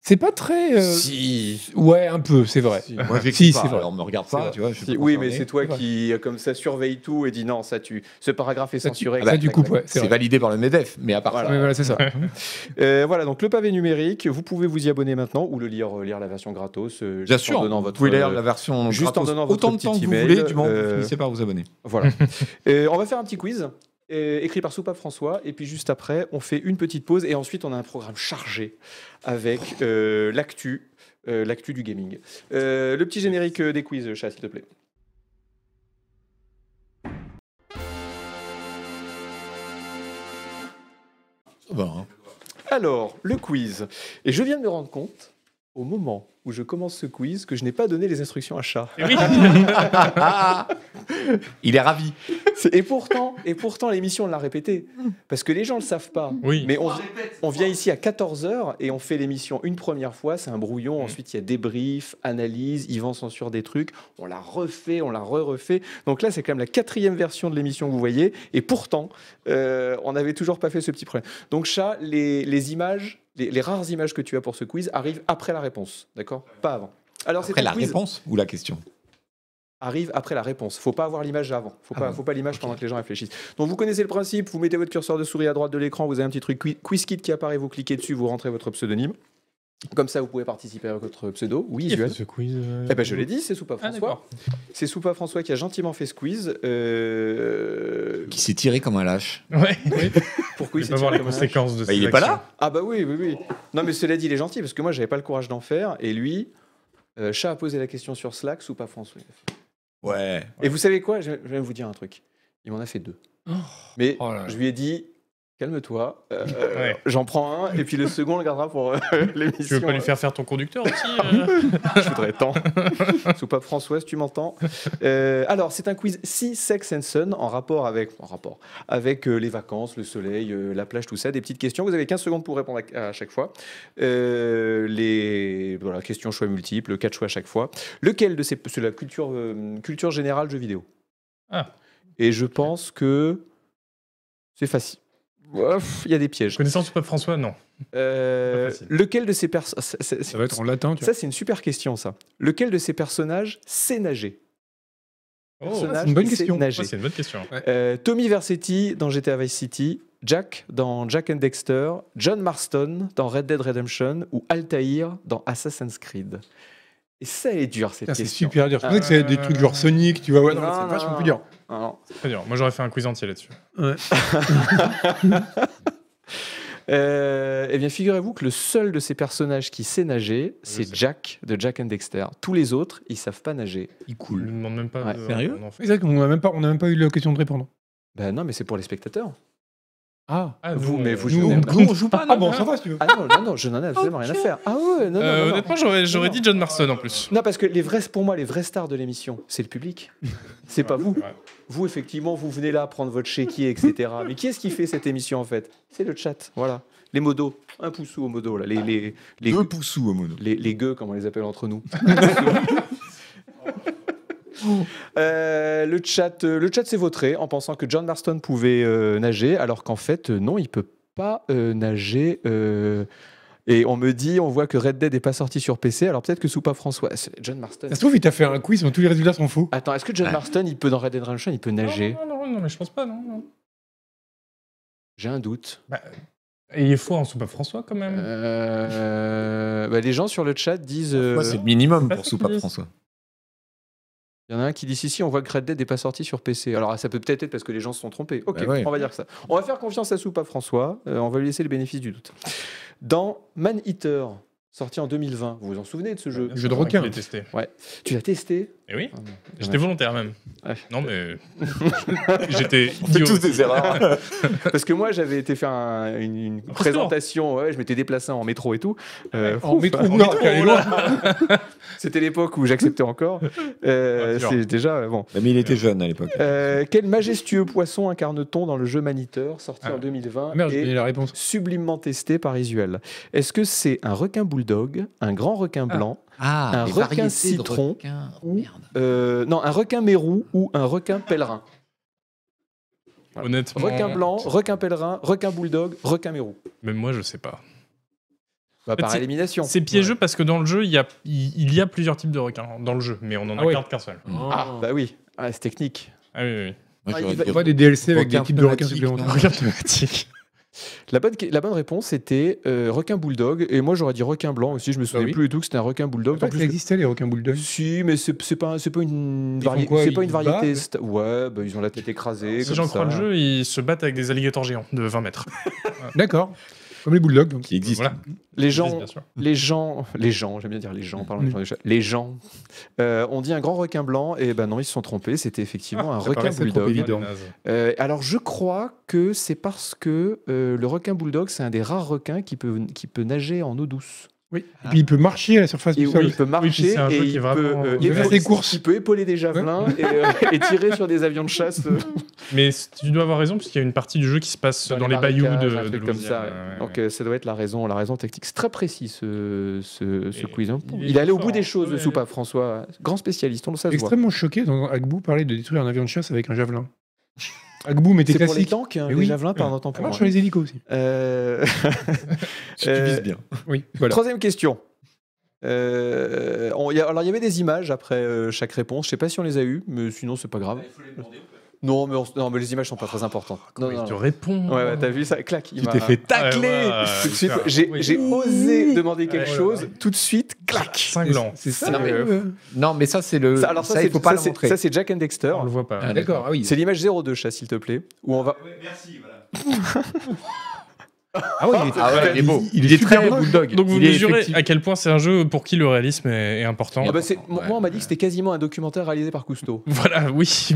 C: C'est pas très. euh,
B: Si.
C: Ouais, un peu, c'est vrai.
B: Si, moi,
C: Si,
B: j'écoute pas,
C: c'est vrai.
B: Alors, me regarde
C: C'est
B: pas,
C: vrai.
B: tu vois. je suis
A: Si,
B: pas
A: oui, mais
B: concerné.
A: c'est toi
C: c'est vrai.
A: qui, euh, comme ça, surveille tout et dit non, ça tu. Ce paragraphe est
C: Ça, tu-
A: censuré.
C: ah, ça, du
A: tac,
C: coup,
A: tac,
C: ouais, c'est
B: C'est
C: vrai.
B: validé par le Medef, mais à part
A: Voilà.
C: Ouais,
B: ça.
C: voilà, c'est ça.
A: Euh, voilà, donc le pavé numérique, vous pouvez vous y abonner maintenant ou le lire, euh, lire la version gratos. euh,
B: Bien
A: juste
B: sûr,
A: en donnant
B: vous
A: votre,
B: pouvez lire
A: euh,
B: la version
A: juste en
B: gratos
A: donnant
B: autant de
A: votre
B: temps que
A: petit
B: vous
A: email,
B: voulez, du moment que vous
A: euh,
B: finissez par vous abonner. <laughs>
A: Voilà. Euh, on va faire un petit quiz euh, écrit par Soupape François et puis juste après, on fait une petite pause et ensuite on a un programme chargé avec euh, l'actu. euh, l'actu du gaming. Euh, le petit générique euh, des quiz, euh, chat, s'il te plaît.
C: hein.
A: Alors, le quiz. Et je viens de me rendre compte, au moment où je commence ce quiz, que je n'ai pas donné les instructions à chat.
D: Et oui.
B: Ah, Il est ravi.
A: C'est- Et pourtant, et pourtant l'émission, on l'a répété. Parce que les gens ne le savent pas.
D: <laughs> Oui.
A: Mais on, on vient ici à 14h et on fait l'émission une première fois. C'est un
B: Mmh.
A: brouillon. Ensuite, il y a débrief, analyse. Yvan censure des trucs. On la refait, on la re-refait. Donc là, c'est quand même la quatrième version de l'émission que vous voyez. Et pourtant, euh, on n'avait toujours pas fait ce petit problème. Donc, chat, les, les images, les, les rares images que tu as pour ce quiz arrivent après la réponse. D'accord Pas avant. Alors, c'est
B: Après
A: un
B: la
A: quiz
B: réponse ou la question
A: arrive après la réponse. Faut pas avoir l'image avant. Faut
B: Ah
A: pas,
B: bon,
A: faut pas l'image pendant que les gens réfléchissent. Donc vous connaissez le principe. Vous mettez votre curseur de souris à droite de l'écran. Vous avez un petit truc qui- quiz kit qui apparaît. Vous cliquez dessus. Vous rentrez votre pseudonyme. Comme ça, vous pouvez participer avec votre pseudo. Oui, Isuel.
D: ce quiz.
A: Eh ben, je l'ai dit, c'est Soupa
D: Ah,
A: François. c'est Soupa François qui a gentiment fait ce quiz. euh,
B: Qui s'est tiré comme un lâche.
D: Ouais.
A: Pourquoi il
D: Je
A: s'est
D: vais pas voir
A: tiré
D: les
A: comme un
D: conséquences de
B: Bah,
D: cette
B: il est pas
D: action.
B: là
A: Ah bah oui, oui, oui. Non, mais cela dit, il est gentil parce que moi, j'avais pas le courage d'en faire. Et lui, euh, chat a posé la question sur Slack. Soupa François.
B: Ouais.
A: Et vous savez quoi Je vais je vais vous dire un truc. Il m'en a fait deux. Mais
C: Oh là là.
A: je lui ai dit, calme-toi, euh,
D: Ouais.
A: j'en prends un, et puis le second, on le gardera pour euh, <laughs>
D: Tu
A: l'émission.
D: veux pas lui faire faire ton conducteur aussi euh
A: Je voudrais
D: <laughs>
A: tant. Soupape Françoise, tu m'entends. Euh, alors, c'est un quiz si sex and sun en rapport avec, en rapport avec euh, les vacances, le soleil, euh, la plage, tout ça. Des petites questions. Vous avez 15 secondes pour répondre à, à chaque fois. Euh, les voilà, questions choix multiples, quatre choix à chaque fois. Lequel de ces c'est la culture euh, culture générale jeux vidéo.
D: Ah.
A: Et je pense que c'est facile. Ouf, Il y a des pièges.
D: Connaissant ce pape François, non.
A: Euh,
D: Pas facile.
A: lequel de ces personnes
C: Ça va être en latin, tu vois.
A: ça, c'est une super question, ça. Lequel de ces personnages sait nager
D: Oh,
A: Personnage
C: c'est une bonne
A: qui sait
C: question.
A: nager.
D: c'est une bonne question.
A: Euh, Tommy Versetti dans GTA Vice City, Jack dans Jack and Dexter, John Marston dans Red Dead Redemption ou Altair dans Assassin's Creed. Et ça est dur, cette
C: Putain, C'est
A: question.
C: super dur. Je pensais que c'est des trucs genre Sonic, tu vois. Ouais, non,
A: Ah, Non,
C: c'est
A: non,
C: vachement
A: non.
C: plus dur.
A: Alors,
D: Très dur. Moi, j'aurais fait un quiz entier là-dessus.
A: euh, eh bien, figurez-vous que le seul de ces personnages qui sait nager, c'est
D: sais.
A: Jack de Jack and Dexter. Tous les autres, ils savent pas nager.
B: Il
D: Je ne
B: coule.
D: demande même pas. euh,
A: Ouais.
D: de-
B: Sérieux
D: d'en faire.
C: C'est vrai qu'on n'a même, pas- on a même pas eu l'occasion de répondre.
A: Ben non, mais c'est pour les spectateurs.
C: Ah,
D: Ah,
A: Vous,
D: nous,
A: mais
D: euh,
A: vous,
D: nous,
A: je
C: on,
A: n'aime
D: on-
A: pas.
C: nous, on joue pas.
D: non
C: Ah bon, ça va si tu veux.
A: Ah non, non, non, je n'en ai absolument rien à faire. Ah ouais, non, non,
D: Euh,
A: non, non.
D: honnêtement, j'aurais, j'aurais
A: Non,
D: dit John Marston en plus.
A: Non, parce que les vrais, pour moi, les vrais stars de l'émission, c'est le public. C'est pas vous.
D: vrai.
A: Vous, effectivement, vous venez là prendre votre chéquier, etc. Mais qui est-ce qui fait cette émission, en fait C'est le chat. Voilà. Les modos. Un poussou au modo, là. Les, les, les,
B: Deux poussous au mono.
A: les, les gueux, comme on les appelle entre nous. Euh, le chat, euh, le chat s'est vautré en pensant que John Marston pouvait euh, nager, alors qu'en fait, euh, non, il peut pas euh, nager. euh, et on me dit, on voit que Red Dead n'est pas sorti sur PC, alors peut-être que Soupa François. c'est John Marston.
C: Ça se trouve, il t'a fait un quiz, mais tous les résultats sont faux.
A: Attends, est-ce que John Marston, il peut dans Red Dead Redemption, il peut nager
D: Non, non, non, non, mais je pense pas, non. non.
A: J'ai un doute.
D: Et il est fort en soupape François quand même.
A: Euh, bah, les gens sur le chat disent. euh,
B: Moi, c'est le minimum
D: pas
B: pour
D: ce
B: Soupape
D: qu'il dit.
B: François.
A: Il y en a un qui dit si, si, on voit que Red Dead n'est pas sorti sur PC. Alors ça peut peut-être être parce que les gens se sont trompés. Ok,
B: Bah ouais.
A: on va dire que ça. On va faire confiance à Soupa François, Euh, on va lui laisser le bénéfice du doute. Dans Man Eater, sorti en 2020, vous vous en souvenez de ce Euh, jeu
C: Jeu de requin.
D: Je l'ai testé.
A: Tu l'as testé
D: Et oui,
A: Ah non,
D: j'étais volontaire même.
A: Ouais.
D: Non, mais. j'étais idiot.
B: <laughs> des erreurs.
A: Parce que moi j'avais été faire un- une, une présentation, ouais, je m'étais déplacé en métro et tout. Euh,
C: En
A: ouf,
C: métro,
A: hein.
C: non, allez loin.
A: <laughs> C'était l'époque où j'acceptais encore. Euh,
D: Ah, dur.
A: C'est déjà euh, bon.
B: Mais il était jeune à l'époque.
A: Euh, quel majestueux poisson incarne-t-on dans le jeu Maniteur sorti
D: Ah.
A: en 2020
C: Ah, Merde, j'ai
A: et
C: donné la réponse.
A: sublimement testé par Isuel. Est-ce que c'est un requin bulldog, un grand requin
D: Ah.
A: blanc,
B: Ah,
A: Un
B: les
A: requin
B: variétés de
A: citron.
B: requins.
A: euh, non, un requin mérou ou un requin pèlerin Voilà.
D: Honnêtement.
A: Requin blanc, requin pèlerin, requin bulldog, requin mérou.
D: Même moi, je sais pas.
A: Bah, par
D: c'est-
A: élimination.
D: C'est piégeux parce que dans le jeu, il y a, il il y a plusieurs types de requins dans le jeu, mais on en
C: Ah oui.
D: incarne qu'un seul.
A: Ah, bah oui. Ah, c'est technique.
D: Ah oui, oui, oui.
A: Ah,
B: Moi,
A: il
B: j'aurais
A: va-
B: dit-
C: Pas des DLC avec des
B: Requin
C: types de requins
B: pneumatique,
C: supplémentaires.
B: non.
D: Requin pneumatique.
A: La bonne, la bonne réponse c'était euh, requin bulldog et moi j'aurais dit requin blanc aussi. Je me souviens
C: Bah oui.
A: plus du tout que c'était un requin bulldog. En
C: Pas
A: plus,
C: que ça existait, les requins bulldogs.
A: Si, mais c'est c'est pas, c'est pas une,
C: Ils
A: varié-
C: font quoi,
A: c'est pas
C: ils
A: une
C: se
A: variété. sta-
C: battent
A: Ouais, bah, ils ont la tête écrasée.
D: Si
A: comme
D: j'en
A: ça.
D: crois le jeu, ils se battent avec des alligators géants de 20 mètres.
C: D'accord. Comme les bulldogs. donc.
B: qui existe.
D: Voilà.
A: Les
D: Juste,
A: gens,
D: bien sûr.
A: les gens, les gens, j'aime bien dire les gens, parlons des
C: Mm.
A: gens des chats. Les gens euh, ont dit un grand requin blanc et ben non, ils se sont trompés. C'était effectivement
D: Ah,
A: un requin
C: paraissait trop
A: bulldog.
C: évident. Évidemment.
D: Ouais, les nazes.
A: Euh, alors je crois que c'est parce que euh, le requin bulldog, c'est un des rares requins qui peut, qui peut nager en eau douce.
D: Ah,
C: Et puis il peut marcher à la surface
A: Et
C: du
A: où
C: sol.
A: il peut
D: puis
A: marcher
D: c'est un jeu
A: et
D: qui est
A: il peut,
D: vraiment-
A: euh,
C: Il peut faire des
A: épauler-
C: courses.
A: il peut épauler des javelins et, euh, et tirer sur des avions de chasse.
D: <laughs>
A: euh,
D: Mais c- tu dois avoir raison, puisqu'il y a une partie du jeu qui se passe dans, les, bayous
A: barricages,
D: de,
A: un
D: de
A: truc comme ça.
D: Louisiane.
A: ouais.
D: Ouais, ouais,
A: Donc
D: ouais.
A: euh, ça doit être la raison, la raison technique. C'est très précis ce, ce, ce
D: Et
A: quiz. hein.
D: il
A: Il, est
D: est
A: allé au
D: fort,
A: bout des
D: hein.
A: choses,
D: Ouais.
A: Soupa François, grand spécialiste. On le sait, se voit.
C: Extrêmement choqué dans Agbou parler de détruire un avion de chasse avec un javelin. Agbou, mais t'es
A: C'est pour les
C: classique.
A: tanks, hein,
C: Mais
A: les
C: oui.
A: javelins par un temps
C: Ça
A: pour
C: marche
A: moi.
C: sur les
A: <laughs>
C: hélicos aussi.
A: Euh,
B: Si tu
A: Euh,
B: vises bien.
C: Oui, voilà.
A: Troisième question. Euh, on- y a- alors il y avait des images après euh, chaque réponse. Je sais pas si on les a eues, mais sinon c'est pas grave. Non, mais on s- non, mais les images sont pas très importantes. Non,
D: Mais
A: non,
D: tu
A: non.
D: réponds.
A: Ouais, ouais, t'as vu ça Clac. il
B: Tu
A: m'a-
B: t'es fait
D: Ah,
B: tacler.
D: ouais,
A: <laughs>
D: ouais,
A: Tout de suite,
D: putain.
A: j'ai
D: Oui.
A: j'ai osé demander
D: Ouais,
A: quelque
D: ouais,
A: chose.
D: ouais.
A: Tout de suite, clac.
D: Cinglant.
C: C'est ça.
B: Non, mais-
C: euh,
B: Non, mais ça, c'est le.
A: Ça, alors ça,
B: ça, il
A: c'est-
B: faut pas
A: ça,
B: le
A: c'est-
B: montrer.
A: ça, c'est Jack and Dexter.
D: On le voit pas.
C: Ah, d'accord, ah oui.
A: C'est l'image 02, chat, s'il te plaît, où on va.
C: Ah oui, il est-
B: Ah ouais, il est beau.
C: il est super
B: très
C: moche.
B: bulldog.
D: Donc vous
B: Il est
D: mesurez Ah,
B: effectif-
D: à quel point c'est un jeu pour qui le réalisme est, est important.
A: Ah bah, c'est-
B: important,
A: moi,
B: ouais.
A: on m'a dit que c'était quasiment un documentaire réalisé par Cousteau.
D: <laughs> Voilà, oui.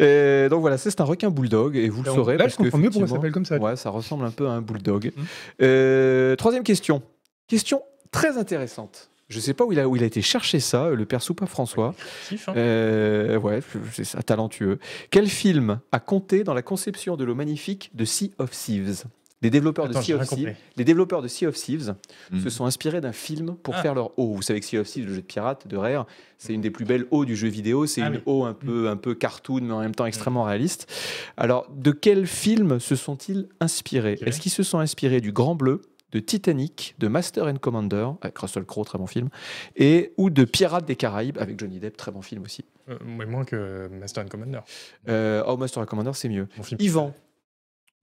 A: Euh, donc voilà, ça, c'est un requin bulldog, et vous le saurez.
C: Là,
A: parce
C: je comprends
A: que,
C: mieux pourquoi ça
A: effectivement,
C: s'appelle comme ça.
A: Ouais, ça Hum. ressemble un peu à un bulldog.
C: Mm.
A: Euh, troisième question. Question très intéressante. Je sais pas où il a, où il a été chercher ça, le père Soupa François.
D: Kiff, hein.
A: Euh, ouais, c'est ça, talentueux. Quel film a compté dans la conception de l'eau magnifique de Sea of Thieves Les développeurs
D: Attends,
A: de Sea
D: j'ai
A: of
D: rien
A: Thieves.
D: compris.
A: Les développeurs de Sea of Thieves
B: Mhm.
A: se sont inspirés d'un film pour
D: Ah.
A: faire leur eau. Vous savez que Sea of Thieves, le jeu de pirate de Rare, c'est une des plus belles eaux du jeu vidéo. C'est
D: Ah
A: une
D: oui. Mhm.
A: eau un peu, un peu cartoon, mais en même temps extrêmement réaliste. Alors, de quel film se sont-ils inspirés
D: Ok.
A: Est-ce qu'ils se sont inspirés du Grand Bleu de Titanic, de Master and Commander, avec Russell Crowe, très bon film, et ou de Pirates des Caraïbes, avec Johnny Depp, très bon film aussi.
D: Euh, mais moins que Master and Commander.
A: Euh, oh, Master and Commander, c'est mieux.
D: Mon film.
A: Yvan,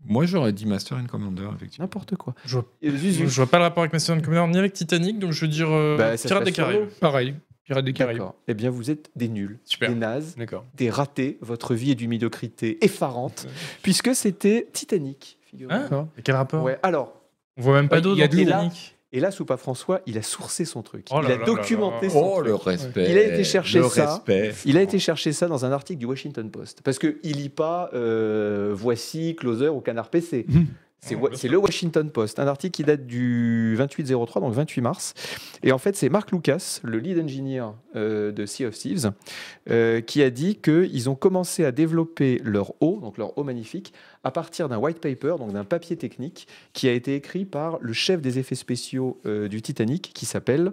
B: Moi, j'aurais dit Master and Commander, effectivement.
A: n'importe quoi.
D: Je vois,
A: Et Zuzu.
D: je vois pas le rapport avec Master and Commander ni avec Titanic, donc je veux dire euh,
A: Bah, ça se
D: Pirates des
A: passe sur
D: Caraïbes.
A: l'eau.
C: Pareil, Pirates des Caraïbes.
A: D'accord. Eh bien, vous êtes des nuls,
D: Super.
A: des nazes,
C: D'accord.
A: des ratés. Votre vie est d'une médiocrité effarante, puisque c'était Titanic. figurez-vous.
D: Hein Et quel rapport
A: ouais. Alors,
D: On voit même pas
A: Ouais,
D: d'eau
A: il y a
D: dans
A: de l'eau.
D: Titanic.
A: et là, Soupa François, il a sourcé son truc.
D: Oh là
A: il a
D: là là
A: documenté
D: là.
A: son
B: Oh,
A: truc.
B: le respect.
A: Il a été chercher
B: le
A: ça.
B: Respect.
A: Il a été chercher ça dans un article du Washington Post. Parce qu'il lit pas euh, Voici, Closer ou Canard PC.
C: Mhm.
A: C'est
D: Ah,
A: wa-
D: bien
A: c'est
D: sûr.
A: le Washington Post, un article qui date du 28-03, donc 28 mars. Et en fait, c'est Mark Lucas, le lead engineer euh, de Sea of Thieves, euh, qui a dit qu'ils ont commencé à développer leur eau, donc leur eau magnifique, à partir d'un white paper, donc d'un papier technique, qui a été écrit par le chef des effets spéciaux euh, du Titanic, qui s'appelle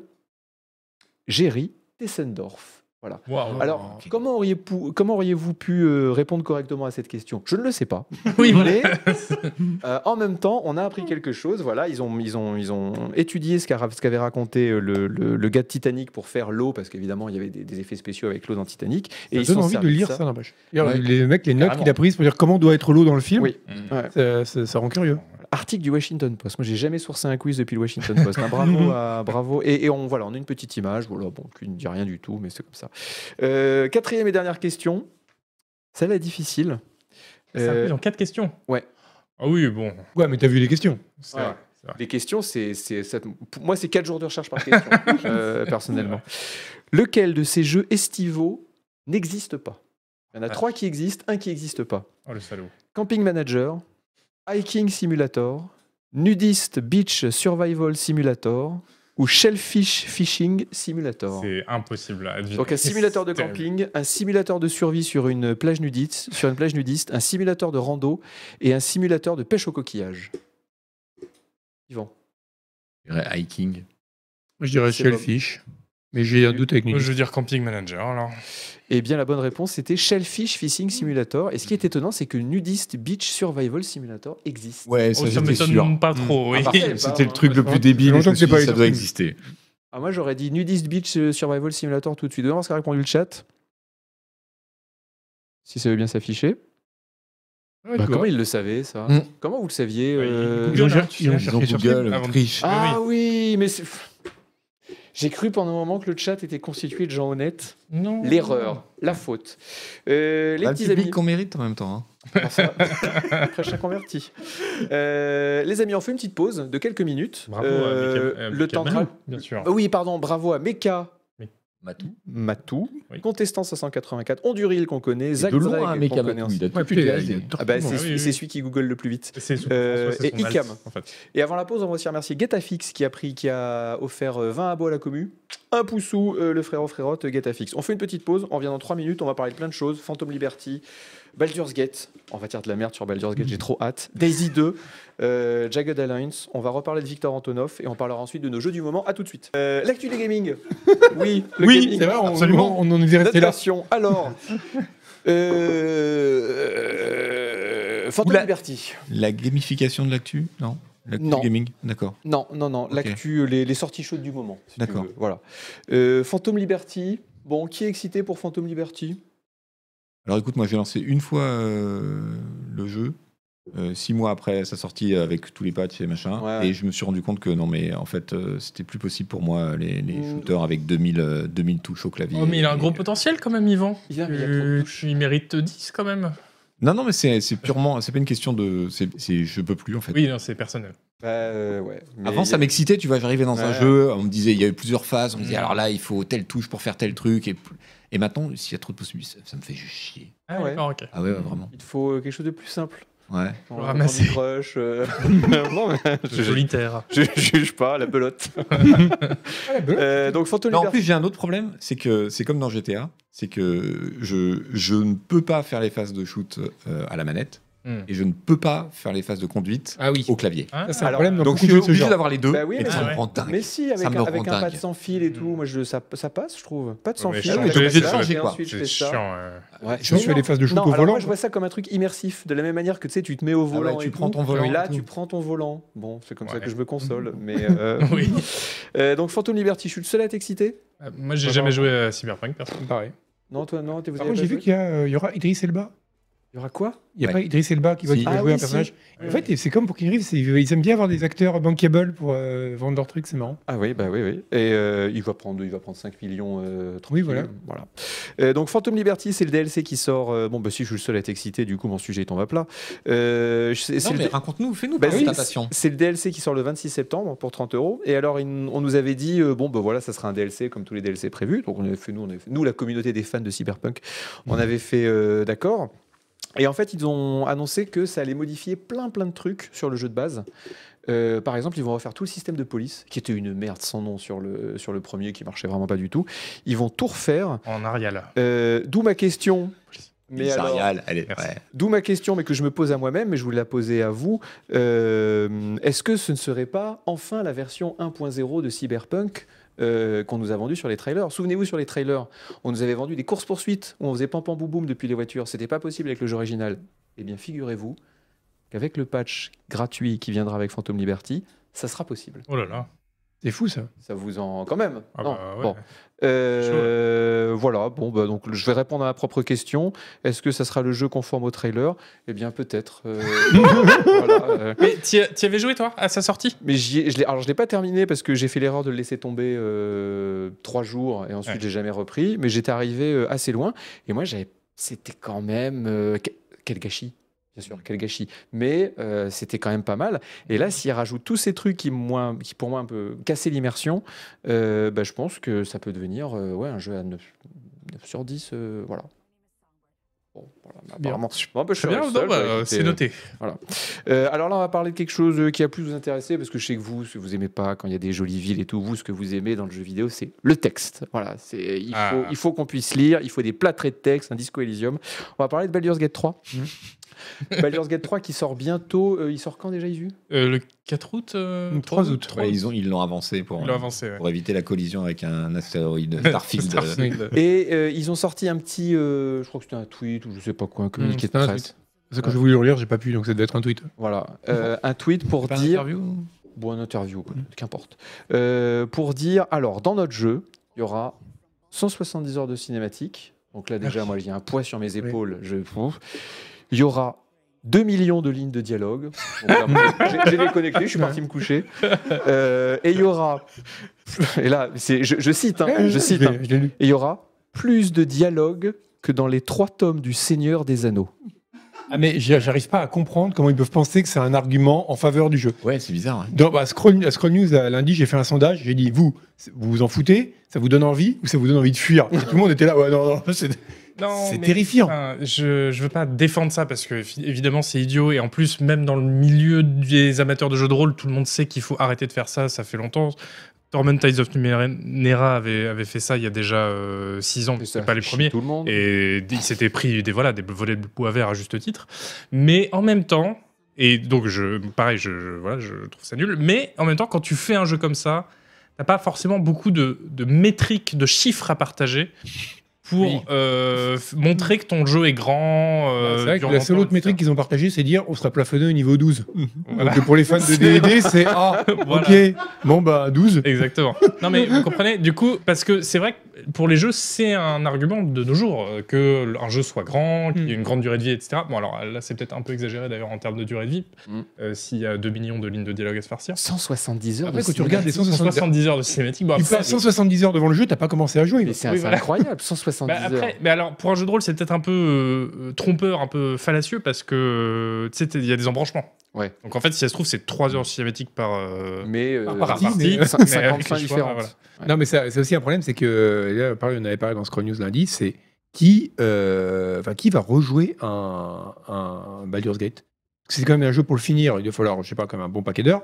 A: Jerry Tessendorf. Voilà.
D: Waouh.
A: Alors, comment auriez pou- comment auriez-vous pu euh, répondre correctement à cette question Je ne le sais
C: <laughs>
A: pas.
D: <laughs> oui, voilà.
A: Mais euh, en même temps, on a appris quelque chose. Voilà, ils ont, ils ont, ils ont étudié ce qu'a- ce qu'avait raconté euh, le, le- le gars de Titanic pour faire l'eau, parce qu'évidemment, il y avait des, des effets spéciaux avec l'eau dans Titanic.
C: Et
A: ils
C: ils ont
A: sont
C: envie de
A: servis
C: lire ça, n'empêche. D'ailleurs,
A: Ouais.
C: Les mecs, les notes
A: Carrément.
C: qu'il a prises pour dire comment doit être l'eau dans le film,
A: Oui.
C: ça, ça- ça rend curieux.
A: Article du Washington Post. Moi, j'ai jamais sourcé un quiz depuis le Washington Post. hein.
C: <laughs>
A: bravo, à, bravo. Et, et on voilà, on a une petite image, voilà, bon, qui ne dit rien du tout, mais c'est comme ça. Euh, quatrième et dernière question. Celle est difficile.
D: C'est un
A: Euh,
D: quiz en quatre questions.
A: ouais.
D: Ah oui, bon.
C: Ouais, mais t'as vu les questions.
D: c'est
A: Ouais.
D: vrai, c'est vrai.
A: Les questions, c'est, c'est- ça- pour moi, c'est 4 jours de recherche par question,
D: <laughs>
A: euh, personnellement. Lequel de ces jeux estivaux n'existe pas Il y en a
D: Ah.
A: trois qui existent, un qui n'existe pas.
D: Oh le salaud.
A: Camping Manager, Hiking Simulator, Nudist Beach Survival Simulator ou Shellfish Fishing Simulator.
D: C'est impossible à deviner.
A: Donc un simulateur de
D: C'est terrible.
A: camping, un simulateur de survie sur une plage nudiste, sur une plage nudiste, un simulateur de rando et un simulateur de pêche au coquillage. Yvan.
B: Je dirais Hiking.
C: Je dirais
A: C'est pas-
C: Shellfish. Mais j'ai un doute avec
D: Je
C: Nicky.
D: veux dire Camping Manager, alors.
A: Eh bien, la bonne réponse, c'était Shellfish Fishing Simulator. Et ce qui est étonnant, c'est que Nudist Beach Survival Simulator existe.
B: Ouais,
D: Oh, ça m'étonne pas trop, oui.
A: Ah,
D: <laughs>
A: parfait.
B: C'était le truc le plus débile.
C: Ça fait
B: je
C: longtemps
B: me
C: que j'ai
B: suis
C: pas
B: dit,
C: eu
B: Ça
C: de
B: doit
C: film.
B: exister.
A: Ah, moi, j'aurais dit Nudist Beach euh, Survival Simulator tout de suite. Demande ce qu'a répondu le chat. Si ça veut bien s'afficher.
C: Ouais,
A: Bah,
C: tu
A: comment
C: vois.
A: ils le savaient, ça
B: Hmm.
A: Comment vous le saviez
D: Ouais,
A: euh,
D: ils
C: Ils ont
D: Google,
C: cher-
D: hein, tu
C: ils ont
D: sais,
B: Ils
C: cherché
B: ont
C: sur
B: Google,
D: Avant de-
B: triche.
A: Ah oui, mais c'est- j'ai cru pendant un moment que le chat était constitué de gens honnêtes.
D: Non.
A: L'erreur, la faute. Euh, les
B: Bah,
A: petits
B: le
A: amis.
B: public qu'on mérite en même temps. hein.
A: Alors ça, <laughs> Prêche un converti. Euh, les amis, on fait une petite pause de quelques minutes.
D: Bravo
A: Euh,
D: à Michael- à
A: le
D: Michael
A: temps de
D: Malou,
A: tra-
D: bien sûr.
A: Ah Oui, pardon, bravo à Meka
B: Matou.
A: Matou,
D: Oui.
A: Contestant 584, Onduril qu'on connaît, Zach
B: De loin,
A: Drake,
B: un
A: qu'on
B: mec à
A: connaît
B: Matou.
A: ainsi.
B: Il a tout
C: Ouais, putain,
B: pété,
C: il
B: il
C: est
B: a-
A: Ah bah, c'est
D: Ah oui, oui.
A: c'est celui qui google le plus vite.
D: C'est son-
A: Euh,
D: François, c'est
A: et
D: son
A: Icam.
D: alt, en fait.
A: Et avant la pause, on va aussi remercier Getafix qui a pris, qui a offert euh, 20 abos à la commu, un poussou, euh, le frérot frérote euh, Getafix. On fait une petite pause, on vient dans 3 minutes, on va parler de plein de choses. Phantom Liberty, Baldur's Gate, on va dire de la merde sur Baldur's Gate, j'ai trop hâte. Daisy 2, euh, Jagged Alliance, on va reparler de Victor Antonov et on parlera ensuite de nos jeux du moment. À tout de suite. Euh, L'actu des
C: <laughs>
A: gaming. Oui, le
C: Oui,
A: gaming.
C: c'est vrai, on,
D: Absolument.
C: on en est resté là.
A: Notation. Alors, euh, euh, Phantom
B: Oula.
A: Liberty.
B: La gamification de l'actu Non. L'actu
A: Non.
B: gaming D'accord.
A: Non, non, non. L'actu, les, les sorties chaudes du moment. si tu
B: D'accord.
A: veux. Voilà. Euh, Phantom Liberty. Bon, qui est excité pour Phantom Liberty
B: Alors écoute, moi j'ai lancé une fois euh, le jeu, euh, six mois après sa sortie avec tous les patchs et machin,
A: Ouais, ouais.
B: et je me suis rendu compte que non mais en fait euh, c'était plus possible pour moi les, les
A: Mm.
B: shooters avec 2000, euh, 2000 touches au clavier.
D: Oh, mais il a un
B: Et-
D: gros potentiel quand même, Yvan.
A: Il a- il a trop de
D: Euh, Il mérite 10 quand même.
B: Non non mais c'est c'est purement, c'est pas une question de, c'est c'est- je peux plus en fait.
D: Oui, non, c'est personnel.
A: Bah, euh, ouais. Mais
B: Avant,
A: il
B: ça
A: y a-
B: m'excitait, tu vois. J'arrivais dans un
A: Ouais.
B: jeu, on me disait, il y a eu plusieurs phases, on me disait,
D: Mm.
B: alors là, il faut telle touche pour faire tel truc. Et, pl- et maintenant, s'il y a trop de possibilités, ça, ça me fait juste chier.
A: Ah ouais.
D: d'accord, <laughs> ok.
B: Ah ouais, ouais, vraiment.
A: Il te faut euh, quelque chose de plus simple.
B: Ouais.
A: Genre,
D: Ramasser.
A: Candy Crush, euh, non, mais je,
D: Solitaire.
A: je juge pas, la pelote. Euh, donc, Phantom
B: Non, en
A: Liberty.
B: plus, j'ai un autre problème, c'est que c'est comme dans GTA, c'est que je, je ne peux pas faire les phases de shoot euh, à la manette
D: Hmm.
B: et je ne peux pas faire les phases de conduite
C: Ah oui.
B: au clavier.
D: Ah,
C: Ça, c'est un
A: Alors,
C: problème dans
B: Donc,
C: beaucoup
B: je suis
C: de jeux de ce
B: obligé
C: genre.
B: d'avoir les deux
A: Bah oui,
B: et
A: mais-
B: ça
D: Ah
B: me rend dingue.
A: Mais si, avec,
B: me
A: un,
B: rend
A: avec un
B: dingue.
A: pas de sans fil et tout, moi je, ça, ça passe, je trouve. Pas de sans
D: Ouais,
A: fil.
D: mais
A: avec
D: je-
A: un
D: j'ai- j'ai
A: message,
D: changé,
A: et
B: quoi.
A: ensuite, je
D: c'est
A: fais ça.
D: chiant. euh.
B: Ouais, je
C: Je
B: suis
C: fais les phases de shoot
A: Non,
C: au
A: alors
C: volant.
A: moi je vois ça comme un truc immersif, de la même manière que tu sais, tu te mets au
B: Ah ouais,
A: volant.
B: tu
A: et
B: prends
A: tout.
B: ton volant
A: Et là,
B: et tout.
A: tu prends ton volant. Bon, c'est comme ça
D: Ouais.
A: que je me
B: <laughs>
A: console. Mais euh,
D: Oui.
A: euh, donc, Phantom Liberty, je suis le seul à être excité
D: Euh, Moi, j'ai
C: Genre-
D: jamais joué à Cyberpunk, perso.
C: Pareil.
A: Non, toi, non, t'es- vous
C: Par
A: avez
C: contre,
A: pas
C: j'ai vu
A: joué
C: qu'il y, a, euh, il y aura Idriss Elba.
A: Il y aura quoi
C: Il y a
B: Ouais.
C: pas Idriss Elba qui va,
B: Si.
C: qui va
A: Ah
C: jouer
A: oui,
C: un
A: si.
C: personnage.
A: Ouais.
C: En fait, c'est comme pour King Reeves, c'est- ils aiment bien avoir des acteurs bankable pour euh, vendre leurs trucs, c'est marrant.
A: Ah oui, bah oui, oui. Et euh, il, va prendre, il va prendre 5 millions. euh, tranquille.
C: voilà.
A: voilà. Euh, donc Phantom Liberty, c'est le DLC qui sort. euh, bon, bah si je suis le seul à être excité, du coup mon sujet tombe à plat. Euh, je- c'est c'est
B: Non,
A: le
B: mais
A: D-
B: raconte-nous, fais-nous
A: bah,
B: passer
A: oui,
B: ta
A: c'est-
B: passion.
A: c'est le DLC qui sort le 26 septembre pour 30 euros. Et alors, il- on nous avait dit, euh, bon, ben voilà, ça sera un DLC comme tous les DLC prévus. Donc, on avait fait, nous, on avait fait- nous la communauté des fans de Cyberpunk, on avait fait euh, d'accord. Et en fait, ils ont annoncé que ça allait modifier plein, plein de trucs sur le jeu de base. Euh, par exemple, ils vont refaire tout le système de police, qui était une merde sans nom sur le, sur le premier, qui marchait vraiment pas du tout. Ils vont tout refaire.
D: En Arial.
A: Euh, D'où ma question. Mais alors,
B: Sarial, allez,
D: Merci.
B: ouais.
A: D'où ma question, mais que je me pose à moi-même, mais je vous la posais à vous. Euh, Est-ce que ce ne serait pas enfin la version 1.0 de Cyberpunk euh, qu'on nous a vendue sur les trailers Souvenez-vous sur les trailers, on nous avait vendu des courses-poursuites où on faisait pam pam boum boum depuis les voitures. C'était pas possible avec le jeu original. Eh bien, figurez-vous qu'avec le patch gratuit qui viendra avec Phantom Liberty, ça sera possible.
D: Oh là là.
C: C'est fou ça.
A: Ça vous en. quand même
D: Ah
A: non.
D: bah ouais.
A: Bon. Euh, voilà, bon, bah, donc je vais répondre à ma propre question. Est-ce que ça sera le jeu conforme au trailer Eh bien, peut-être. euh, voilà, euh.
D: Mais t'y t'y avais joué, toi, à sa sortie
A: <laughs> Mais j'y ai- je l'ai- alors, je l'ai pas terminé parce que j'ai fait l'erreur de le laisser tomber euh, trois jours et ensuite
D: Ouais.
A: j'ai jamais repris. Mais j'étais arrivé euh, assez loin et moi, j'avais, c'était quand même. euh, que- quel gâchis Bien sûr, quel gâchis. Mais euh, c'était quand même pas mal. Et là, s'il rajoute tous ces trucs qui, moi, qui pour moi, un peu cassaient l'immersion, euh, bah, je pense que ça peut devenir euh, ouais, un jeu à 9, 9 sur 10. euh, voilà. Bon, voilà. mais
D: Bien.
A: Apparemment, Bon, un peu, je
D: Très
A: suis
D: bien,
A: seul,
D: non, bah,
A: bah,
D: c'est
A: écoutez,
D: noté.
A: euh, alors là, on va parler de quelque chose euh, qui a plus vous intéresser, parce que je sais que vous, ce que vous aimez pas quand il y a des jolies villes et tout, vous, ce que vous aimez dans le jeu vidéo, c'est le texte. Voilà, c'est- il
D: Ah.
A: faut, il faut qu'on puisse lire, il faut des plats traits de texte, un disco Elysium. On va parler de Baldur's Gate 3. <laughs> Baldur's Gate 3 qui sort bientôt. euh, il sort quand déjà, Isu
D: Euh, le 4 août euh,
C: Donc,
D: 3
C: 3 août.
B: Ouais, ils ont- ils l'ont avancé pour,
D: Il a avancé, ouais.
B: pour éviter la collision avec un
D: <laughs>
B: astéroïde Starfield.
D: Starfield. <laughs>
A: Et euh, ils ont sorti un petit. euh, je crois que c'était un tweet ou je sais pas quoi, un communiqué
C: c'était
A: de
C: un
A: presse.
C: C'est que je voulais le lire, j'ai pas pu, donc ça devait être un tweet.
A: Voilà. Euh, un tweet pour
B: Pas
A: dire.
B: d'interview
A: Bon, une interview, quoi, qu'importe. Euh, pour dire, alors, dans notre jeu, il y aura 170 heures de cinématique. Donc là,
C: Ah
A: déjà, moi, j'ai un poids sur mes épaules. Je prouve. Il y aura 2 millions de lignes de dialogue. Donc, là,
C: <laughs>
A: moi, j'ai- J'ai déconnecté, je suis parti me coucher. Euh, et il y aura. Et là, c'est- je, je cite, hein, je cite. hein.
C: l'ai- je l'ai lu.
A: Et il y aura plus de dialogue que dans les trois tomes du Seigneur des Anneaux.
C: Ah, mais j'y- j'arrive pas à comprendre comment ils peuvent penser que c'est un argument en faveur du jeu.
B: Ouais, c'est bizarre. hein.
C: Dans, bah, Scroll, à Scroll News, là, lundi, j'ai fait un sondage. J'ai dit, vous, vous vous en foutez Ça vous donne envie Ou ça vous donne envie de fuir Et Tout le monde était là, ouais, non, non, c'est
D: Non,
C: c'est
D: mais-
C: terrifiant.
D: Enfin, je je veux pas défendre ça parce que évi- évidemment c'est idiot et en plus même dans le milieu des amateurs de jeux de rôle tout le monde sait qu'il faut arrêter de faire ça ça fait longtemps Torment Tides of Numenera avait, avait fait ça il y a déjà 6 ans,
A: Ça
D: c'était pas les
A: chie
D: premiers
A: Tout le monde.
D: et il s'était pris des voilà des volets de bois vert à juste titre mais en même temps et donc je pareil je, je- voilà je trouve ça nul mais en même temps quand tu fais un jeu comme ça t'as pas forcément beaucoup de, de métriques de chiffres à partager pour
C: Oui. Bah,
D: euh, f- montrer que ton jeu est grand euh,
C: C'est vrai que
D: durant
C: la seule
D: longtemps,
C: autre métrique
D: etc.
C: qu'ils ont partagée, c'est dire on sera plafonné au niveau 12.
D: Voilà.
C: Donc pour les fans
D: <laughs>
C: de
D: C'est-
C: D&D, c'est ah,
D: Voilà.
C: ok, bon bah 12.
D: Exactement. Non mais vous comprenez, du coup, parce que c'est vrai que pour les jeux, c'est un argument de nos jours, euh, que un jeu soit grand, qu'il y ait une grande durée de vie, etc. Bon alors là, c'est peut-être un peu exagéré d'ailleurs en termes de durée de vie,
A: Mm.
D: euh, s'il y a 2 millions de lignes de dialogue à se farcir.
A: 170 heures
C: Après,
A: de
C: quand tu regardes les 170 heures,
D: 70 heures de cinématique, bon
C: tu
D: après,
C: passes 170 heures devant le jeu, t'as pas commencé à jouer.
A: Mais c'est
D: Oui,
A: c'est
D: voilà.
A: incroyable,
D: Bah,
A: 170 heures.
D: après, mais alors pour un jeu de rôle, c'est peut-être un peu euh, trompeur, un peu fallacieux parce que euh, tu sais, t'es- il y a des embranchements.
A: Ouais.
D: Donc en fait, si ça se trouve, c'est 3 heures cinématiques par. euh,
A: Mais euh,
C: Par
D: partie,
A: partie, <laughs>
D: mais-
A: cin-
D: mais avec
A: 55
D: les choix,
A: différentes.
D: voilà.
C: Non, mais ça- c'est aussi un problème, c'est que euh, là, pareil, on avait parlé dans Scroll News lundi, c'est qui, euh, enfin, qui va rejouer un, un Baldur's Gate Parce que c'est quand même un jeu pour le finir, il va falloir, je sais pas, comme un bon paquet d'heures.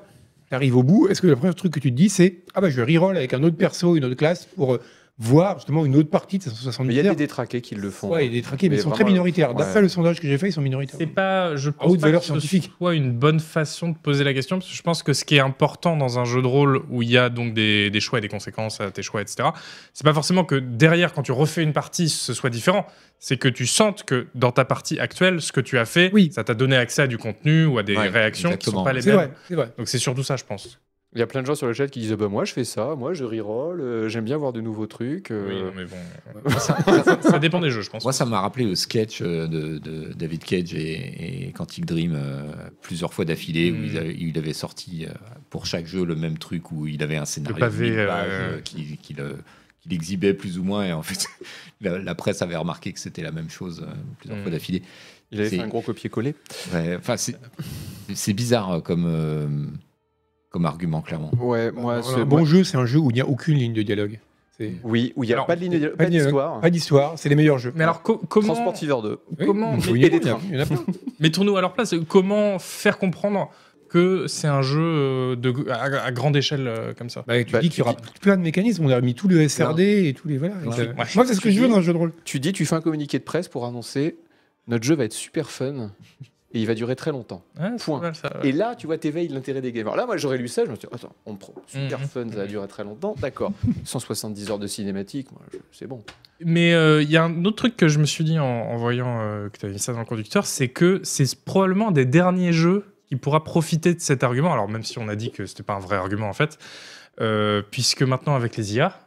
C: T'arrives au bout, est-ce que le premier truc que tu te dis, c'est ah bah je vais reroll avec un autre perso, une autre classe pour euh, voir justement une autre partie de ces 170
A: Mais il y a
C: heures.
A: des détraqués qui le font. hein.
C: Ouais, il y a des traqués, mais,
A: Mais
C: ils sont
A: vraiment,
C: très minoritaires.
A: ouais.
C: D'après le sondage que j'ai fait, ils sont minoritaires.
D: C'est pas, je
C: haute
D: pense pas
C: valeur
D: que ce
C: scientifique.
D: soit une bonne façon de poser la question, parce que je pense que ce qui est important dans un jeu de rôle où il y a donc des, des choix et des conséquences à tes choix, etc., c'est pas forcément que derrière, quand tu refais une partie, ce soit différent. C'est que tu sentes que dans ta partie actuelle, ce que tu as fait,
C: Oui.
D: ça t'a donné accès à du contenu ou à des
B: Ouais,
D: réactions qui
B: exactement.
D: sont pas les
C: C'est
D: mêmes.
C: vrai, c'est vrai.
D: Donc c'est surtout ça, je pense.
A: Il y a plein de gens sur le chat qui disent bah, Moi, je fais ça, moi, je reroll, euh, j'aime bien voir de nouveaux trucs. euh.
D: Oui, non, mais bon.
C: <laughs>
D: ça, ça dépend des jeux, je pense.
B: Moi, ça m'a rappelé le sketch euh, de, de David Cage et, et Quantic Dream euh, plusieurs fois d'affilée où
D: Mm.
B: il avait, il avait sorti euh, pour chaque jeu le même truc où il avait un scénario
D: pavé,
B: de mille pages,
D: euh,
B: euh, qui, qui le- qui l'exhibait plus ou moins et en fait <laughs> la, la presse avait remarqué que c'était la même chose euh, plusieurs
D: Mm.
B: fois d'affilée.
A: Il avait fait
B: C'est-
A: un gros copier-coller.
B: Ouais, Enfin, c'est- c'est bizarre euh, comme euh, comme argument clairement.
A: Ouais,
D: Bah,
A: moi,
C: Alors,
A: ce-
C: Bah, un bon
A: moi- Mm.
C: jeu, c'est un jeu où il n'y a aucune ligne de dialogue. C'est
A: Oui, où il n'y a
D: Alors,
A: pas de ligne,
C: pas
A: pas
C: de dialogue,
A: d'histoire.
C: pas d'histoire, c'est les meilleurs jeux.
D: Mais alors, co- Ah, comment.
A: Transport Fever 2.
C: Oui,
D: comment-
C: faut y
A: et des
C: aller, il y en a- il y en a plein.
D: Mettons-nous à leur place. Comment faire comprendre que c'est un jeu euh, de, à, à grande échelle euh, comme ça
C: Bah, tu
A: Bah,
C: dis
A: tu
C: qu'il y aura plein de mécanismes. On a mis tout le SRD et tous les. Voilà.
B: Ouais.
C: Et ça-
D: Ouais.
C: Moi, c'est ce que je veux
A: dis-
C: dans un jeu de rôle.
A: Tu dis, tu fais un communiqué de presse pour annoncer Notre jeu va être super fun et il va durer très longtemps.
D: Ouais, c'est
A: Point.
D: pas mal, ça.
A: Et là, tu vois, t'éveilles l'intérêt des gamers. Là, moi, j'aurais lu ça, je me suis dit, attends, on me prend. Super
D: Mhm.
A: fun, ça a duré très longtemps,
D: <laughs>
A: d'accord. 170 heures de cinématique, moi, je- c'est bon.
D: Mais euh, il y a un autre truc que je me suis dit en, en voyant euh, que tu as mis ça dans le conducteur, c'est que c'est probablement un des derniers jeux qui pourra profiter de cet argument. Alors même si on a dit que c'était pas un vrai argument en fait, euh, puisque maintenant avec les IA,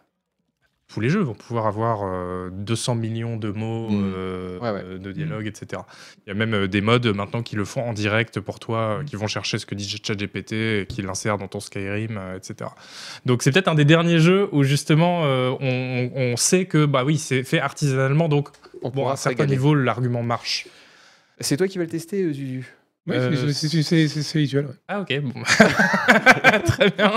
D: tous les jeux vont pouvoir avoir euh, 200 millions de mots,
B: Mm.
D: euh,
A: Ouais, ouais.
D: euh, de dialogues, etc. Il y a même euh, des modes euh, maintenant qui le font en direct pour toi, euh, qui vont chercher ce que dit ChatGPT, et qui l'insèrent dans ton Skyrim, euh, etc. Donc c'est peut-être un des derniers jeux où justement euh, on, on- on sait que bah oui c'est fait artisanalement donc
A: On
D: bon à
A: pourra
D: un
A: se
D: certain
A: régaler.
D: niveau l'argument marche.
A: C'est toi qui vas le tester, euh, Zuzu
C: Oui,
D: Euh,
C: c'est- c'est- c'est- c'est c'est- c'est visuel. ouais.
D: Ah ok, bon. <laughs> Très bien.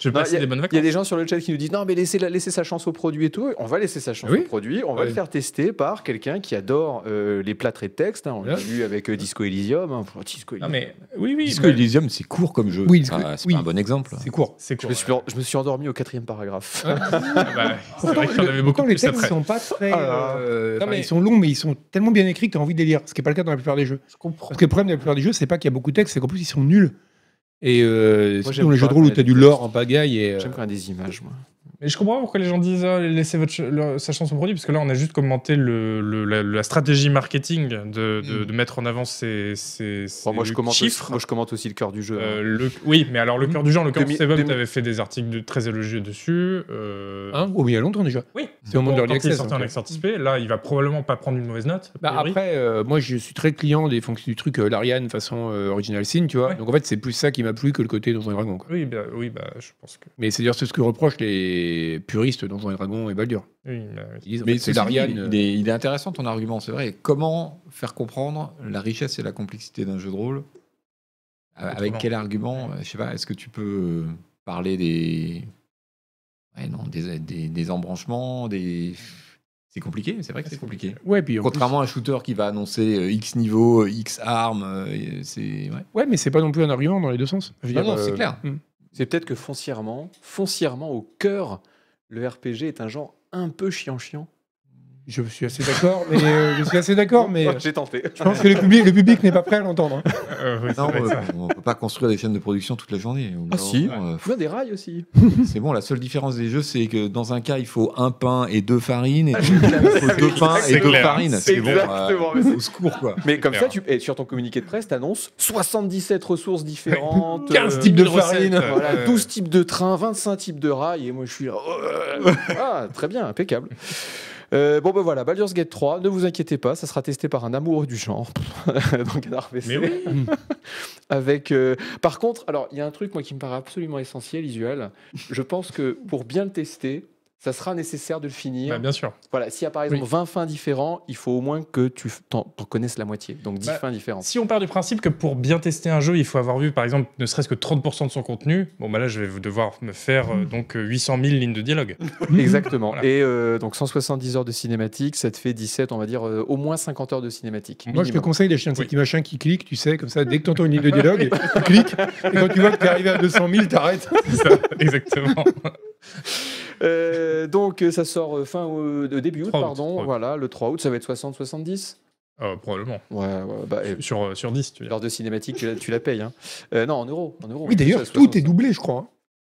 D: Je
A: Non,
D: vais passer
A: y a-
D: des bonnes
A: Il y a
D: vacances.
A: des gens sur le chat qui nous disent non mais laissez, la- laissez sa chance au produit et tout. On va laisser sa chance
C: Oui.
A: au produit. On va
C: Ouais.
A: le faire tester par quelqu'un qui adore euh, les plats traits de texte. hein. on l'a
C: Ouais.
A: vu avec euh, Disco Elysium. hein. Pff, Disco
D: Non
A: Elysium.
D: mais oui oui.
B: Disco
D: bah,
B: Elysium, c'est court comme jeu.
C: Oui,
B: Enfin,
C: Disco-
B: c'est
C: oui.
B: pas un bon exemple.
C: C'est court.
D: C'est
A: Je
D: cool.
A: me, suis, je me suis endormi au quatrième paragraphe. Euh,
D: bah, c'est vrai qu'il y en avait beaucoup
C: pourtant, les
D: plus
C: textes
D: après.
C: sont pas très.
A: Ah là là.
D: Non,
C: euh, enfin,
D: mais-
C: Ils sont longs, mais ils sont tellement bien écrits que tu as envie de les lire. Ce qui n'est pas le cas dans la plupart des jeux.
A: Je comprends.
C: Parce que le problème de la plupart des jeux, c'est pas qu'il y a beaucoup de textes, c'est qu'en plus, ils sont nuls. Et euh, surtout
A: j'aime
C: dans les jeux
A: pas
C: de rôle où
A: quand il y a
C: tu as du
A: des
C: lore
A: textes.
C: en pagaille. Et, euh,
A: J'aime quand il y a des images. Moi.
D: Mais je comprends pourquoi les gens disent ah, laissez votre ch- leur- sa chance au produit, parce que là on a juste commenté le, le- la, la stratégie marketing de, de,
C: Mm.
D: de mettre en avant ces, ces, ces
A: Hmm. Bon, moi, je commente
D: chiffres.
A: Aussi, moi je commente aussi le cœur du jeu.
D: Euh,
A: hein.
D: le- oui, mais alors le cœur du genre, le cœur
A: Demi-
D: de Seven,
A: demi-
D: t'avais fait des articles de- très élogieux dessus. euh,
C: Hein oh, mais il y a longtemps déjà.
D: Oui.
C: C'est au moment de l'Early
D: quand il est
C: Access.
D: sorti
C: donc,
D: en
C: euh.
D: XRP, là il va probablement pas prendre une mauvaise note. a
C: Bah,
D: priori.
C: après, euh, moi, je suis très client des fonctions du truc euh, l'Ariane façon euh, Original Sin, tu vois.
D: Ouais.
C: Donc, en fait, c'est plus ça qui m'a plu que le côté Donjons et Dragons. quoi.
D: Oui, bah, oui, bah, je pense que.
C: Mais c'est d'ailleurs ce que reprochent les puristes Donjons et Dragons et Baldur.
D: Oui, bah, oui.
C: Ils disent, en
B: Mais
C: fait, c'est
B: ceci dit,
C: l'Ariane. euh,
B: Il, est, il est intéressant ton argument, c'est vrai. Comment faire comprendre la richesse et la complexité d'un jeu de rôle Euh, Avec
D: Autrement.
B: quel argument euh, Je sais pas, est-ce que tu peux euh, parler des. Ouais, non, des, des, des embranchements, des. C'est compliqué, c'est vrai que c'est compliqué.
C: Ouais, puis en plus-
B: Contrairement à un shooter qui va annoncer euh, X niveau, euh, X armes, euh, c'est. ouais.
C: Ouais, mais c'est pas non plus un argument dans les deux sens. Je veux
B: Non,
C: dire,
B: non, c'est clair.
C: hmm.
A: C'est peut-être que foncièrement, foncièrement au cœur, le RPG est un genre un peu chiant-chiant.
C: Je suis assez d'accord, mais euh, je suis assez d'accord, mais
A: j'ai tenté.
C: je pense que le public, le public n'est pas prêt à l'entendre. hein.
D: Euh, oui, ça
B: Non,
D: va être ça.
B: euh, on peut pas construire des chaînes de production toute la journée. Au bout
A: Ah
B: d'un
A: si.
B: moment, euh,
A: Tu vois des rails aussi.
B: C'est bon, la seule différence des jeux, c'est que dans un cas, il faut un pain et deux farines, et dans l'autre cas, il faut deux pains et
D: C'est
B: deux
D: clair.
B: farines. C'est bon,
A: Exactement, mais
B: euh, au secours, quoi.
A: Mais comme
D: clair.
A: ça, tu, et sur ton communiqué de presse, tu annonces 77 ressources différentes,
C: 15
A: euh,
C: types de
D: Une recette,
C: farine.
D: euh,
A: voilà, 12 types de trains, 25 types de rails, et moi je suis là. euh, ah, très bien, impeccable. Euh, bon ben voilà, Baldur's Gate 3, ne vous inquiétez pas, ça sera testé par un amoureux du genre <laughs> dans Canard
D: Mais
A: PC.
D: oui, bah,
A: Avec, euh, par contre, alors il y a un truc moi qui me paraît absolument essentiel, visuel. Je pense que pour bien le tester, ça sera nécessaire de le finir.
D: bah, bien sûr.
A: Voilà, s'il y a par exemple 20 fins différents, il faut au moins que tu f- t'en t'en connaisses la moitié, donc 10
D: Bah,
A: fins différentes.
D: Si on part du principe que pour bien tester un jeu, il faut avoir vu, par exemple, ne serait-ce que 30% de son contenu, bon, bah là, je vais vous devoir me faire
C: Hmm.
D: euh, donc euh, 800 000 lignes de
C: <laughs>
D: dialogue.
A: Exactement.
D: Voilà.
A: Et euh, donc 170 heures de cinématique, ça te fait 17, on va dire, euh, au moins 50 heures de cinématique.
C: Moi, je te
A: minimum.
C: conseille d'acheter un
D: Oui.
C: petit machin qui clique, tu sais, comme ça, dès que tu entends une ligne de dialogue, tu cliques, et quand tu vois que t'es arrivé à 200 000, t'arrêtes.
D: C'est ça, exactement.
A: Euh, donc euh, ça sort euh, fin euh, de début août,
D: 3 août,
A: pardon.
D: 3 août.
A: Voilà, le 3 août, ça va être 60-70.
D: Euh, probablement.
A: Ouais, ouais, bah, et
D: Sur, euh, sur 10, tu veux dire.
A: l'heure de cinématique, tu la, tu la payes. hein. Euh, non, en euros. En euros
C: Oui, d'ailleurs,
A: Ça,
C: tout est
A: 60.
C: doublé, je crois. hein.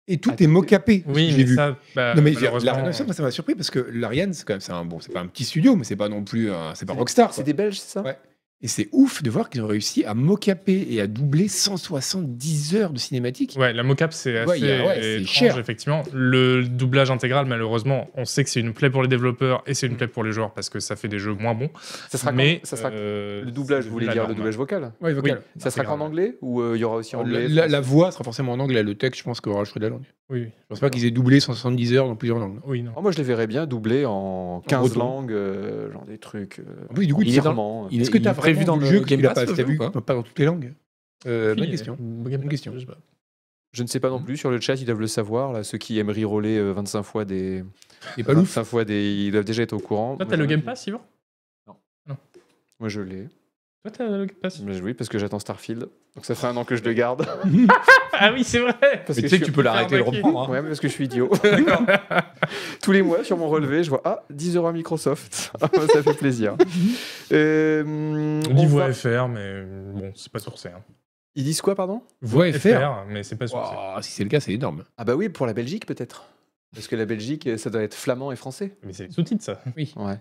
C: Et tout
A: Ah,
C: est
A: tout est-
C: mocapé.
D: Oui,
C: j'ai
D: mais
C: vu.
D: ça, bah,
C: Non mais
D: malheureusement,
C: la- ça, moi, ça m'a surpris parce que l'Ariane c'est quand même c'est un bon c'est pas un petit studio mais c'est pas non plus un- c'est pas Rockstar quoi.
A: C'est des Belges, c'est ça
C: Ouais. et c'est ouf de voir qu'ils ont réussi à mocaper et à doubler 170 heures de cinématique
D: Ouais, la mocap c'est assez
C: Ouais, il y a- ouais, c'est
D: étrange,
C: cher.
D: effectivement. Le doublage intégral, malheureusement, on sait que c'est une plaie pour les développeurs et c'est
C: Hmm.
D: une plaie pour les joueurs parce que ça fait des jeux moins bons.
A: Ça sera, quand-
D: mais
A: ça sera
D: euh,
A: le doublage,
D: c'est
A: vous voulez
D: la
A: dire le
D: norme.
A: doublage vocal
C: Ouais,
D: Oui,
C: vocal.
A: Ça sera
D: intégral.
A: qu'en anglais ou euh, il y aura aussi en anglais
C: la, la- la voix sera forcément en anglais le texte je pense qu'aura le choix de la langue je
D: Oui, oui.
C: pense pas qu'ils aient doublé 170 heures dans plusieurs langues
D: Oui, non.
A: Oh, moi, je les verrais bien doublés en 15
C: breton.
A: langues, euh, genre des trucs. euh,
C: en plus du coup
A: en
C: tu sais dans-
A: birman.
B: Il
C: est-ce que
B: il
C: t'as
B: est prévu
C: prévu
B: dans
C: dans le
B: le
C: jeu qu'il
B: Game
C: a
B: Pass, ce
C: pas t'as
B: jeu,
C: vu
B: ou pas
C: pas dans toutes les langues Euh, bonne
D: Oui,
C: question
D: euh, bonne
C: question.
D: je sais pas.
A: Je ne sais pas non plus sur le chat, ils doivent le savoir. Là, ceux qui aiment reroller euh, 25 fois des,
C: et pas louf
A: 25 fois des, ils doivent déjà être au courant.
D: Toi,
A: Moi,
D: t'as le
A: j'en ai-
D: Game Pass, Yvan
A: Moi, je l'ai.
D: Toi, t'as le Game Pass
A: Mais Oui, parce que j'attends Starfield. Donc ça fait un an que je le garde.
D: Ah oui, c'est vrai
A: Parce
B: Mais
A: que
B: tu sais
A: je
B: que
A: suis-
B: tu peux l'arrêter et le
D: Faire
B: reprendre. hein.
A: Ouais, mais parce que je suis
B: <laughs>
A: idiot. <laughs> Tous les mois, sur mon relevé, je vois Ah, 10 euros à Microsoft. <laughs> ça fait
B: <laughs>
A: plaisir. Euh,
D: On
A: on
D: dit
A: va-
D: voix FR, mais euh, bon, c'est pas sourcé. Hein.
A: Ils disent quoi, pardon
C: voix FR
D: FR, mais c'est pas sourcé.
C: Waouh, si c'est le cas c'est énorme
A: Ah, bah oui, pour la Belgique, peut-être. Parce que la Belgique, ça doit être flamand et français.
D: Mais c'est les sous-titres, ça.
C: oui
A: Ouais.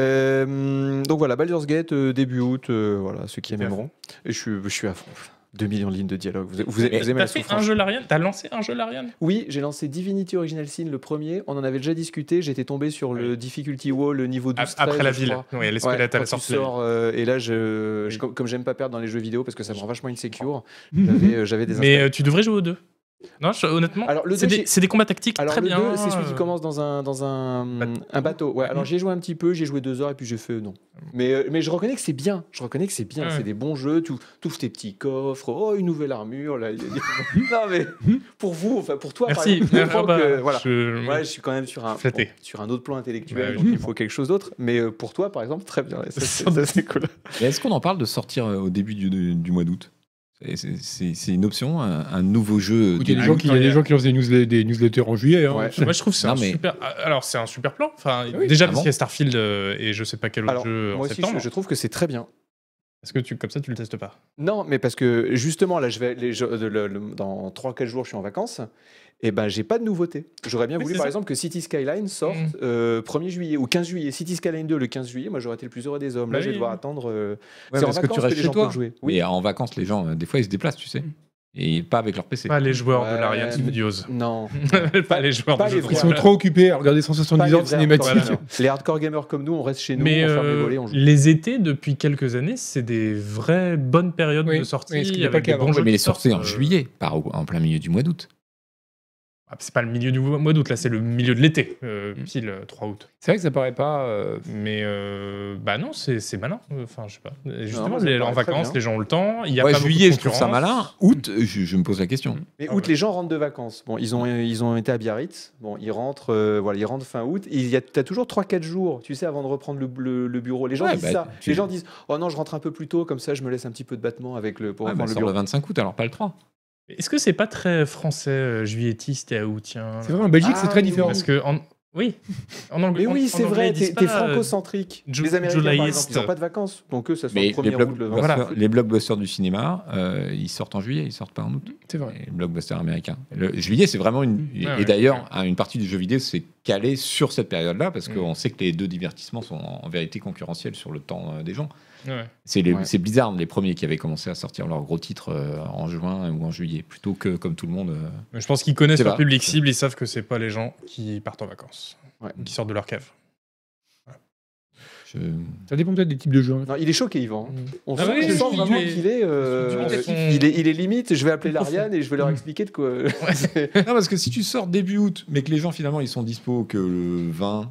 A: Euh, donc voilà, Baldur's Gate, euh, début août, euh, voilà, ceux qui
D: T'es à
A: aimeront. Et je suis, je suis à fond. 2 millions de lignes de dialogue. Vous, vous- vous
B: Mais
A: aimez
D: T'as
A: la
D: fait un
A: souffrance.
D: jeu l'Ariane T'as lancé un jeu l'Ariane
A: Oui, j'ai lancé Divinity Original Sin, le premier. On en avait déjà discuté. J'étais tombé sur le difficulty wall, le niveau 12.
D: Après
A: 13,
D: la
A: je
D: ville.
A: crois.
D: Oui, elle est
A: Ouais,
D: squelette à
A: quand
D: la
A: tu
D: sortie.
A: sors, euh, et là, je, je-
D: Oui. <laughs>
A: comme, comme j'aime pas perdre dans les jeux vidéo parce que ça me rend vachement insecure, j'avais euh, j'avais des
D: Mais euh, tu devrais jouer aux deux. Non, je- honnêtement,
A: Alors, le
D: c'est
A: deux,
D: des,
A: j'ai-
D: c'est des combats tactiques
A: Alors
D: très
A: le
D: bien.
A: deux, c'est celui qui
D: euh, Mhm.
A: commence dans un dans un hum,
D: Bateau.
A: un bateau. Ouais. Alors j'ai joué un petit peu, j'ai joué deux heures et puis j'ai fait euh, non. Mais euh, mais je reconnais que c'est bien. Je reconnais que c'est bien.
D: Ouais.
A: C'est des bons jeux. Tu tu ouvres tes petits coffres. Oh une nouvelle armure là. il y a des- <laughs> non mais pour vous, enfin pour toi. par
D: Mhm.
A: exemple,
D: Merci. <laughs>
A: je
D: Ah
A: comprends
D: bah,
A: que, voilà.
D: je-
A: Ouais, je suis quand même sur un
D: Flatté.
A: bon, sur un autre plan intellectuel.
D: Ouais,
A: donc il faut quelque chose d'autre. Mais euh, pour toi par exemple, très bien.
D: <laughs>
A: Ça, c'est- ça, c'est cool.
B: Et Est-ce qu'on en parle de sortir euh, au début du, du- du mois d'août C'est- c'est- C'est c'est une option, un, un nouveau jeu.
C: Écoute, Il y a des
D: Ah
C: gens
D: oui,
C: qui, il
D: quand
C: y a
D: il y
C: des
D: a-
C: gens qui lancent des, newsle- des newsletters en juillet. hein.
A: Ouais.
D: Moi, je trouve que c'est
B: Non,
D: un
B: mais-
D: super. Alors, c'est un super plan. Enfin,
A: Oui.
D: déjà
B: Ah
D: parce
B: bon
D: qu'il y a Starfield euh, et je sais pas quel autre
A: Alors
D: jeu euh, en
A: moi aussi,
D: septembre.
A: je- je trouve que c'est très bien.
D: Est-ce que tu, comme ça, tu le testes pas
A: Non, mais parce que justement, là, je vais, les, je- le- le- le- dans 3-4 jours, je suis en vacances. Et ben, j'ai pas de nouveauté. J'aurais bien
D: Oui,
A: voulu,
D: c'est
A: par
D: ça.
A: exemple, que City Skyline sorte
D: Mm.
A: euh, 1er juillet ou 15 juillet. City Skyline 2, le 15 juillet, moi, j'aurais été le plus heureux des hommes. Là,
D: Bah
A: je vais
D: oui,
A: devoir
D: oui.
A: attendre. euh,
B: Ouais,
A: c'est en
B: parce que tu
A: vacances que,
B: restes
A: les
B: chez
A: gens
B: toi.
A: peuvent jouer.
B: Et en vacances, les gens, euh, des fois, ils se déplacent, tu sais. Et pas avec leur PC.
D: Pas Bah, les joueurs de
A: Ouais.
D: l'Ariane Studios.
A: <laughs> Non.
D: pas les joueurs
A: pas
D: de
A: les vrais.
D: jeux de
C: Ils
D: rôle.
C: sont
A: Voilà.
C: trop occupés à regarder
A: Pas
C: 170
A: les
C: heures de
A: vrais
C: cinématiques.
A: hardcore gamers. Les hardcore gamers comme nous, on reste chez nous,
D: Mais
A: on ferme les
D: euh,
A: volets, on joue.
D: les étés, depuis quelques années, c'est des vraies bonnes périodes
C: Oui,
D: de sortie.
C: oui, ce qui n'est
D: avec
C: pas le
D: des
C: cas
D: bons
C: avant.
D: jeux
B: mais
D: qui
B: les sorties en
D: sortent, euh,
B: juillet, pas au- en plein milieu du mois d'août.
D: ah, C'est pas le milieu du mois d'août, là, c'est le milieu de l'été, euh, pile euh, 3 août.
C: C'est vrai que ça paraît pas. euh,
D: Mais euh, bah non, c'est c'est malin. euh, Enfin, je sais pas. Et Justement,
A: moi, ça me
D: les-
A: paraît
D: en
A: très
D: vacances,
A: bien.
D: les gens ont le temps. Il y a
B: Ouais,
D: pas beaucoup
B: juillet,
D: de
B: je trouve ça
D: concurrence.
B: malin. Août, je, je me pose la question.
A: Mais
D: Ah
A: août,
D: ouais.
A: les gens rentrent de vacances. Bon, ils ont, ils ont été à Biarritz. Bon, ils rentrent, euh, voilà, ils rentrent fin août. Il y a, t'as toujours 3-4 jours, tu sais, avant de reprendre le, le- le bureau. Les gens
B: Ouais,
A: disent
B: bah,
A: ça.
B: tu-
A: Les gens disent, oh non, je rentre un peu plus tôt, comme ça, je me laisse un petit peu de battement avec le pour
B: Ouais, bah,
A: reprendre le
B: sort
A: bureau.
B: le 25 août, alors pas le 3.
D: Est-ce que c'est pas très français, euh, juilletiste et aoûtien
C: C'est vrai, en Belgique,
A: Ah,
C: c'est très
A: oui,
C: différent.
D: Parce que, en... oui, en anglais.
A: Mais oui, c'est vrai, t'es, t'es
D: euh,
A: franco-centrique.
D: Ju-
A: les Américains, par exemple,
D: Julyiste.
A: ils n'ont pas de vacances. Donc eux, ça sort
B: Mais
A: le
B: les,
A: 1er août, le
B: blockbusters-
A: 20.
D: Voilà.
B: les blockbusters du cinéma, euh, ils sortent en juillet, ils sortent pas en août.
C: C'est vrai.
B: Les blockbusters américains. Le juillet, c'est vraiment une. et
D: Mm. ouais,
B: d'ailleurs,
D: ouais.
B: hein, une partie du jeu vidéo s'est calée sur cette période-là, parce
D: Mm.
B: qu'on sait que les deux divertissements sont en, en vérité concurrentiels sur le temps euh, des gens.
D: Ouais.
B: C'est les-
A: Ouais.
B: c'est Blizzard, les premiers qui avaient commencé à sortir leurs gros titres euh, en juin ou en juillet, plutôt que comme tout le monde. euh,
D: Mais Je pense qu'ils connaissent
B: C'est
D: leur
B: pas-
D: public cible, ils savent que c'est pas les gens qui partent en vacances,
A: Ouais.
D: qui sortent de leur cave.
B: je-
C: Ça dépend peut-être des types de jeux. hein.
A: Non, il est choqué, Yvan.
B: Mm.
A: hein. On
D: Ah
A: sent,
D: oui,
A: on sent
D: oui,
A: vraiment
D: il est-
A: qu'il est, euh,
D: ils sont-
A: il est. Il est limite, je vais appeler l'Ariane et je vais
D: Mm.
A: leur expliquer de quoi. <laughs>
B: Non, parce que si tu sors début août, mais que les gens finalement ils sont dispo que le 20,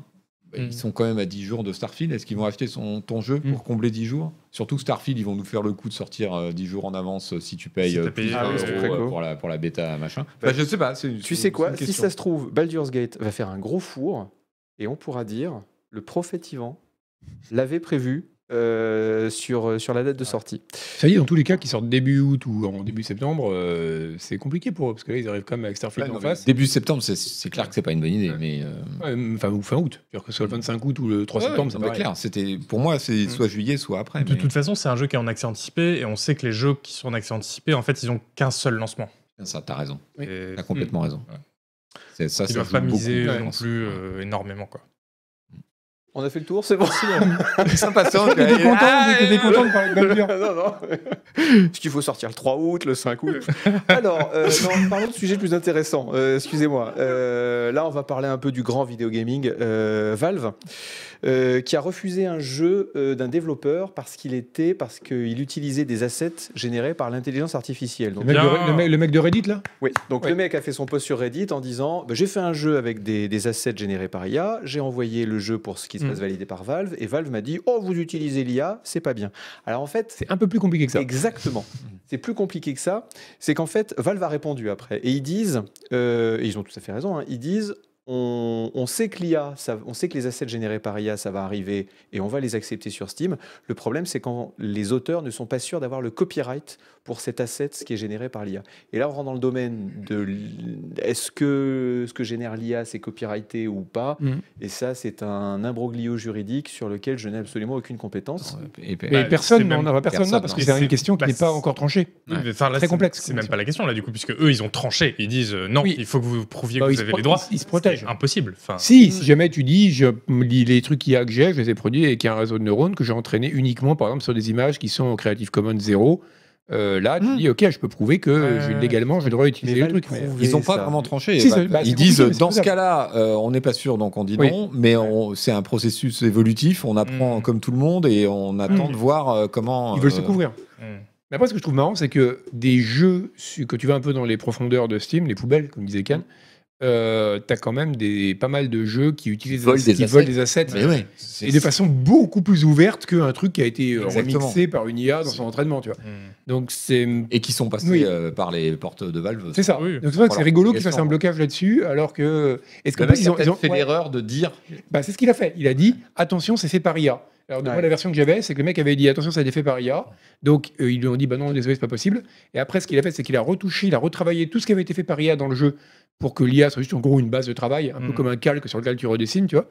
B: bah,
D: Mm.
B: ils sont quand même à 10 jours de Starfield, est-ce qu'ils vont acheter son, ton jeu pour combler 10 jours Surtout que Starfield, ils vont nous faire le coup de sortir euh, 10 jours en avance euh, si tu payes
D: Si t'as
B: euh,
D: payé,
B: plus
D: Ah
B: de
D: oui,
B: euros,
D: c'est
A: très
B: euh,
A: cool.
B: pour, la, pour la bêta machin.
A: Bah,
B: Bah, je sais pas. c'est-
A: Tu
B: c'est-
A: sais
B: c'est
A: quoi
B: une
A: Si
B: question.
A: ça se trouve, Baldur's Gate va faire un gros four et on pourra dire le prophète Yvan l'avait prévu euh, sur, sur la date de sortie.
C: Ça y est, dans tous les cas, qui sortent début août ou en début septembre, euh, c'est compliqué pour eux, parce que là, ils arrivent quand même avec Starfield
B: Ouais, non,
C: en
B: mais
C: face.
B: Début septembre, c'est- c'est clair que c'est pas une bonne idée, mais. euh,
C: Ouais, Enfin, ou fin août. C'est-à-dire que ce soit le 25 août ou le 3
B: ouais,
C: septembre, ça me
B: bah,
C: paraît
B: clair. C'était pour moi, c'est soit juillet, soit après.
D: Mm. De
B: mais-
D: toute façon, c'est un jeu qui est en accès anticipé et on sait que les jeux qui sont en accès anticipé, en fait, ils ont qu'un seul lancement.
B: Ça, t'as raison.
C: Oui.
D: Et
B: T'as complètement raison.
D: Mm. Ouais.
B: C'est- Ça,
D: ils
B: ça
D: doivent
B: joue
D: pas
B: beaucoup,
D: miser
B: je
D: non
B: pense.
D: plus euh, énormément quoi.
A: On a fait le tour,
B: <laughs>
A: c'est bon. <laughs>
B: S'impatiente,
C: T'étais
B: elle-
C: content,
B: Ah,
C: t'étais content de parler
D: <laughs>
C: de Baldur's.
A: non, <laughs> non. Parce qu'il faut sortir le 3 août, le 5 août. <laughs> Alors, euh, non, parlons de sujets plus intéressants. Euh, Excusez-moi. Euh, là, on va parler un peu du grand vidéo gaming. euh, Valve, euh, qui a refusé un jeu euh, d'un développeur parce qu'il était, parce qu'il utilisait des assets générés par l'intelligence artificielle. Donc,
C: Le mec, de,
D: Bien.
C: le mec- le mec de Reddit, là
A: Oui, donc
C: Ouais.
A: le mec a fait son post sur Reddit en disant Bah, J'ai fait un jeu avec des, des assets générés par IA, j'ai envoyé le jeu pour ce qui se
C: Mm.
A: passe validé par Valve, et Valve m'a dit Oh, vous utilisez l'IA, c'est pas bien. Alors en fait,
C: C'est un peu plus compliqué que ça.
A: exactement, c'est plus compliqué que ça. C'est qu'en fait, Valve a répondu après, et ils disent euh, et ils ont tout à fait raison, hein, ils disent on, on sait que l'IA, ça- on sait que les assets générés par IA, ça va arriver et on va les accepter sur Steam. Le problème, c'est quand les auteurs ne sont pas sûrs d'avoir le copyright pour cet asset ce qui est généré par l'IA. Et là, on rentre dans le domaine de l- est-ce que ce que génère l'IA, c'est copyrighté ou pas
C: Mhm.
A: Et ça, c'est un imbroglio juridique sur lequel je n'ai absolument aucune compétence.
B: Et- et-
C: Mais
D: Bah, c'est
C: personne n'en
D: même-
C: a personne,
B: personne,
C: là, parce
B: non.
C: que
D: Et
C: c'est
D: c'est-
C: une question qui
D: bah,
C: n'est pas
D: c'est-
C: encore tranchée. Bah,
D: Oui, mais enfin, là,
C: Très
D: c'est-
C: complexe,
D: C'est
C: comme
D: même
C: ça.
D: pas la question là du coup, puisque eux, ils ont tranché. Ils disent euh, non,
C: Oui.
D: il faut que vous prouviez
C: Bah,
D: que
C: ils
D: vous
C: se
D: avez
C: pro-
D: les droits.
C: ils- ils se
D: C'est
C: protègent.
D: Impossible. Enfin,
C: Si, si jamais tu dis, je lis les trucs IA que j'ai, je les ai produits et qu'il y a un réseau de neurones que j'ai entraîné uniquement, par exemple, sur des images qui sont en Creative Commons 0, euh, là, tu
B: Mm.
C: dis, OK, je peux prouver que
D: Ouais.
C: je- légalement, j'ai le droit d'utiliser le
A: Valve
C: truc. mais-
A: prouve
B: Ils n'ont pas
A: ça.
B: vraiment tranché.
C: Si,
B: Bah,
C: c'est- bah, c'est
B: ils disent,
C: compliqué, mais
B: dans
C: c'est
B: ce
C: faisable.
B: cas-là, euh, on n'est pas sûr, donc on dit
C: Oui.
B: non, mais on- c'est un processus évolutif, on apprend
D: Mm.
B: comme tout le monde et on attend
D: Mm.
B: de voir euh, comment...
C: Ils veulent
B: euh,
C: se couvrir.
D: hum.
C: Mais après, ce que je trouve marrant, c'est que des jeux su- que tu vas un peu dans les profondeurs de Steam, les poubelles, comme disait Ken, euh, t'as quand même des, pas mal de jeux qui utilisent
B: Volent des
C: qui
B: assets.
C: volent des assets.
B: Mais ouais. c'est-
C: Et de façon beaucoup plus ouverte qu'un truc qui a été euh,
B: Exactement.
C: remixé par une IA dans son entraînement, tu vois.
D: mm.
C: Donc c'est
B: Et qui sont passés
C: Oui.
B: euh, par les portes de Valve.
C: c'est ça.
D: Oui.
C: Donc c'est vrai que c'est
B: Voilà.
C: rigolo qu'ils fassent
B: Question.
C: un blocage là-dessus, alors que est-ce
B: Le
C: qu'en
B: mec
C: plus
B: ils
C: ils ont, ils ont-
B: fait
C: ouais.
B: l'erreur de dire
C: Bah, c'est ce qu'il a fait. Il a dit attention, c'est fait par IA. Alors, de
A: Ouais.
C: moi, la version que j'avais, c'est que le mec avait dit attention, ça a été fait par IA. Donc, euh, ils lui ont dit bah non, désolé, c'est pas possible. Et après, ce qu'il a fait, c'est qu'il a retouché, il a retravaillé tout ce qui avait été fait par IA dans le jeu pour que l'IA soit juste en gros une base de travail, un peu
D: Mhm.
C: comme un calque sur lequel tu redessines, tu vois.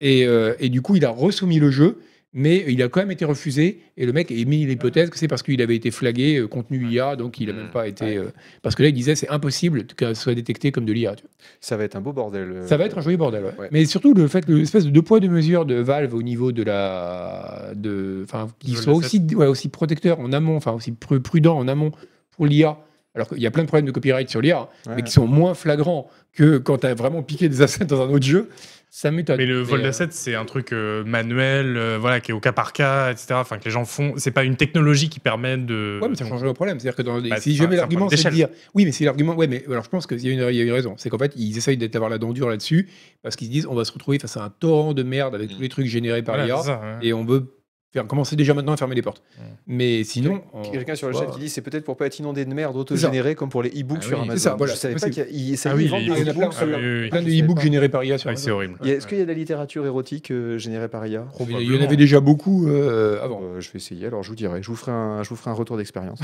C: Et, euh, et du coup, il a resoumis le jeu, mais il a quand même été refusé. Et le mec a émis l'hypothèse que c'est parce qu'il avait été flagué euh, contenu IA, donc il a
B: Mhm.
C: même pas été. euh, parce que là, il disait c'est impossible que ça soit détecté comme de l'IA. tu vois.
A: Ça va être un beau bordel. euh.
C: Ça va être un joli bordel. ouais.
A: Ouais.
C: Mais surtout le fait, que l'espèce de deux poids deux mesures de Valve au niveau de la, de, enfin, qu'ils
D: De
C: soient
D: l'asset.
C: aussi, ouais, aussi protecteurs en amont, enfin aussi pru- prudents en amont pour l'IA. Alors qu'il y a plein de problèmes de copyright sur l'IA,
A: Ouais.
C: mais qui sont moins flagrants que quand t'as vraiment piqué des assets dans un autre jeu. Ça m'étonne.
D: Mais le vol
C: euh,
D: d'assets, c'est un truc euh, manuel, euh, voilà, qui est au cas par cas, etc. Enfin, que les gens font. C'est pas une technologie qui permet de.
C: Ouais, mais ça change le problème. C'est-à-dire que dans les-
D: Bah,
C: si
D: c'est
C: jamais
D: un- c'est un
C: l'argument,
D: problème
C: c'est de dire. Oui, mais si l'argument. Ouais, mais alors je pense qu'il y, a une- il y a une raison. C'est qu'en fait, ils essayent d'être- d'avoir la dent dure là-dessus parce qu'ils se disent on va se retrouver face à un torrent de merde avec tous les trucs générés par
D: Voilà,
C: l'IA.
D: c'est ça, ouais.
C: et on veut faire, commencer déjà maintenant à fermer les portes.
D: Mm.
C: Mais sinon, en-
A: Quelqu'un sur le chat
C: Wow.
A: qui dit c'est peut-être pour pas être inondé de merde auto-générée comme pour les e-books
B: Ah
A: sur
B: oui,
A: Amazon.
C: c'est ça, voilà,
A: Je savais
C: c'est
A: pas qu'il y a- il- ça,
D: Ah oui,
A: ils vendent
D: les
A: des
C: e-books,
A: e-books
C: ah
A: sur-
C: oui,
D: oui, oui.
C: plein de
A: Je savais
C: e-books
A: pas.
C: générés par IA sur
D: Ouais, c'est
C: Amazon.
D: horrible.
A: Il y a- Est-ce qu'il y a de la littérature érotique euh, générée par IA
C: Il y en
D: hein.
C: avait déjà beaucoup euh, avant.
A: Euh, Je vais essayer, alors je vous dirai. Je vous ferai un, je vous ferai un retour d'expérience.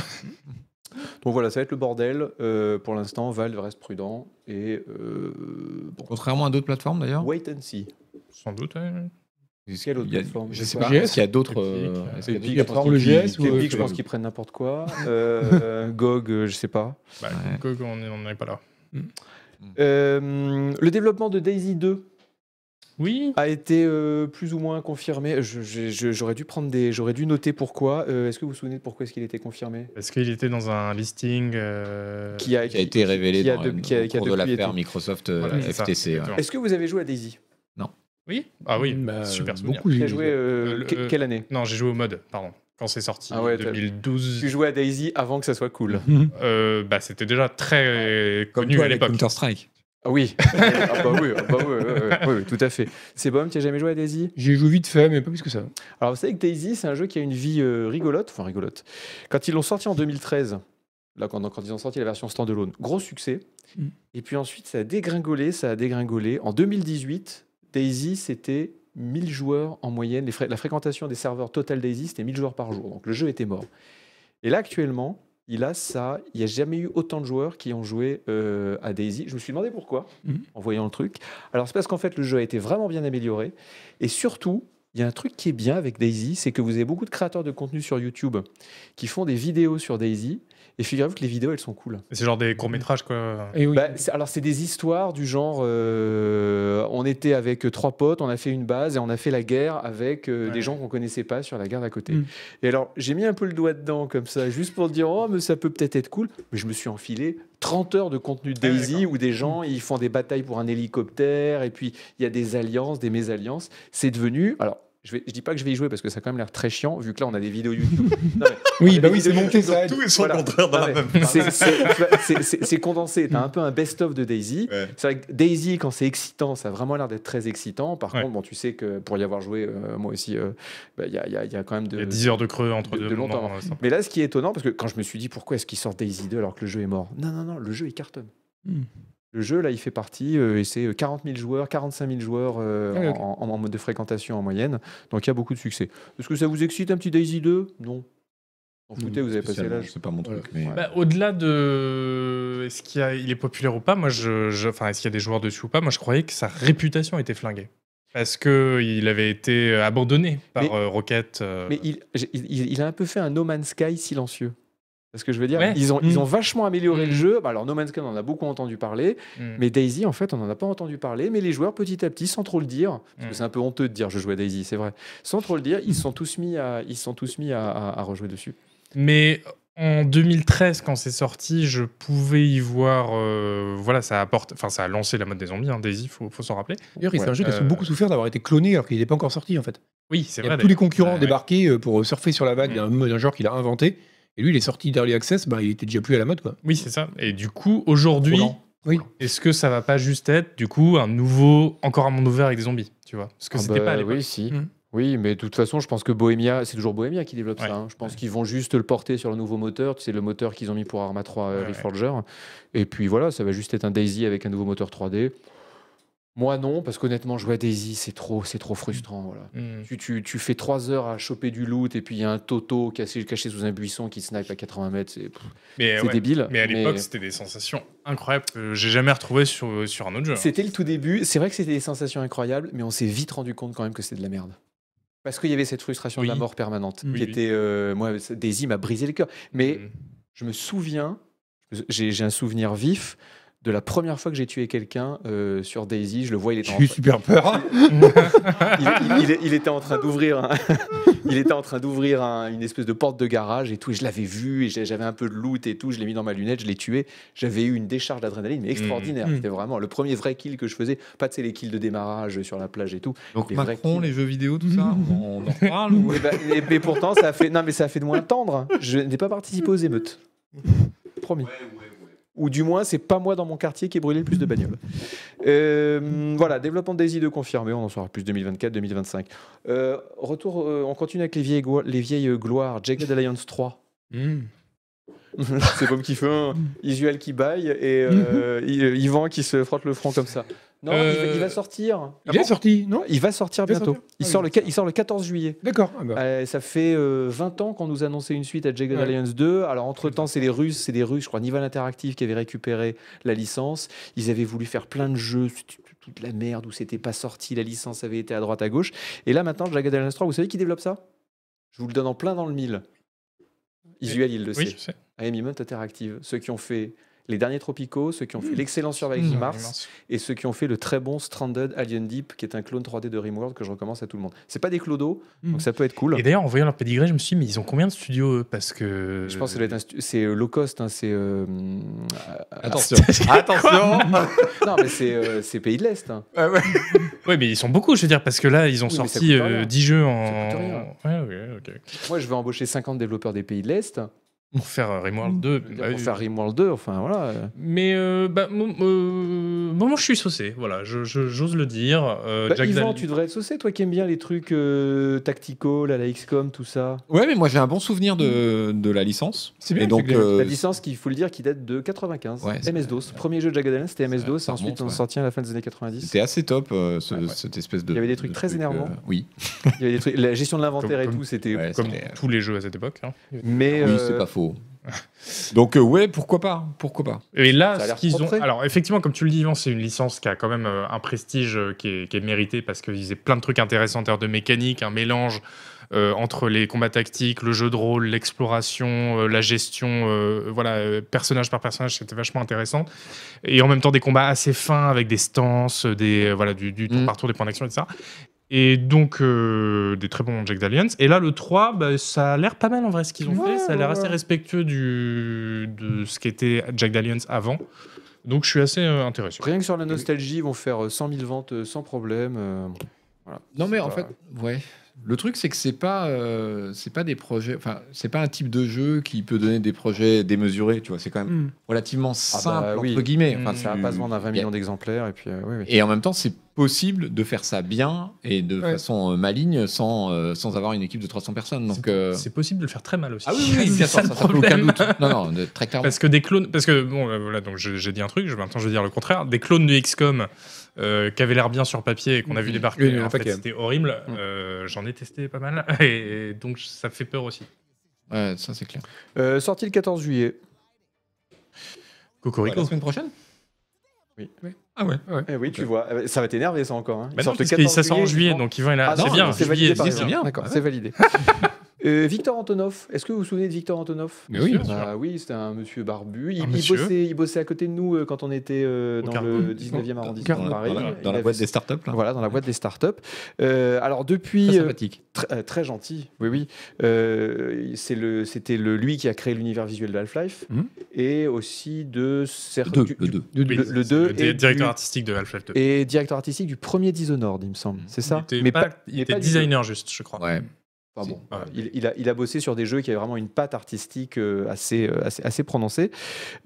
A: Donc voilà, ça va être le bordel. Euh, pour l'instant, Valve reste prudent et euh, bon.
B: Contrairement à d'autres plateformes d'ailleurs.
A: wait and see.
D: Sans doute. ouais.
A: Quelle autre
B: Il y a-
A: plateforme
B: Je sais
A: Le
B: pas.
C: GS,
B: Est-ce qu'il y a d'autres.
D: Epic,
B: euh,
D: euh,
B: est-ce qu'il y a
A: Epic,
B: d'autres
A: à part
B: plateformes
C: le
B: qui-
C: GS ou,
B: qui-
C: euh,
A: Epic, je pense qu'ils prennent n'importe quoi. Euh, <laughs> GOG, euh, je sais pas.
D: Bah,
B: Ouais.
D: Gog, on est- on n'en est pas là.
A: Euh, le développement de Daisy 2
D: Oui.
A: a été euh, plus ou moins confirmé. Je- je- je- J'aurais dû prendre des, j'aurais dû noter pourquoi. Euh, est-ce que vous vous souvenez de pourquoi est-ce qu'il était confirmé
D: Parce qu'il était dans un listing. euh,
B: qui a été révélé
A: qui a
B: dans
A: de-
B: le-
A: qui a-
B: au
A: qui a
B: cours de
A: depuis été-
B: l'affaire Microsoft euh,
D: Voilà, c'est ça.
B: FTC. ouais.
A: Est-ce que vous avez joué à Daisy
D: Oui. Ah oui.
C: Bah,
D: super souvenir.
C: beaucoup.
A: Vous
C: j'ai
A: avez joué euh,
D: Euh, le-
A: que-
D: euh,
A: quelle année
D: Non, j'ai joué au mode, pardon. Quand c'est sorti,
A: Ah ouais, t'as-
D: 2012.
A: Tu jouais à Daisy avant que ça soit cool.
C: Mhm.
D: euh, bah, c'était déjà très
B: Comme
D: connu
B: toi
D: à
B: avec
D: l'époque.
B: Counter-Strike.
A: Ah oui. <laughs> ah bah oui, ah bah oui, oui, oui, oui, oui, tout à fait. C'est bon, tu as jamais joué à Daisy
C: J'ai joué vite fait, mais pas plus que ça.
A: Alors vous savez que Daisy, c'est un jeu qui a une vie euh, rigolote, enfin rigolote. Quand ils l'ont sorti en 2013, là quand, quand ils ont sorti la version standalone, gros succès.
C: Mm.
A: Et puis ensuite, ça a dégringolé, ça a dégringolé. En 2018, Daisy, c'était 1000 joueurs en moyenne. Les frais- la fréquentation des serveurs Total Daisy, c'était 1000 joueurs par jour. Donc le jeu était mort. Et là actuellement, il a ça. Il n'y a jamais eu autant de joueurs qui ont joué euh, à Daisy. Je me suis demandé pourquoi
C: Mm.
A: en voyant le truc. Alors c'est parce qu'en fait, le jeu a été vraiment bien amélioré. Et surtout, il y a un truc qui est bien avec Daisy, c'est que vous avez beaucoup de créateurs de contenu sur YouTube qui font des vidéos sur Daisy. Et figurez-vous que les vidéos, elles sont cool.
D: C'est genre des courts-métrages, quoi.
C: Et oui.
A: Bah, c'est- alors, c'est des histoires du genre euh, on était avec trois potes, on a fait une base et on a fait la guerre avec euh,
D: Ouais.
A: des gens qu'on connaissait pas sur la guerre d'à côté.
C: Mm.
A: Et alors, j'ai mis un peu le doigt dedans, comme ça, juste pour dire oh, mais ça peut peut-être être cool. Mais je me suis enfilé 30 heures de contenu de
D: Ah,
A: Daisy
D: d'accord.
A: où des gens ils font des batailles pour un hélicoptère et puis il y a des alliances, des mésalliances. C'est devenu. Alors, je, vais, je dis pas que je vais y jouer parce que ça a quand même l'air très chiant, vu que là, on a des vidéos YouTube.
C: <laughs> oui,
A: on
C: bah
A: a
C: oui,
A: des
C: c'est monté ça.
B: Tout est
A: Voilà. Ah ouais. C'est- c'est- tu vois, c'est- C'est c'est condensé. T'as un peu un best-of de Daisy.
B: Ouais.
A: C'est vrai que Daisy, quand c'est excitant, ça a vraiment l'air d'être très excitant. Par
D: Ouais.
A: contre, bon, tu sais que pour y avoir joué, euh, moi aussi, euh, bah, il y, a, il y a- il y a quand même
D: Il y a
A: de.
D: 10 heures de creux entre
A: de-
D: deux
A: de
D: moments,
A: longtemps.
D: euh, sympa.
A: Mais là, ce qui est étonnant, parce que quand je me suis dit pourquoi est-ce qu'ils sortent Daisy 2 alors que le jeu est mort Non, non, non, le jeu il cartonne.
C: Hmm.
A: Le jeu, là, il fait partie, euh, et c'est euh, 40 000 joueurs, 45 000 joueurs euh,
C: Ah oui,
A: en-
C: ok.
A: en, en mode de fréquentation en moyenne. Donc il y a beaucoup de succès. Est-ce que ça vous excite un petit Daisy 2 Non. Vous en foutez, vous avez passé l'âge.
B: C'est pas mon truc. mais-
A: Ouais.
D: Bah, Au-delà de est-ce qu'il y a- il est populaire ou pas, moi, je, je- enfin, est-ce qu'il y a des joueurs dessus ou pas, moi, je croyais que sa réputation était flinguée parce que il avait été abandonné par
A: Mais-
D: euh, Rocket. euh,
A: Mais il, j'ai- il- il- il a un peu fait un No Man's Sky silencieux. Parce que je veux dire,
D: Ouais.
A: ils, ont, ils
C: Mm.
A: ont vachement amélioré
D: Mm.
A: le jeu. Bah, alors, No Man's Sky, on en a beaucoup entendu parler.
D: hmm.
A: Mais Daisy, en fait, on n'en a pas entendu parler. Mais les joueurs, petit à petit, sans trop le dire, parce
D: Mm.
A: que c'est un peu honteux de dire je jouais à Daisy, c'est vrai. Sans trop le dire, ils se sont tous mis à, ils se sont tous mis à, à- à rejouer dessus.
D: Mais en 2013, quand c'est sorti, je pouvais y voir. euh, voilà, ça apporte. Enfin, ça a lancé la mode des zombies, hein, Daisy, faut, faut s'en rappeler.
C: D'ailleurs, c'est un jeu qui a
D: Euh,
C: beaucoup souffert d'avoir été cloné alors qu'il n'était pas encore sorti en fait.
D: Oui, c'est
C: Il y
D: vrai.
C: a tous les concurrents
D: Ouais, Mm. ouais.
C: débarqués euh, pour surfer sur la vague d'un d'un genre qu'il a inventé. Et lui, il est sorti d'Early Access, bah, il était déjà plus à la mode, quoi.
D: Oui, c'est ça. Et du coup, aujourd'hui,
B: Trop lent.
C: Oui.
D: est-ce que ça va pas juste être, du coup, un nouveau, encore un monde ouvert avec des zombies, tu vois Parce que
A: Ah
D: c'était
A: bah
D: pas à l'époque. Hmm.
A: Oui, si.
C: Mhm.
A: Oui, mais de toute façon, je pense que Bohemia, c'est toujours Bohemia qui développe
D: Ouais.
A: ça. hein. Je pense qu'ils vont juste le porter sur le nouveau moteur. C'est le moteur qu'ils ont mis pour Arma 3 euh,
D: Ouais, ouais.
A: Reforger. Et puis voilà, ça va juste être un Daisy avec un nouveau moteur 3D. Moi, non, parce qu'honnêtement, jouer à Daisy, c'est trop, c'est trop frustrant. Voilà.
D: Hmm.
A: Tu, tu- tu fais trois heures à choper du loot et puis il y a un Toto caché, caché sous un buisson qui snipe à 80 mètres. C'est pff,
D: Mais,
A: c'est
D: ouais.
A: débile.
D: mais à l'époque, c'était des sensations incroyables que j'ai jamais retrouvées sur, sur un autre jeu.
A: C'était le tout début. C'est vrai que c'était des sensations incroyables, mais on s'est vite rendu compte quand même que c'était de la merde. Parce qu'il y avait cette frustration de la
D: Oui.
A: mort permanente
C: Oui,
A: qui
D: oui.
A: était. euh, moi, ça- Daisy m'a brisé le cœur. Mais
D: Hmm.
A: je me souviens, j'ai j'ai un souvenir vif de la première fois que j'ai tué quelqu'un euh, sur Daisy. Je le vois, il était
C: J'ai
A: en
C: eu super peur.
A: il, il- il- il était en train d'ouvrir, un- <laughs> il était en train d'ouvrir un- une espèce de porte de garage et tout. Et je l'avais vu et j'ai- j'avais un peu de loot et tout. Je l'ai mis dans ma lunette, je l'ai tué. J'avais eu une décharge d'adrénaline mais extraordinaire.
C: Mhm.
A: C'était vraiment le premier vrai kill que je faisais. Pas tu sais, les kills de démarrage sur la plage et tout.
B: Donc
A: Des vrais
B: Macron,
A: kills.
B: les jeux vidéo,
A: <laughs>
B: tout ça, on, on en parle ou...
A: Et bah- et- mais pourtant, ça a fait, non, mais ça a fait de moi un tendre. Je n'ai pas participé aux émeutes, promis. Ou du moins, c'est pas moi dans mon quartier qui ai brûlé le plus de bagnoles. Euh, voilà, développement des idées confirmé, on en saura plus 2024-2025. Euh, retour, euh, on continue avec les vieilles, glo- les vieilles euh, gloires. Jagged Alliance 3.
D: Mm.
C: Mhm.
A: <laughs> c'est comme qui fait un Isuel qui baille et euh,
C: Mhm.
A: Y- euh, Yvan qui se frotte le front comme ça. Non, il va- il, va,
D: Euh,
A: sortir.
C: Il est sorti, non
A: Il va sortir
C: Il va
A: bientôt.
C: sortir
A: Il,
C: Ah
A: sort
C: oui.
A: le, qua- il sort le 14 juillet.
C: D'accord. Ah bah.
A: Euh, ça fait euh, 20 ans qu'on nous annonçait une suite à Jagged
C: Ouais.
A: Alliance 2. Alors, entre-temps, c'est les Russes, c'est des Russes, je crois, Nival Interactive qui avait récupéré la licence. Ils avaient voulu faire plein de jeux, c'était toute la merde où c'était pas sorti, la licence avait été à droite, à gauche. Et là, maintenant, Jagged Alliance 3, vous savez qui développe ça Je vous le donne en plein dans le mille. Isuel, il le
D: Oui,
A: sait.
D: je sais.
A: AMI Munt Interactive, ceux qui ont fait les derniers Tropicaux, ceux qui ont fait l'excellent Surviving
D: Mmh.
A: Mars et ceux qui ont fait le très bon Stranded Alien Deep, qui est un clone 3D de Rimworld que je recommence à tout le monde. C'est pas des clodos, donc ça peut être cool.
D: Et d'ailleurs, en voyant leur pedigree, je me suis dit, mais ils ont combien de studios eux Parce que.
A: Je pense que
D: <laughs>
A: ça doit être un stu- c'est euh, low cost, hein, c'est euh, hum, euh,
B: Attention, attention
A: non mais c'est euh, <laughs> c'est pays de l'est. hein.
B: Ouais, ouais.
D: Ah, Ouais, mais ils sont beaucoup, je veux dire, parce que là, ils ont
A: Oui, mais ça
D: sorti
A: coûte
D: euh,
A: rien.
D: 10 jeux
A: Ça
D: en.
A: coûte
D: Ouais, ouais, ok.
A: Moi je veux embaucher 50 développeurs des pays de l'est
D: Pour faire euh, Rimworld 2.
A: pour
D: bah,
A: faire Rimworld 2, enfin voilà. euh.
D: Mais euh, bah, mon- euh, bon, moi, je suis saucé, voilà, je- je- j'ose le dire. Euh,
A: Bah,
D: Jack
A: Yvan,
D: Daniel-
A: tu devrais être saucé, toi qui aimes bien les trucs euh, tactico, là, la XCOM, tout ça.
B: <laughs> Ouais, mais moi j'ai un bon souvenir de, de la licence.
C: C'est bien,
B: Et donc,
C: c'est clair.
B: euh,
A: la licence qui, il faut le dire, qui date de 95.
B: Ouais, c'est-
A: MS-DOS. Premier jeu de Jagged Alliance, c'était MS-DOS, et
B: ça
A: ensuite
B: remonte,
A: on
B: ouais.
A: sortit à la fin des années 90.
B: <laughs> c'était assez top, euh, ce-
A: Ouais, ouais.
B: cette espèce de.
A: Il y avait des trucs
B: de
A: très
B: truc,
A: énervants.
B: euh, oui,
A: Il y avait des trucs, la gestion de l'inventaire et
D: Comme-
A: tout, c'était.
B: Ouais,
D: Comme
B: c'était-
D: tous les jeux à cette époque. hein.
A: Mais
B: oui,
A: euh,
B: c'est pas faux. <laughs> Donc, euh, ouais, pourquoi pas Pourquoi pas
D: Et là,
A: Ça a
D: ce
A: l'air
D: qu'ils ont.
A: propre.
D: Alors, effectivement, comme tu le dis, Yvan, c'est une licence qui a quand même euh, un prestige euh, qui est, qui est mérité parce qu'ils faisaient plein de trucs intéressants en termes de mécanique, un mélange euh, entre les combats tactiques, le jeu de rôle, l'exploration, euh, la gestion, euh, voilà, euh, personnage par personnage, c'était vachement intéressant. Et en même temps, des combats assez fins avec des stances, des, euh, voilà, du, du tour
A: Mm.
D: par tour, des points d'action, etc. Et donc, euh, des très bons Jack d'Alliance. Et là, le 3, bah, ça a l'air pas mal en vrai ce qu'ils ont
C: Ouais,
D: fait. Ça a l'air
C: ouais,
D: assez
C: ouais.
D: respectueux du, de ce qu'était Jack d'Alliance avant. Donc, je suis assez euh, intéressé.
A: rien que sur la nostalgie, ils vont faire euh, 100 000 ventes euh, sans problème. euh, voilà.
B: Non, mais
A: C'est
B: en
A: pas-
B: fait, ouais. Le truc, c'est que c'est pas, euh, c'est pas des projets. Enfin, c'est pas un type de jeu qui peut donner des projets démesurés. Tu vois, c'est quand même
C: Mhm.
B: relativement
A: Mm. bah
B: simple
A: oui.
B: entre guillemets.
D: Mm.
A: Ça va
B: tu-
A: pas se vendre à 20
B: y a-
A: millions d'exemplaires et puis euh, oui, oui.
B: Et en même temps, c'est possible de faire ça bien et de
C: Ouais.
B: façon euh, maligne sans, euh, sans avoir une équipe de 300 personnes. Donc, euh,
D: C'est possible de le faire très mal aussi.
B: ah
D: <laughs>
B: oui, oui, oui,
D: c'est
B: bien
D: ça
B: sûr, ça,
D: le
B: ça fait aucun
D: problème.
B: doute. Non, non, de- très clairement.
D: Parce que des clones, parce que bon, euh, voilà, donc je- j'ai dit un truc, je- maintenant je vais dire le contraire. Des clones de XCOM euh, qui avaient l'air bien sur papier et qu'on a vu
B: Mhm.
D: débarquer,
C: Oui, mais
D: en
C: un
D: fait,
C: paquet.
D: c'était horrible. Euh, J'en ai testé pas mal <laughs> et, et donc ça fait peur aussi.
B: Ouais, ça, c'est clair.
A: Euh, sorti le 14 juillet.
D: Cocorico.
B: semaine prochaine
A: Oui.
B: Ah ouais, ouais.
A: Eh oui, tu vois, Euh, ça va t'énerver ça encore. Hein. Ils
D: Bah non,
A: sortent le
D: parce que
A: 14
D: ça sort en juillet,
A: ils font-
D: donc Yvan il a.
A: Ah
D: c'est
A: non,
D: bien,
A: c'est
D: juillet,
A: validé par
D: c'est
A: Yvan.
D: bien.
A: D'accord,
B: Ah
A: c'est
D: <laughs>
A: validé. Euh, Victor Antonov, est-ce que vous vous souvenez de Victor Antonov
C: Mais oui.
D: Bien sûr.
A: Bah oui, c'était un monsieur barbu. Il,
D: Un
A: il
D: monsieur.
A: bossait, il bossait à côté de nous euh, quand on était euh,
D: Au
A: dans
D: Cargo.
A: le 19e arrondissement
C: Cargo.
A: de Paris.
B: Dans la,
A: Il avait-
B: boîte des startups, là.
A: Voilà, dans la boîte des startups. Euh, alors depuis,
B: Très
A: euh,
B: sympathique.
A: Tr- euh, très gentil, oui, oui. Euh, c'est le, c'était le, lui qui a créé l'univers visuel d'Half-Life
D: Hum.
C: Mhm.
A: et aussi de cer-
B: Deux,
A: du-
B: le
A: du-
B: deux.
C: De-
D: Oui,
C: de-
A: le
D: c'est
A: deux
D: di-
A: et
D: directeur
A: du-
D: artistique de Half-Life 2.
A: et directeur artistique du premier Dishonored, il me semble. C'est ça
D: Il était,
A: Mais
D: pas-
A: pas-
D: il
A: mais
D: était
A: pas du-
D: designer juste, je crois.
B: Ouais.
A: Enfin bon,
D: Ah,
A: il, il a, il a bossé sur des jeux qui avaient vraiment une patte artistique euh, assez, euh, assez, assez prononcée.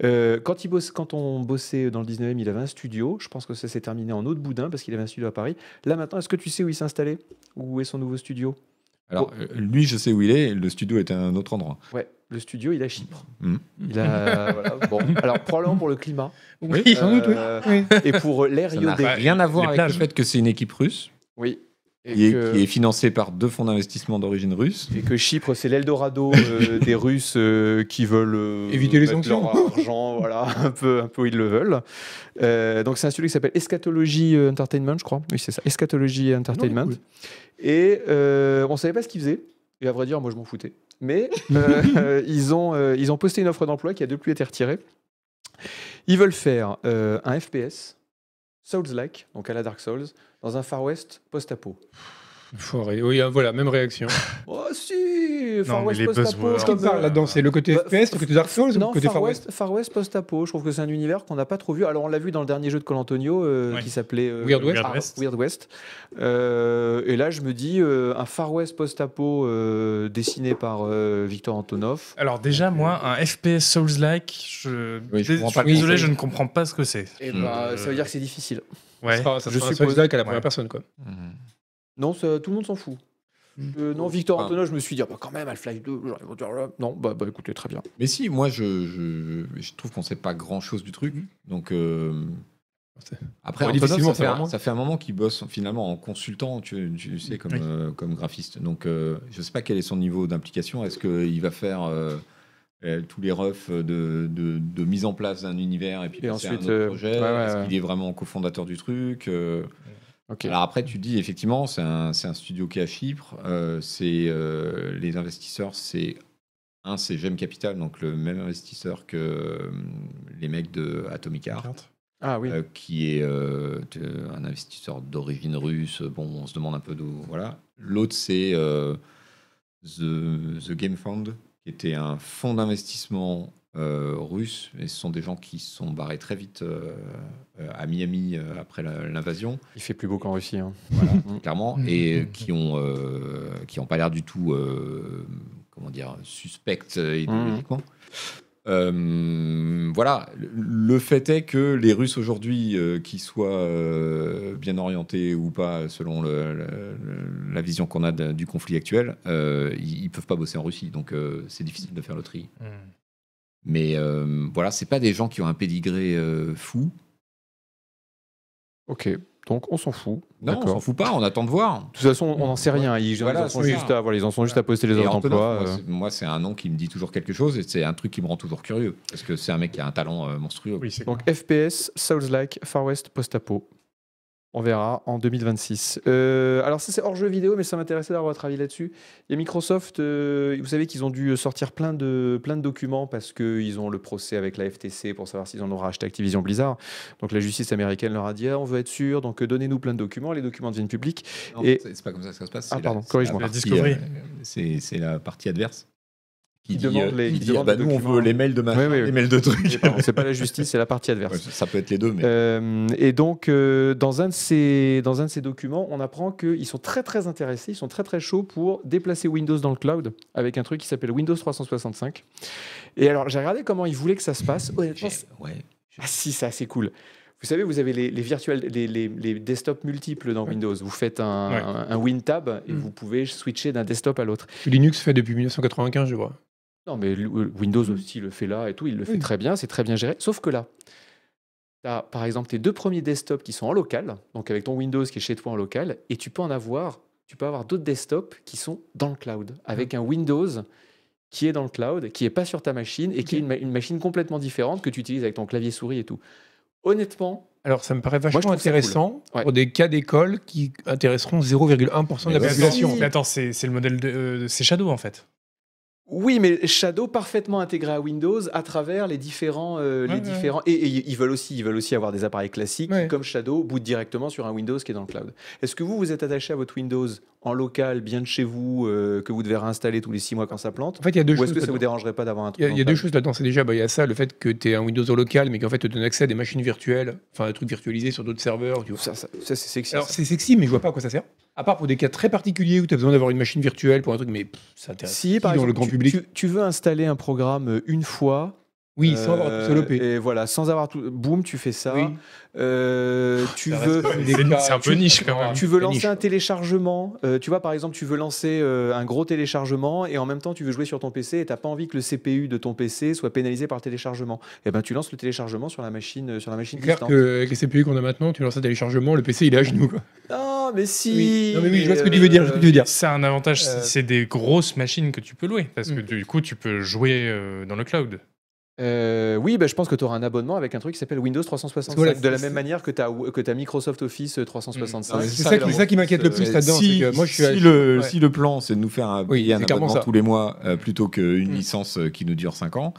A: Euh, quand, il bosse, quand on bossait dans le 19e, il avait un studio. Je pense que ça s'est terminé en autre boudin parce qu'il avait un studio à Paris. Là maintenant, est-ce que tu sais où il s'est installé Où est son nouveau studio
B: Alors, euh, lui, je sais où il est, le studio est à un autre endroit.
A: Ouais, le studio, il est à Chypre.
B: Mhm.
A: Il a, <laughs> voilà, bon. Alors, probablement pour le climat.
D: Oui.
C: Oui, sans doute, oui.
A: Euh,
C: Oui.
A: Et pour l'air
B: Ça n'a
A: iodé.
B: rien à voir
D: Ah, les
B: avec
D: plages.
B: le fait que c'est une équipe russe,
A: Oui. Et
B: qui est,
A: que-
B: qui est financée par deux fonds d'investissement d'origine russe.
A: et que Chypre, c'est l'Eldorado
C: <laughs>
A: euh, des Russes euh, qui veulent euh,
C: Éviter les
A: mettre
C: sanctions.
A: leur argent, voilà, <laughs> un peu, un peu où ils le veulent. Euh, donc c'est un studio qui s'appelle Eschatology euh, Entertainment, je crois. Oui, c'est ça, Eschatology Entertainment.
C: cool.
A: Et euh, on savait pas ce qu'ils faisaient. Et à vrai dire, moi, je m'en foutais.
C: <laughs>
A: Mais euh, euh, ils, ont, euh, ils ont posté une offre d'emploi qui a depuis été retirée. Ils veulent faire euh, un FPS, Souls-like, donc à la Dark Souls, dans un Far West post-apo.
C: Forêt. Oui, euh, voilà, même réaction.
A: Oh si Far
D: mais
A: West
D: les
A: post-apo,
D: buzzwords.
C: Ce qui me
A: comme euh,
C: parle là-dedans, c'est le côté
A: Bah,
C: FPS, le côté Dark Souls ou
A: non,
C: le côté
A: Far,
C: Far West
A: West, Far West post-apo. Je trouve que c'est un univers qu'on n'a pas trop vu. Alors, on l'a vu dans le dernier jeu de Colantonio euh,
D: Ouais.
A: qui s'appelait euh,
C: Weird
D: West.
A: Far-
D: Weird West.
A: Weird West. Euh, et là, je me dis euh, un Far West post-apo euh, dessiné par euh, Victor Antonov.
D: Alors déjà, moi, un FPS Souls-like, je,
B: Oui, je
D: Dés-
B: comprends pas
D: suis
B: le
D: désolé,
C: concept.
D: je ne comprends pas ce que c'est.
A: Et
B: Hmm.
A: bah, ça veut dire que c'est difficile.
D: Ouais.
C: Ça, ça
A: Je
C: je suis
A: suppose.
C: pas à la première
D: Ouais.
C: personne quoi.
D: Mhm.
A: Non, ça- tout le monde s'en fout. Euh, non, Victor
B: Enfin.
A: Antonov, je me suis dit, ah, bah, quand même, Half-Life 2, genre, ils vont dire, là. non, bah, bah, écoutez, très bien.
B: Mais si, moi, je, je, je trouve qu'on sait pas grand-chose du truc. Donc, euh,
C: C'est-
B: après,
C: Ouais,
B: Antonov,
C: difficilement,
B: ça, fait
C: c'est
B: un,
C: vraiment-
B: ça fait un moment qu'il bosse finalement en consultant, tu, tu sais, comme,
D: Oui.
B: euh, comme graphiste. Donc, euh, je sais pas quel est son niveau d'implication. Est-ce qu'il va faire euh, euh, tous les refs de, de- de mise en place d'un univers et puis
A: Et
B: passer à un
A: ensuite,
B: autre
A: euh, ouais,
B: projet
A: ouais,
B: Est-ce
A: ouais.
B: qu'il est vraiment cofondateur du truc Euh,
A: Ok.
B: alors après, tu dis effectivement, c'est un, c'est un studio qui est à Chypre. euh, c'est euh, les investisseurs, c'est un, c'est Gem Capital, donc le même investisseur que euh, les mecs de Atomic Heart,
A: Ah oui.
B: euh, qui est euh, t- un investisseur d'origine russe. Bon, on se demande un peu d'où. Voilà. L'autre, c'est euh, The, The Game Fund, qui était un fonds d'investissement euh, russe. Et ce sont des gens qui se sont barrés très vite euh, euh, à Miami euh, après la- l'invasion
A: Il fait plus beau qu'en Russie. hein.
B: clairement,
D: Mm.
B: et
D: Mm.
B: qui ont euh, qui ont pas l'air du tout, euh, comment dire, suspectes euh, idéologiquement. Euh, voilà, le- le fait est que les Russes aujourd'hui, euh, qu'ils soient euh, bien orientés ou pas, selon le- le- le- la vision qu'on a de- du conflit actuel, euh, ils, ils peuvent pas bosser en Russie, donc euh, c'est difficile de faire le tri.
D: Hmm.
B: Mais euh, voilà, c'est pas des gens qui ont un pédigré euh, fou.
A: Ok, donc on s'en fout.
B: Non, on
A: D'accord.
B: s'en fout pas, on attend de voir.
A: De toute façon, on n'en sait rien. Ils,
B: Voilà,
A: ils en sont
B: c'est
A: juste
B: ça.
A: à, voilà, ils en sont juste à poster les
B: Et
A: offres
B: Antonov,
A: d'emploi.
B: moi,
A: euh.
B: c'est- Moi, c'est un nom qui me dit toujours quelque chose et c'est un truc qui me rend toujours curieux. Parce que c'est un mec qui a un talent euh, monstrueux.
D: Oui, c'est
A: Donc FPS, Souls-like, Far West, post-apo. On verra en 2026. Euh, alors ça c'est hors jeu vidéo, mais ça m'intéressait d'avoir votre avis là-dessus. Et Microsoft, euh, vous savez qu'ils ont dû sortir plein de, plein de documents parce qu'ils ont le procès avec la FTC pour savoir s'ils en auront acheté Activision Blizzard. Donc la justice américaine leur a dit ah, on veut être sûr, donc euh, donnez-nous plein de documents. Les documents deviennent
B: <laughs>
A: publics.
B: Non,
A: Et-
B: C'est c'est pas comme ça que ça se passe.
A: Ah,
B: c'est
A: pardon,
B: c'est
A: corrige-moi.
D: La
B: partie,
D: Discovery.
B: euh, c'est c'est la partie adverse. Qui,
A: Qui
B: dit,
A: demande
B: euh,
A: les-
B: qui
A: qui
B: dit,
A: demande
B: ah bah,
A: les
B: nous, on
A: documents.
B: veut les mails de machin,
A: Oui, oui, oui.
B: les mails de trucs.
A: Et pardon, c'est pas la justice, c'est la partie
B: <laughs> Ouais,
A: adverse.
B: ça peut être les deux, mais.
A: Euh, et donc, euh, dans, un de ces, dans un de ces documents, on apprend qu'ils sont très très intéressés, ils sont très très chauds pour déplacer Windows dans le cloud avec un truc qui s'appelle Windows 365. Et alors, j'ai regardé comment ils voulaient que ça se passe. Honnêtement,
B: J'ai-
A: c'est-
B: Eh, ouais.
A: ah si, c'est assez cool. Vous savez, vous avez les, les virtuels, les, les- les desktops multiples dans Windows. Vous faites un,
D: Ouais.
A: un- un WinTab et
C: Mm.
A: vous pouvez switcher d'un desktop à l'autre.
C: Linux fait depuis 1995 je vois.
A: Non, mais le- euh, Windows aussi le fait là et tout, il le fait
C: Oui.
A: très bien, c'est très bien géré. Sauf que là, tu as par exemple tes deux premiers desktops qui sont en local, donc avec ton Windows qui est chez toi en local, et tu peux en avoir, tu peux avoir d'autres desktops qui sont dans le cloud, avec un Windows qui est dans le cloud, qui n'est pas sur ta machine, et qui est une, ma- une machine complètement différente que tu utilises avec ton clavier souris et tout. Honnêtement,
C: Alors ça me paraît
A: je
C: vachement
A: trouve ça
C: intéressant
A: cool. Ouais.
C: pour des cas d'école qui intéresseront 0,1% de la
B: Mais
D: Mais
B: oui.
C: population.
D: attends, mais attends, c'est c'est le modèle de. euh, c'est Shadow en fait.
A: Oui, mais Shadow parfaitement intégré à Windows à travers les différents, euh, les
D: Ouais, ouais.
A: différents. Et, et ils veulent aussi, ils veulent aussi avoir des appareils classiques
C: Ouais.
A: qui, comme Shadow, bootent directement sur un Windows qui est dans le cloud. Est-ce que vous vous êtes attaché à votre Windows en local, bien de chez vous, euh, que vous devrez installer tous les six mois quand ça plante,
C: En fait, il y a deux
A: ou
C: choses.
A: est-ce que ça vous
C: là-dedans.
A: dérangerait pas d'avoir un truc
C: Il y a,
A: dans
C: il y a
A: le
C: deux
A: cloud
C: choses là-dedans. C'est déjà, bah, il y a ça, le fait que tu es un Windows au local, mais qu'en fait, tu donnes accès à des machines virtuelles, enfin, des trucs virtualisés sur d'autres serveurs. tu vois.
A: Ça, ça- ça, c'est sexy.
C: Alors,
A: ça.
C: c'est sexy, mais je vois pas à quoi ça sert. à part pour des cas très particuliers où tu as besoin d'avoir une machine virtuelle pour un truc, mais pff, ça intéresse
A: Si,
C: qui
A: par
C: dans
A: exemple,
C: le grand
A: tu-
C: public.
A: tu- tu veux installer un programme euh, une fois,
C: Oui, sans avoir
A: Euh,
C: tout salopé.
A: Et voilà, sans avoir tout. Boum, tu fais ça.
C: Oui.
A: Euh, tu
C: Ça
A: veux.
C: reste pas des
D: C'est
C: cas-
D: c'est un peu niche quand même.
A: Tu veux
C: Ah, la
A: lancer
C: niche.
A: un téléchargement, euh, tu vois par exemple tu veux lancer euh, un gros téléchargement et en même temps tu veux jouer sur ton PC et t'as pas envie que le CPU de ton PC soit pénalisé par le téléchargement. Et ben tu lances le téléchargement sur la machine euh, sur la machine
C: C'est clair
A: distante.
C: que avec les CPU qu'on a maintenant, tu lances un téléchargement, le PC il est à genoux. Quoi.
A: Ah mais si.
C: Oui. Non mais oui, je vois ce que
A: euh,
C: tu veux dire. Je vois ce que tu veux dire.
D: C'est un avantage, c'est-
C: Euh.
D: c'est des grosses machines que tu peux louer, parce que
C: Mm.
D: du coup, tu peux jouer euh, dans le cloud.
A: Euh, oui, ben, je pense que tu auras un abonnement avec un truc qui s'appelle Windows 365
C: Voilà,
A: de la
C: c'est-
A: même manière que tu as que t'as Microsoft Office euh,
B: Non, mais
A: 365.
C: C'est ça, qui- ça qui m'inquiète le
B: Euh,
C: plus là-dedans.
B: Si,
C: c'est que moi, je suis à-
B: si le,
C: Ouais.
B: si le plan, c'est de nous faire un,
C: Oui,
B: payer un
C: c'est carrément
B: abonnement
C: ça.
B: tous les mois euh, plutôt qu'une
C: Mm.
B: licence euh, qui nous dure 5 ans,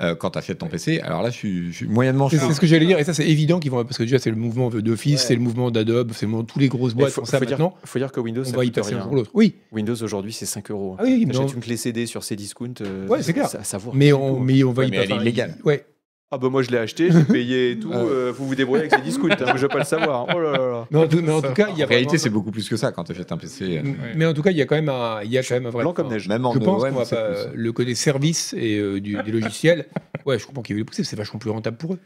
B: euh, quand tu achètes ton PC, alors là, je suis, je suis moyennement
C: C'est
B: chaud.
C: c'est ce que j'allais dire, et ça c'est évident qu'ils vont parce que déjà c'est le mouvement d'Office,
A: Ouais.
C: c'est le mouvement d'Adobe, c'est le mouvement de toutes les grosses
A: Il
C: boîtes
A: faut,
C: font ça
A: faut dire,
C: maintenant.
A: faut dire que Windows,
C: On
A: ça
C: va y
A: coûte
C: passer un
A: rien.
C: jour ou l'autre. Oui,
A: Windows aujourd'hui c'est 5 euros.
C: Ah oui,
A: T'achètes
C: non.
A: une clé CD sur Cdiscount. euh,
C: Ouais, c'est clair.
A: Ça, ça vaut
C: mais
A: rien
C: on,
A: du tout.
C: mais on va y
B: Ouais, mais
C: pas.
B: elle est
C: enfin,
B: illégale.
C: Ouais.
A: Ah bah moi je l'ai acheté, j'ai payé <laughs> et tout.
C: Ouais.
A: euh, vous vous débrouillez avec Cdiscount, hein, je veux pas le savoir. Oh là là là.
C: Mais en tout, mais en tout cas, il y a
B: En réalité,
C: vraiment-
B: c'est beaucoup plus que ça quand tu achètes un PC. euh,
C: Mais en tout cas, il y a quand même un, il y a quand même un vrai.
A: Blanc comme neige.
B: Même en
C: Je pense
B: OM,
C: qu'on va
B: c'est
C: pas
B: plus.
C: le côté service et euh, du, des logiciels. Ouais, je comprends qu'il veut les pousser, c'est vachement plus rentable pour eux.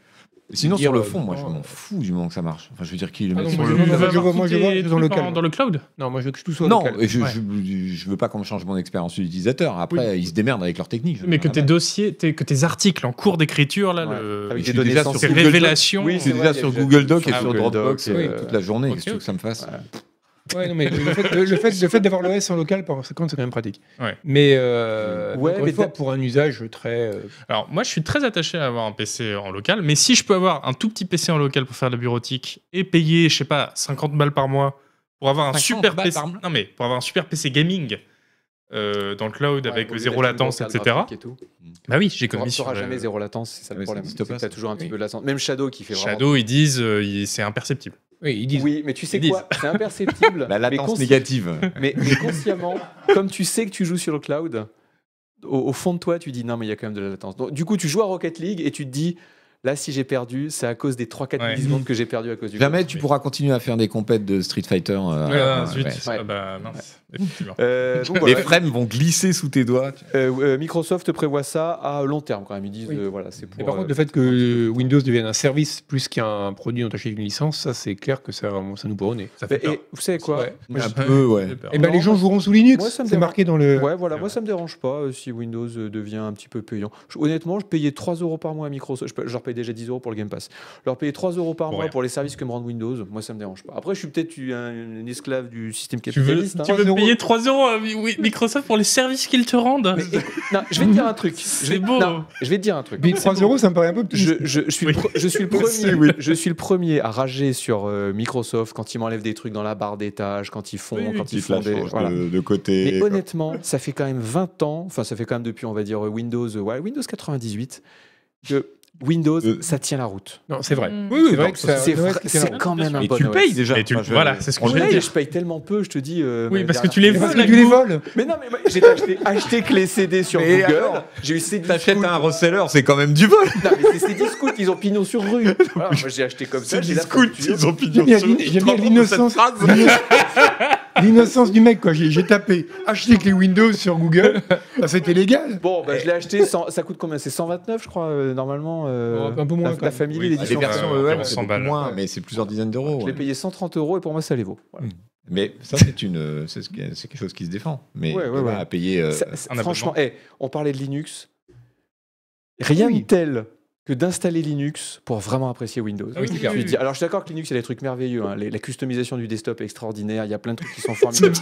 B: Sinon,
C: dire,
B: sur le
C: euh,
B: fond, moi, je
C: euh,
B: m'en fous du moment que ça marche. Enfin, je veux dire, qui le
D: Ah
B: met
D: non,
B: sur
D: moi,
B: le
D: je-
C: local.
D: veux
C: Je vois-
D: avoir
C: moi, je vois
D: tous tes
C: dans le
D: trucs en-
C: local.
D: dans le cloud.
C: Non, moi je veux que tout soit
B: Non,
C: local.
B: et je,
D: Ouais.
B: je, je veux pas qu'on me change mon expérience utilisateur. Après, ils se démerdent avec leur technique. je
D: Mais que
B: veux
D: tes
B: dire, Ah
D: dossiers, tes- que tes articles en cours d'écriture, là,
A: Ouais.
D: le-
A: Avec
B: je
A: des
B: suis
A: données
B: déjà sur
D: ces
A: sensibles.
B: Google Doc.
D: révélations.
A: Oui,
B: Je suis
A: c'est
D: euh,
A: vrai,
B: déjà
A: il y a
B: sur
A: déjà-
B: Google Doc et
A: sur
B: sur
A: Google Doc,
B: Dropbox
A: euh,
B: euh, toute la journée.
D: ok,
B: Qu'est-ce que tu veux que ça me fasse
A: Voilà.
C: Ouais, non, mais le fait, le, le fait, le fait d'avoir l'OS en local, par contre, c'est quand même pratique.
D: Ouais.
C: Mais, euh,
A: Ouais,
C: encore
A: mais
C: une fois,
A: t'as-
C: pour un usage très. euh,
D: Alors, moi, je suis très attaché à avoir un PC en local, mais si je peux avoir un tout petit PC en local pour faire de la bureautique et payer, je sais pas, 50 balles par mois pour avoir un
B: 50
D: super
B: balles
D: PC.
B: par mois
D: Non, mais pour avoir un super PC gaming euh, dans le cloud avec
A: Ouais,
D: zéro
A: la
D: latence,
A: carte
D: etc.
A: graphique et tout.
D: Bah oui,
A: Tu
D: j'économise sur
A: n'auras
D: le-
A: jamais zéro latence, c'est ça
B: Ah, mais
A: le
B: ça
A: problème.
B: n'existe
A: C'est que
B: pas,
A: T'as
B: ça.
A: toujours un petit
C: Oui.
A: peu de latence. Même Shadow qui fait vraiment.
D: Shadow, ils disent euh, il- c'est imperceptible.
C: Oui, ils disent.
A: Oui, mais tu sais
D: Ils
A: quoi C'est <laughs> imperceptible.
B: La
A: mais,
B: latence
A: consci-
B: négative.
A: mais- mais consciemment, comme tu sais que tu joues sur le cloud, au, au fond de toi, tu dis non, mais il y a quand même de la latence. Donc, du coup, tu joues à Rocket League et tu te dis là, si j'ai perdu, c'est à cause des 3-4
D: Ouais.
A: millisecondes que j'ai perdu à cause <laughs> du
B: Jamais tu
D: Mais-
B: pourras continuer à faire des compètes de Street Fighter. euh,
D: Ah,
B: ouais,
D: zut.
B: ouais.
A: Ouais.
D: Ah bah mince, effectivement.
A: Euh, donc
B: Les
A: voilà,
B: frames vont glisser sous tes doigts.
A: euh, euh, Microsoft prévoit ça à long terme quand même. Ils disent
C: Oui.
A: euh, voilà, c'est pour.
C: Et par
A: euh,
C: contre, le fait que Windows devienne un service plus qu'un produit dont tu achètes une licence, ça c'est clair que ça, ça nous prend au nez.
D: Ça fait
A: Mais-
D: peur.
A: et vous savez quoi
C: Ouais.
A: Moi,
B: Un
A: je-
B: peu, ouais.
D: J'ai peur.
C: Et ben
A: Non,
C: les gens
A: moi-
C: joueront sous Linux,
A: moi, ça me
C: c'est
A: dérange.
C: marqué dans le.
A: Euh, Ouais, voilà, moi
D: c'est vrai.
A: ça me dérange pas euh, si Windows euh, devient un petit peu payant. Je- honnêtement, je payais 3 euros par mois à Microsoft. Je, pa- je leur paye déjà 10 euros pour le Game Pass. Je leur payais 3 euros par
D: Pour
A: mois
D: rien.
A: pour les services que me rend Windows. Moi, ça me dérange pas. Après, je suis peut-être eu un, un esclave du système
D: Tu veux,
A: capitaliste. hein.
D: tu veux
C: 3 euros.
D: payer 3 euros à Mi- oui, Microsoft pour les services qu'ils te rendent
A: Mais écoute, non, je vais te dire un truc. Je
D: C'est
A: vais,
D: beau.
A: non, je vais te dire un truc.
C: Mais 3 euros, ça me paraît un peu optimiste.
A: Je, je- je suis le
D: Oui.
A: pre- je suis le premier, je suis le premier à rager sur euh, Microsoft quand ils m'enlèvent des trucs dans la barre d'étage, quand ils font,
D: Oui, oui,
A: quand ils font des. voilà.
B: de, de côté.
A: Mais honnêtement, ça fait quand même 20 ans, enfin ça fait quand même depuis on va dire Windows, euh, ouais, Windows 98, que Windows,
B: Euh.
A: ça tient la route.
C: Non, c'est vrai.
D: Mm.
C: Oui, oui, c'est
B: non,
C: vrai que ça.
A: c'est
C: ouais,
A: vrai-
C: que
A: c'est
C: ça-
A: quand même un
B: Et
A: bon
B: tu le
A: OS.
B: payes déjà.
D: Et tu-
B: je-
D: voilà, c'est ce que
B: on
D: je
B: le
D: voulais
A: Mais
B: paye.
A: je paye tellement peu, je te dis. euh,
D: Oui,
A: ma
D: parce que
A: dernière-
D: tu les
C: Mais
D: vends.
C: parce que tu les voles.
A: Mais non, mais moi, j'ai acheté, acheté que les CD sur
B: Mais
A: Google.
B: alors,
A: J'ai eu CD.
B: T'achètes un reseller, c'est quand même du vol.
A: Non, mais c'est CD Scout, ils ont pignon sur rue. Voilà, moi, j'ai acheté comme ça. j'ai la facture.
B: ont pignon
C: J'aime bien l'in- j'aime bien l'innocence. L'innocence du mec, quoi. J'ai j'ai tapé acheter clé Windows sur
A: <laughs>
C: Google. Bah, c'était légal.
A: Bon, bah, je l'ai
C: <laughs>
A: acheté. cent- ça coûte combien C'est 129, je crois, euh, normalement. euh,
C: Oh, un peu moins,
A: La,
C: quand
A: la
C: même.
A: famille,
D: Oui,
A: l'édition.
B: Les versions
D: Euh,
B: EM,
D: environ
B: c'est
D: 100
B: beaucoup
D: balles.
B: moins, mais c'est plusieurs dizaines d'euros.
A: Je l'ai
B: ouais.
A: payé 130 euros et pour moi, ça les vaut.
C: Mm.
A: Voilà.
B: Mais ça, c'est une, euh, c'est ce qui- c'est quelque chose qui se défend. Mais
A: Ouais, ouais,
B: voilà,
A: ouais.
B: à payer. euh,
A: Ça- ça-
D: un abonnement.
A: franchement, eh, on parlait de Linux. Rien
C: Oui.
A: de tel que d'installer Linux pour vraiment apprécier Windows.
D: Ah oui,
C: c'est
A: Je
C: clair.
A: lui dis- alors je suis d'accord que Linux, il y a des trucs merveilleux. hein. Les- la customisation du desktop est extraordinaire. Il y a plein de trucs qui
C: <laughs>
A: sont
B: <laughs>
A: formidables.
B: le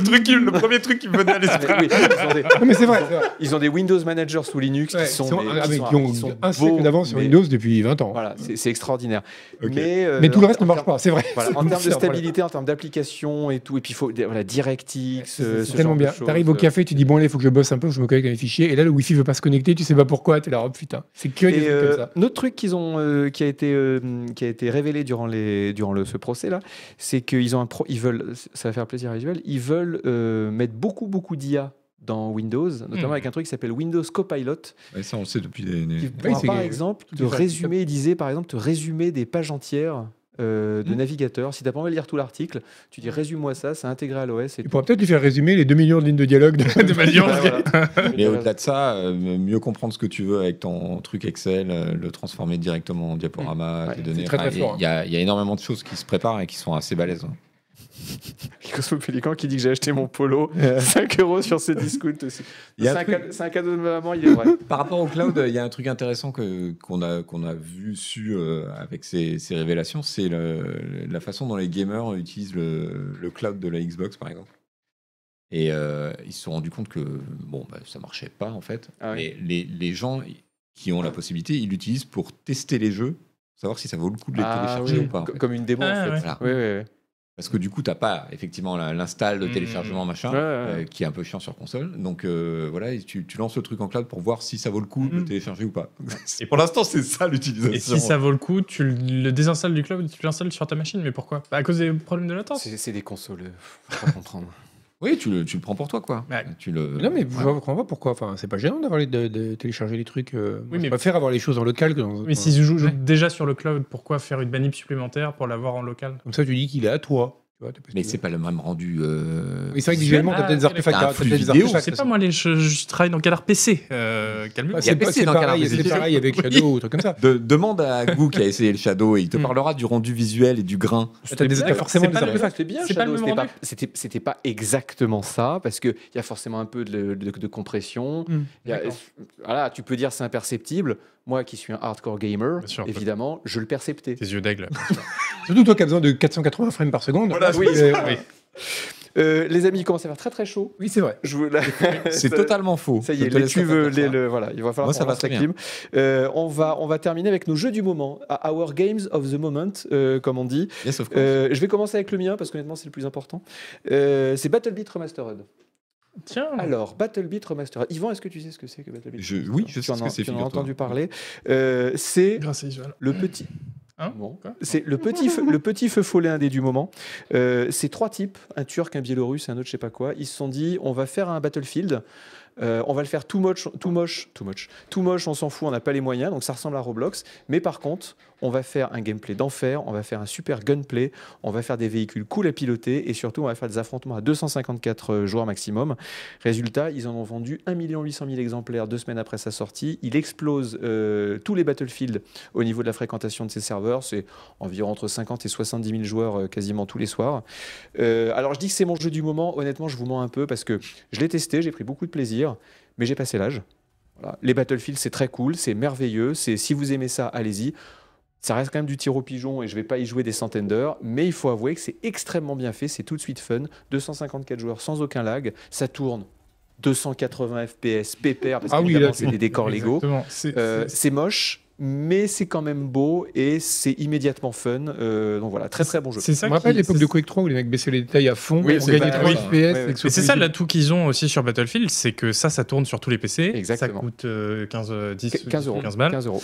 B: truc,
A: <laughs>
B: qui- le premier truc qui me venait à l'esprit.
A: Mais oui, ils, ont des,
C: Non, mais c'est vrai. c'est vrai.
A: ils ont des Windows Managers sous Linux
C: Ouais,
A: qui sont, mais-
C: ah,
A: qui
C: mais
A: sont-
C: qui ont
A: qui sont
C: un
A: beaux,
C: siècle d'avance sur
A: mais-
C: Windows depuis 20 ans.
A: Voilà, c'est c'est extraordinaire.
B: Ok.
A: Mais, euh,
C: Mais tout le reste
A: en
C: ne marche
A: termes-
C: pas, c'est vrai.
A: voilà, en
C: C'est
A: termes de
C: ça, voilà.
A: stabilité, en termes d'application et tout, et puis il faut des- voilà, DirectX, euh,
C: C'est
A: ce
C: tellement
A: genre de
C: bien.
A: choses.
C: T'arrives au café, tu dis bon allez, faut que je bosse un peu, faut que je me connecte à mes fichiers. Et là, le wifi veut pas se connecter, tu sais pas pourquoi. T'es là, oh putain, c'est que des
A: Et
C: trucs
A: euh,
C: comme ça.
A: un autre truc qu'ils ont, euh, qui a été, euh, qui a été révélé durant les, durant le, ce procès là, c'est qu'ils ont un pro, ils veulent, ça va faire plaisir à Visual, ils veulent euh, mettre beaucoup beaucoup d'IA dans Windows, notamment
D: Hmm.
A: avec un truc qui s'appelle Windows Copilot,
B: Ouais, ça, on le sait depuis des.
A: qui
B: des-
A: pourra,
C: c'est
A: par
C: que-
A: exemple
C: tout
A: te
C: est gratuit.
A: résumer, il disait par exemple te résumer des pages entières euh, de navigateur. Si t'as pas envie de lire tout l'article, tu dis résume-moi ça, c'est intégré à l'OS. Et
C: Tu pourrais peut-être lui faire résumer les 2 millions de lignes de dialogue de <laughs>
D: De
A: <laughs>
D: Valiant.
A: Ouais, voilà. <laughs>
B: Mais au-delà de ça, euh, mieux comprendre ce que tu veux avec ton truc Excel, euh, le transformer directement en diaporama,
A: Ouais,
B: te donner.
C: c'est très, très
B: il y-
C: fort, hein.
B: Il y, a il y a énormément de choses qui se préparent et qui sont assez balèzes. hein.
A: Le Cosmopélican qui dit que j'ai acheté mon <laughs> polo, 5 euros sur ses discounts aussi.
B: Il y
A: C'est
B: a un
A: un,
B: truc-
A: cade- c'est un cadeau de ma maman, il
B: <laughs>
A: est vrai.
B: Par rapport au cloud, il y a un truc intéressant que- qu'on a, qu'on a vu, su euh, avec ces, ces révélations, c'est le- la façon dont les gamers utilisent le, le cloud de la Xbox, par exemple. Et euh, ils se sont rendus compte que bon, bah, ça marchait pas, en fait.
A: Ah ouais.
B: Mais les, les gens qui ont la possibilité, ils l'utilisent pour tester les jeux, savoir si ça vaut le coup de les
A: Ah
B: télécharger
A: oui,
B: ou pas. en
A: co-
B: fait.
A: Comme une démo
D: Ah,
A: en fait.
D: ouais.
B: Voilà.
A: Oui, oui, oui.
B: Parce que du coup, t'as pas effectivement la- l'install, le
D: Mm.
B: téléchargement, machin,
A: Mmh, Ouais, ouais, ouais.
B: euh, qui est un peu chiant sur console. Donc euh, voilà, et tu, tu lances le truc en cloud pour voir si ça vaut le coup de le
D: Mm.
B: télécharger ou pas. <laughs> et pour l'instant, c'est ça l'utilisation.
D: Et si ça vaut le coup, tu le désinstalles du cloud, tu l'installes sur ta machine. Mais pourquoi Bah, À cause des problèmes de latence.
A: C'est c'est des consoles, euh, faut pas comprendre.
B: Oui, tu le, tu le prends pour toi, quoi.
D: Ouais.
B: Tu le...
C: Non, mais
B: Ouais.
C: je comprends pas pourquoi. Enfin, c'est pas gênant d'avoir les- de, de télécharger les trucs. euh, moi,
D: mais-
C: Je préfère avoir les choses en local que dans.
D: Mais
C: dans-
D: si je joue
C: Ouais.
D: déjà sur le cloud, pourquoi faire une banip supplémentaire pour l'avoir en local
C: Comme ça, tu dis qu'il est à toi. Tu vois, t'as pas-
B: Mais c'est pas le même rendu. euh,
C: Oui, c'est vrai que visuellement,
D: Ah,
C: t'as peut-être des
D: c'est
C: artefacts.
B: un
C: t'as
B: flux
C: peut-être des
B: vidéo,
C: artefacts,
D: C'est
C: de
D: pas
C: toute
D: moi, les, je, je travaille dans Canard PC. Euh,
C: façon.
D: Calmez-vous.
B: y a
C: C'est pas-
B: PC
C: c'est
B: dans Canal+,
C: pareil, c'est
B: c'est
C: pareil avec Shadow ou truc comme ça.
B: de- demande à Gou qui a essayé le Shadow et il te
D: Mm.
B: parlera du rendu visuel et du grain.
C: T'as des- t'as forcément
D: C'est
C: des
D: pas le-
C: artefacts.
A: Ah, C'était bien,
D: C'est pas
A: Shadow,
D: le même
A: c'était pas,
D: rendu.
A: c'était- c'était pas exactement ça, parce qu'il y a forcément un peu de, de- de compression.
C: Hmm.
A: Il y a-
D: D'accord.
A: voilà, tu peux dire c'est imperceptible. Moi qui suis un hardcore gamer,
D: Bien sûr, on peut-
A: évidemment, je le perceptais.
D: Tes yeux d'aigle.
C: Surtout toi qui as besoin de 480 frames par seconde.
A: Voilà,
C: oui,
D: oui.
A: Euh, les amis, il commence à faire très très chaud.
C: oui c'est vrai.
A: Je vous... la- <laughs>
B: C'est
A: ça-
B: totalement faux.
A: Ça y
B: Je
A: est,
B: te
A: les
B: laisse
A: cuves,
B: répondre à
A: les-
B: ça.
A: le- voilà, il va falloir
B: Moi, ça
A: qu'on
B: va
A: lance la
B: très
A: clim. Euh, on, va, on va terminer avec nos jeux du moment, à Our Games of the Moment, euh, comme on dit.
B: Yes, of course.
A: Euh, je vais commencer avec le mien parce qu'honnêtement c'est le plus important. Euh, c'est Battle Beat Remastered.
D: Tiens.
A: Alors Battle Beat Remastered. Yvan, est-ce que tu sais ce que c'est que Battle Beat
B: Je-
A: Remastered
B: oui, je
A: Tu
B: sais
A: en
B: ce
A: as-
B: que c'est,
A: Tu en as
B: figure-toi.
A: entendu parler. Euh, c'est
D: Grâce à Visual.
A: le petit.
D: Hein
A: Bon.
D: Quoi
A: C'est le petit, feu- le petit feu follet indé du moment. Euh, c'est trois types, un Turc, un Biélorusse, et un autre je sais pas quoi. Ils se sont dit, on va faire un Battlefield. Euh, on va le faire tout moche, tout moche, tout moche, tout moche. On s'en fout, on n'a pas les moyens, donc ça ressemble à Roblox. Mais par contre, on va faire un gameplay d'enfer, on va faire un super gunplay, on va faire des véhicules cool à piloter et surtout on va faire des affrontements à 254 euh, joueurs maximum. Résultat, ils en ont vendu 1 800 000 exemplaires deux semaines après sa sortie. Il explose euh, tous les Battlefields au niveau de la fréquentation de ses serveurs. C'est environ entre 50 et 70 000 joueurs euh, quasiment tous les soirs. Euh, alors je dis que c'est mon jeu du moment, honnêtement je vous mens un peu parce que je l'ai testé, j'ai pris beaucoup de plaisir, mais j'ai passé l'âge. Voilà. Les Battlefield c'est très cool, c'est merveilleux, c'est si vous aimez ça, allez-y. Ça reste quand même du tir au pigeon et je vais pas y jouer des centaines d'heures, mais il faut avouer que c'est extrêmement bien fait, c'est tout de suite fun. 254 joueurs sans aucun lag, ça tourne 280 FPS, pépère, parce
C: Ah oui,
A: qu'évidemment,
C: là, tu-
A: c'est des décors Lego.
D: Exactement. C'est-
A: Euh,
D: c'est-
A: c'est moche, mais c'est quand même beau et c'est immédiatement fun. Euh, donc voilà, très très bon jeu.
D: C'est ça
C: Je me rappelle
D: qui-
C: l'époque
D: c'est-
C: de Quake 3 où les mecs baissaient les détails à fond,
A: Oui,
C: on
A: c'est
C: gagnait
D: pas-
C: 3
D: oui.
C: FPS.
A: Ouais, ouais.
C: avec ce
D: Mais c'est ça
C: petit-
D: l'atout qu'ils ont aussi sur Battlefield, c'est que ça, ça tourne sur tous les PC.
A: Exactement.
D: Ça coûte euh, 15, euh, 10,
A: Qu- 15 euros.
D: 15 balles.
A: 15 euros.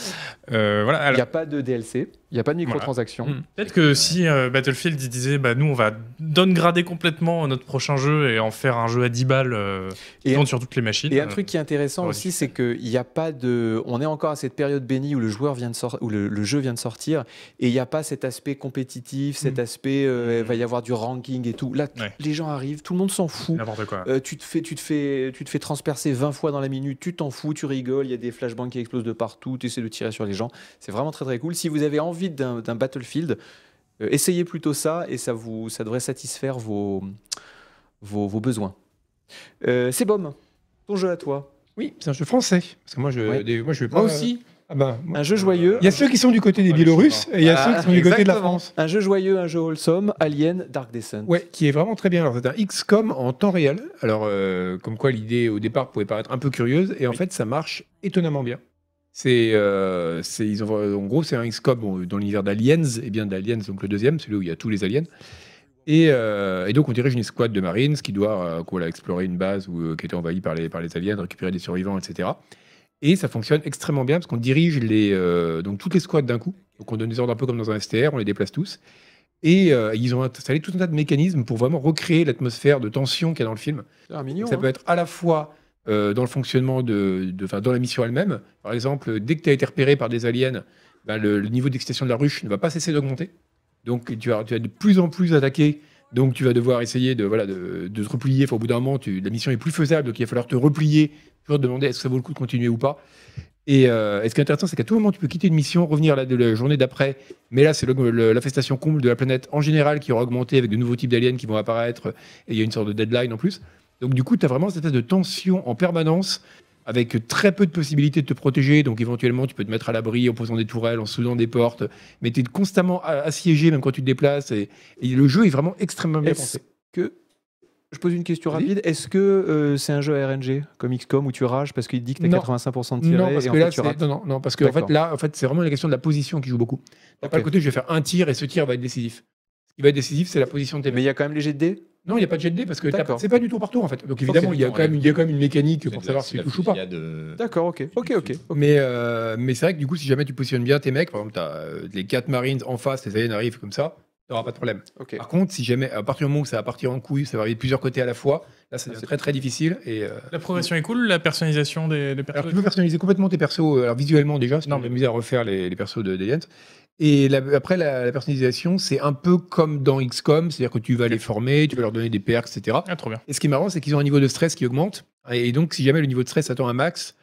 D: Euh, voilà.
A: Il
D: alors, Hmm.
A: n'y a pas de DLC, il n'y a pas de microtransactions.
B: Mm.
D: Peut-être que si euh, Battlefield il disait, bah nous, on va downgrader complètement notre prochain jeu et en faire un jeu à 10 balles euh, qui
A: Et-
D: tourne sur toutes les machines.
A: Et un truc qui est intéressant
D: euh, Ouais,
A: aussi, c'est qu'il n'y a pas de. On est encore à cette période bénie où le joueur vient de sortir, où le, le jeu vient de sortir, et il n'y a pas cet aspect compétitif, cet
D: Mm.
A: aspect euh,
D: Mm.
A: va y avoir du ranking et tout. Là, t-
D: Ouais.
A: les gens arrivent, tout le monde s'en fout.
D: N'importe quoi.
A: Euh, tu te fais, tu te fais, tu te fais transpercer 20 fois dans la minute, tu t'en fous, tu rigoles, il y a des flashbangs qui explosent de partout, tu essaies de tirer sur les gens. C'est vraiment très très cool. Si vous avez envie d'un d'un Battlefield, euh, essayez plutôt ça et ça vous, ça devrait satisfaire vos, vos, vos besoins. Euh, C'est Bom, ton jeu à toi.
C: Oui, c'est un jeu français. Parce que moi, je,
A: Ouais.
C: des- moi, je vais pas.
B: Moi aussi.
C: Ah ben, moi-
A: Un jeu joyeux.
C: Il y a ceux qui sont du côté des
D: Ah,
C: Biélorusses et il y a
A: Ah,
C: ceux qui sont du côté de la
B: exactement.
C: France.
A: Un jeu joyeux, un jeu wholesome, Alien, Dark Descent.
C: Ouais, qui est vraiment très bien. Alors, c'est un XCOM en temps réel. Alors, euh, comme quoi l'idée au départ pouvait paraître un peu curieuse, et en fait, ça marche étonnamment bien. C'est, euh, c'est- ils ont, en gros, c'est un XCOM bon, dans l'univers d'Aliens, et bien d'Aliens, donc le deuxième, celui où il y a tous les aliens. Et, euh, et donc, on dirige une escouade de Marines qui doit euh, quoi, là, explorer une base où, euh, qui a été envahie par les, par les aliens, récupérer des survivants, etc. Et ça fonctionne extrêmement bien parce qu'on dirige les, euh, donc toutes les squads d'un coup. Donc, on donne des ordres un peu comme dans un STR, on les déplace tous. Et euh, ils ont installé tout un tas de mécanismes pour vraiment recréer l'atmosphère de tension qu'il y a dans le film.
A: Ah, mignon.
C: Ça
A: hein.
C: peut être à la fois euh, dans le fonctionnement de, de- enfin, dans la mission elle-même. Par bah, exemple, dès que tu as été repéré par des aliens, ben, le, le niveau d'excitation de la ruche ne va pas cesser d'augmenter. Donc tu vas, tu vas de plus en plus attaquer. Donc tu vas devoir essayer de, voilà, de, de te replier. Enfin, au bout d'un moment, tu- la mission est plus faisable, donc il va falloir te replier pour te demander est-ce que ça vaut le coup de continuer ou pas. Et, euh, et ce qui est intéressant, c'est qu'à tout moment, tu peux quitter une mission, revenir la, de la journée d'après. Mais là, c'est l'aug- le- l'affestation comble de la planète en général qui aura augmenté avec de nouveaux types d'aliens qui vont apparaître. Et il y a une sorte de deadline en plus. Donc du coup, tu as vraiment cette espèce de tension en permanence avec très peu de possibilités de te protéger. Donc éventuellement, tu peux te mettre à l'abri en posant des tourelles, en soudant des portes. Mais tu es constamment a- assiégé même quand tu te déplaces. Et, et le jeu est vraiment extrêmement bien
A: Est-ce
C: pensé.
A: que je pose une question
C: Vas-y.
A: rapide. Est-ce que euh, c'est un jeu RNG comme XCOM où tu rages parce qu'il te dit que t'as
C: Non.
A: 85% de tiré
C: Non, parce
A: et en
C: que
A: fait
C: là,
A: tu
C: c'est-
A: rates
C: non, non, non, parce que en fait,
A: D'accord.
C: là, en fait, c'est vraiment la question de la position qui joue beaucoup. T'as pas
A: Ok.
C: le côté, je vais faire un tir et ce tir va être décisif. Ce qui va être décisif, c'est la position de tes
A: Mais il y a quand même les jets de dés
C: Non, il n'y a pas de jet de dés parce que t'as
A: D'accord.
C: pas- c'est pas du tour par tour en fait. Donc évidemment, il y, a
B: du
C: quand
B: tour,
C: même, il y a quand même une mécanique
B: C'est
C: pour
B: de-
C: savoir
B: c'est
C: si
B: de
C: tu
B: la
C: touches ou pas.
B: fusillade, euh,
A: D'accord, ok. Ok, ok.
C: Mais, euh, mais c'est vrai que du coup, si jamais tu positionnes bien tes mecs, par exemple, tu as les 4 Marines en face, les aliens arrivent comme ça, t'auras pas de problème.
A: ok.
C: Par contre, si jamais, à partir du moment où ça va partir en couille, ça va arriver de plusieurs côtés à la fois, là, c'est
A: Ah, c'est-
C: très très difficile. Et, euh,
D: La progression est cool, la personnalisation des, des
C: Alors,
D: personnages.
C: tu peux personnaliser complètement tes persos, euh, alors visuellement déjà, c'est
D: Non,
C: non, mais à refaire les, les persos de d'Aliens. Et la- après, la, la personnalisation, c'est un peu comme dans XCOM, c'est-à-dire que tu vas les former, tu vas leur donner des perks, etc.
D: Ah, trop bien.
C: Et ce qui est marrant, c'est qu'ils ont un niveau de stress qui augmente. Et donc, si jamais le niveau de stress atteint un max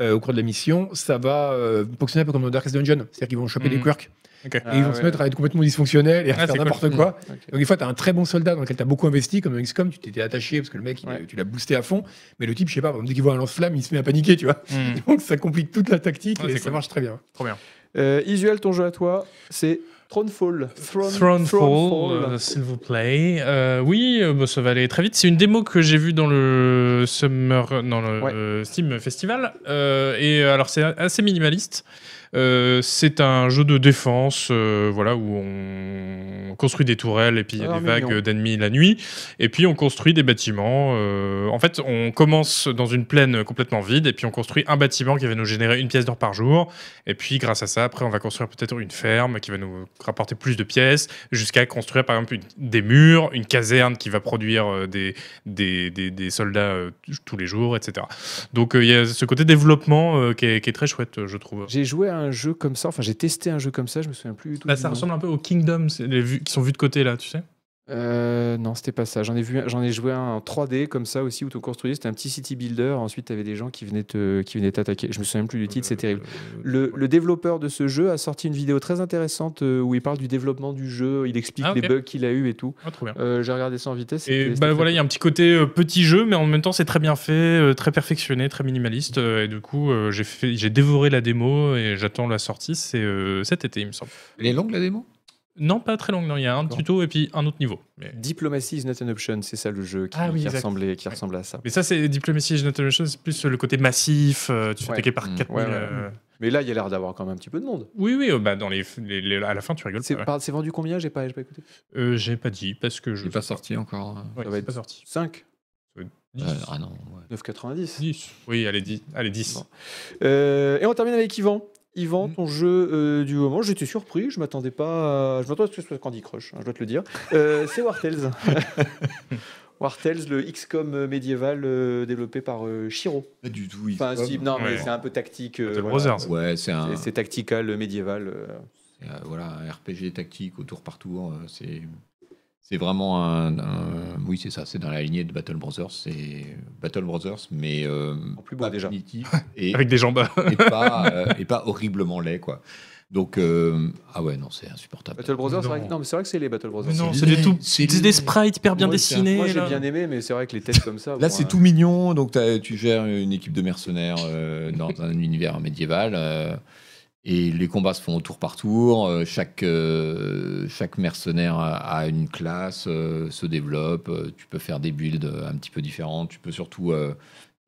C: euh, au cours de la mission, ça va euh, fonctionner un peu comme dans Darkest Dungeon. C'est-à-dire qu'ils vont choper des
D: Mhm.
C: quirks.
D: Ok.
C: Et
A: Ah
C: ils vont se mettre à être complètement dysfonctionnels et à
D: Ah,
C: faire
D: c'est
C: n'importe
D: cool.
C: quoi.
A: Ok.
C: Donc, des fois, tu as un très bon soldat dans lequel tu as beaucoup investi, comme dans XCOM, tu t'étais attaché parce que le mec, il-
A: Ouais.
C: tu l'as boosté à fond. Mais le type, je sais pas, par exemple, dès qu'il voit un lance-flamme, il se met à paniquer, tu vois.
D: Hmm.
C: <laughs> Donc, ça complique toute la tactique
D: Ah,
C: et
D: c'est
C: ça
D: cool.
C: marche très bien.
A: Euh, Isuel, ton jeu à toi, c'est Thronefall. Throne-
D: Thronefall,
A: Thronefall.
D: euh, s'il vous plaît. Euh, oui, euh, bah, ça va aller très vite. C'est une démo que j'ai vue dans le Summer, non, le
A: Ouais.
D: euh, Steam Festival. Euh, et euh, alors, c'est assez minimaliste. Euh, c'est un jeu de défense, euh, voilà, où on construit des tourelles et puis il y a
A: Ah,
D: des
A: mignon.
D: vagues d'ennemis la nuit. Et puis on construit des bâtiments. euh, en fait, on commence dans une plaine complètement vide et puis on construit un bâtiment qui va nous générer une pièce d'or par jour. Et puis grâce à ça, après, on va construire peut-être une ferme qui va nous rapporter plus de pièces jusqu'à construire par exemple une- des murs, une caserne qui va produire euh, des, des, des- des soldats euh, tous les jours, etc. Donc euh, il y a ce côté développement euh, qui, est, qui est très chouette, euh, je trouve.
A: J'ai joué à un jeu comme ça, enfin j'ai testé un jeu comme ça, je me souviens plus du tout.
C: Bah,
D: Là,
A: du
D: Bah, ça
A: nom.
D: ressemble un peu aux Kingdoms, c'est les vues, qui sont vues de côté là, tu sais.
A: Euh, non, c'était pas ça. J'en ai, vu, un- j'en ai joué un en 3D comme ça aussi où tu construisais. C'était un petit city builder. Ensuite, tu avais des gens qui venaient, te- qui venaient t'attaquer. Je me souviens plus du titre, c'est
D: Euh,
A: terrible. Le, le développeur de ce jeu a sorti une vidéo très intéressante euh, où il parle du développement du jeu. Il explique
D: Ah,
A: les
D: ok.
A: bugs qu'il a eu et tout.
D: Ah, trop bien.
A: Euh, j'ai regardé ça en vitesse. c'était-
D: Et
A: c'était
D: bah
A: très
D: voilà, il y a un petit côté euh, petit jeu, mais en même temps c'est très bien fait, euh, très perfectionné, très minimaliste. euh, et du coup, euh, j'ai fait- j'ai dévoré la démo et j'attends la sortie. C'est euh, cet été, il me semble.
B: Elle est longue la démo
D: Non, pas très longue. Non, il y a un
B: D'accord.
D: tuto et puis un autre niveau. Mais,
A: Diplomacy is not an option, c'est ça le jeu qui,
D: Ah oui,
A: qui
D: exact.
A: ressemblait, qui
D: Ouais.
A: ressemble à ça.
D: mais ça, c'est Diplomacy is Not an Option, c'est plus euh, le côté massif. euh, tu fais
A: Ouais.
D: attaquer par
B: Mm.
D: 4000.
A: Ouais, ouais.
D: euh,
A: Mais là, il y a l'air d'avoir quand même un petit peu de monde.
D: Oui, oui, euh, bah, dans les, les- les- à la fin, tu rigoles.
A: C'est,
D: pas, ouais.
A: par- c'est vendu combien J'ai pas, j'ai pas écouté.
D: Euh, J'ai pas dit parce que
B: Je
D: je.
B: l'ai pas sorti encore.
D: Ouais,
A: ça va
D: c'est
A: être-
D: pas sorti.
A: 5
D: 10.
B: Euh, ah non. ouais.
A: 9,90.
D: 10. Oui, allez, 10. Allez, 10.
A: Bon. Euh, et on termine avec Yvan. Yvan,
B: Mm.
A: ton jeu euh, du moment, j'étais surpris, je m'attendais pas à... Je m'attendais à ce que ce soit Candy Crush, hein, je dois te le dire.
D: <laughs>
A: Euh, c'est War Tales. War Tales, le XCOM euh, médiéval euh, développé par euh, Shiro.
B: Pas du tout.
A: Enfin,
B: Xcom.
A: si, non, mais
D: Ouais.
A: c'est un peu tactique. euh,
D: Battle
A: voilà.
D: Brothers.
B: Ouais, c'est un,
A: C'est- C'est tactical, euh, médiéval. euh.
B: c'est, euh, voilà, un RPG tactique au tour par tour. euh, C'est, c'est vraiment un, un- Oui, c'est ça. C'est dans la lignée de Battle Brothers. C'est Battle Brothers, mais euh,
A: En plus beau,
B: pas
A: déjà. <laughs>
B: primitif et,
D: Avec des jambes.
B: et pas, euh, et pas horriblement laid, quoi. Donc, euh, ah ouais, non, c'est insupportable.
A: Battle Brothers, c'est vrai
D: Non.
A: que- non, mais c'est vrai que c'est les Battle Brothers.
D: Mais non,
B: c'est
D: c'est des
B: laid,
D: tout.
B: c'est
D: C'est
B: laid.
D: des sprites hyper bien
B: Moi, c'est un-
D: dessinés.
A: Moi j'ai
D: là.
A: bien aimé, mais c'est vrai que les têtes comme ça.
B: Là,
A: bon,
B: c'est
A: euh,
B: tout mignon. Donc, t'as- tu gères une équipe de mercenaires euh, dans un <laughs> univers médiéval. euh, et les combats se font au tour par tour. Euh, chaque, euh, chaque mercenaire a, a une classe, euh, se développe. Euh, tu peux faire des builds euh, un petit peu différentes. Tu peux surtout euh,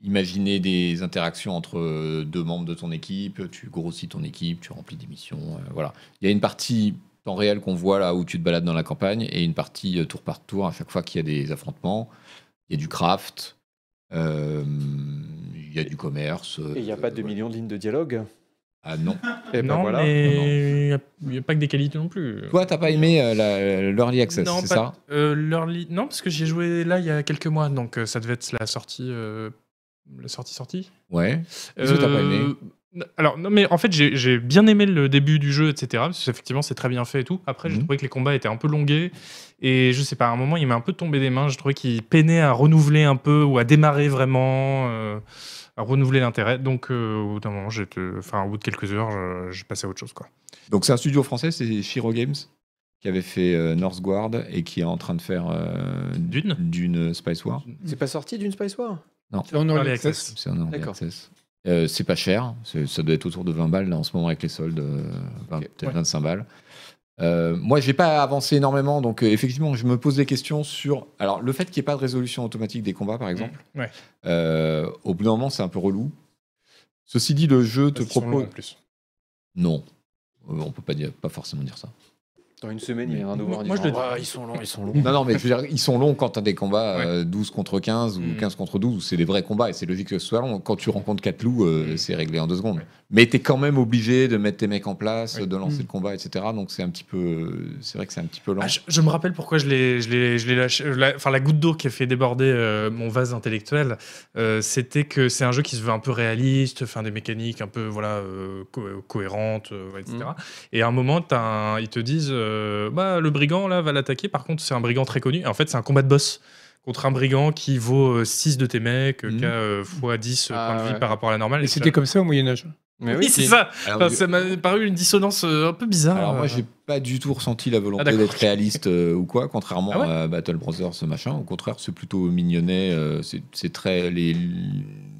B: imaginer des interactions entre euh, deux membres de ton équipe. Tu grossis ton équipe, tu remplis des missions. euh, voilà. Il y a une partie temps réel qu'on voit là où tu te balades dans la campagne et une partie euh, tour par tour à chaque fois qu'il y a des affrontements. Il y a du craft, euh, il y a du commerce.
A: Et il n'y a pas de
B: euh,
A: millions de lignes de dialogue.
B: Ah non.
A: Et ben
D: non,
A: voilà.
D: mais il n'y a, pas que des qualités non plus.
B: Toi, t'as pas aimé euh, la- l'early access,
D: Non,
B: c'est
D: pas-
B: ça
D: Euh, l'early- Non, parce que j'ai joué là il y a quelques mois, donc euh, ça devait être la sortie. euh, La sortie sortie. Euh,
B: Ouais. Qu'est-ce que t'as pas aimé
D: Alors, non, mais en fait, j'ai j'ai bien aimé le début du jeu, etc. Parce que, effectivement, c'est très bien fait et tout. Après, j'ai
B: Mhm.
D: trouvé que les combats étaient un peu longués. Et je sais pas, à un moment, il m'a un peu tombé des mains. Je trouvais qu'il peinait à renouveler un peu ou à démarrer vraiment, euh, à renouveler l'intérêt. Donc, euh, au bout d'un moment, j'étais- enfin, au bout de quelques heures, je- j'ai passé à autre chose. Quoi.
B: Donc c'est un studio français, c'est Shiro Games qui avait fait euh, North Guard et qui est en train de faire euh,
D: Dune
B: Dune Spice War.
A: C'est pas sorti d'une Spice War
C: C'est en early
D: Early
C: access.
B: C'est un early
A: D'accord.
B: access. Euh, c'est pas cher, c'est- ça doit être autour de 20 balles là, en ce moment avec les soldes, euh, vingt-
A: Ok,
B: peut-être 25 balles. Euh, moi, j'ai pas avancé énormément, donc euh, effectivement, je me pose des questions sur. Alors, le fait qu'il n'y ait pas de résolution automatique des combats, par exemple,
D: Mmh, ouais.
B: euh, au bout d'un moment, c'est un peu relou. Ceci dit, le jeu te
D: Parce qu'ils sont longs,
B: propose.
D: en plus.
B: Non, Euh, on peut pas, dire, pas forcément dire ça.
A: Dans une semaine, il
B: Mais-
A: vient nous voir en
D: Moi, je
A: disant,
D: l'ai dit.
A: Ah, ils sont longs, ils sont longs.
B: Non, non, mais je veux dire, ils sont longs quand t'as des combats
D: Ouais.
B: euh, 12 contre 15 ou
D: Mm.
B: 15 contre 12, où c'est des vrais combats et c'est logique que ce soit long. Quand tu rencontres 4 loups, euh,
D: Mm.
B: c'est réglé en 2 secondes.
D: Ouais.
B: Mais t'es quand même obligé de mettre tes mecs en place,
D: Oui.
B: de lancer
C: Mm.
B: le combat, etc. Donc c'est un petit peu. euh, C'est vrai que c'est un petit peu lent.
D: Ah, je, je me rappelle pourquoi je l'ai, je l'ai, je l'ai lâché. euh, la- Enfin, la goutte d'eau qui a fait déborder euh, mon vase intellectuel, euh, c'était que c'est un jeu qui se veut un peu réaliste, enfin des mécaniques un peu voilà euh, co- euh, cohérentes, euh, etc.
A: Mhm.
D: Et à un moment, t'as un- ils te disent, euh, bah le brigand là va l'attaquer. Par contre, c'est un brigand très connu. Et en fait, c'est un combat de boss contre un brigand qui vaut 6 de tes mecs, euh,
B: Mhm.
D: qui a euh, fois 10
A: Ah,
D: points de vie
A: ouais.
D: par rapport à la normale.
C: Et
D: Et
C: c'était
D: ça-
C: comme ça au Moyen-Âge.
A: Mais
D: oui, c'est ça.
B: Alors,
D: Enfin,
B: je-
D: ça m'a paru une dissonance euh, un peu bizarre.
B: alors, moi,
D: Euh,
B: j'ai pas du tout ressenti la
D: Ah,
B: volonté
D: d'accord,
B: d'être
D: ok.
B: réaliste euh, ou quoi, contrairement
D: Ah ouais
B: à Battle Brothers, ce machin. Au contraire, c'est plutôt mignonnet. euh, c'est- c'est très. Les,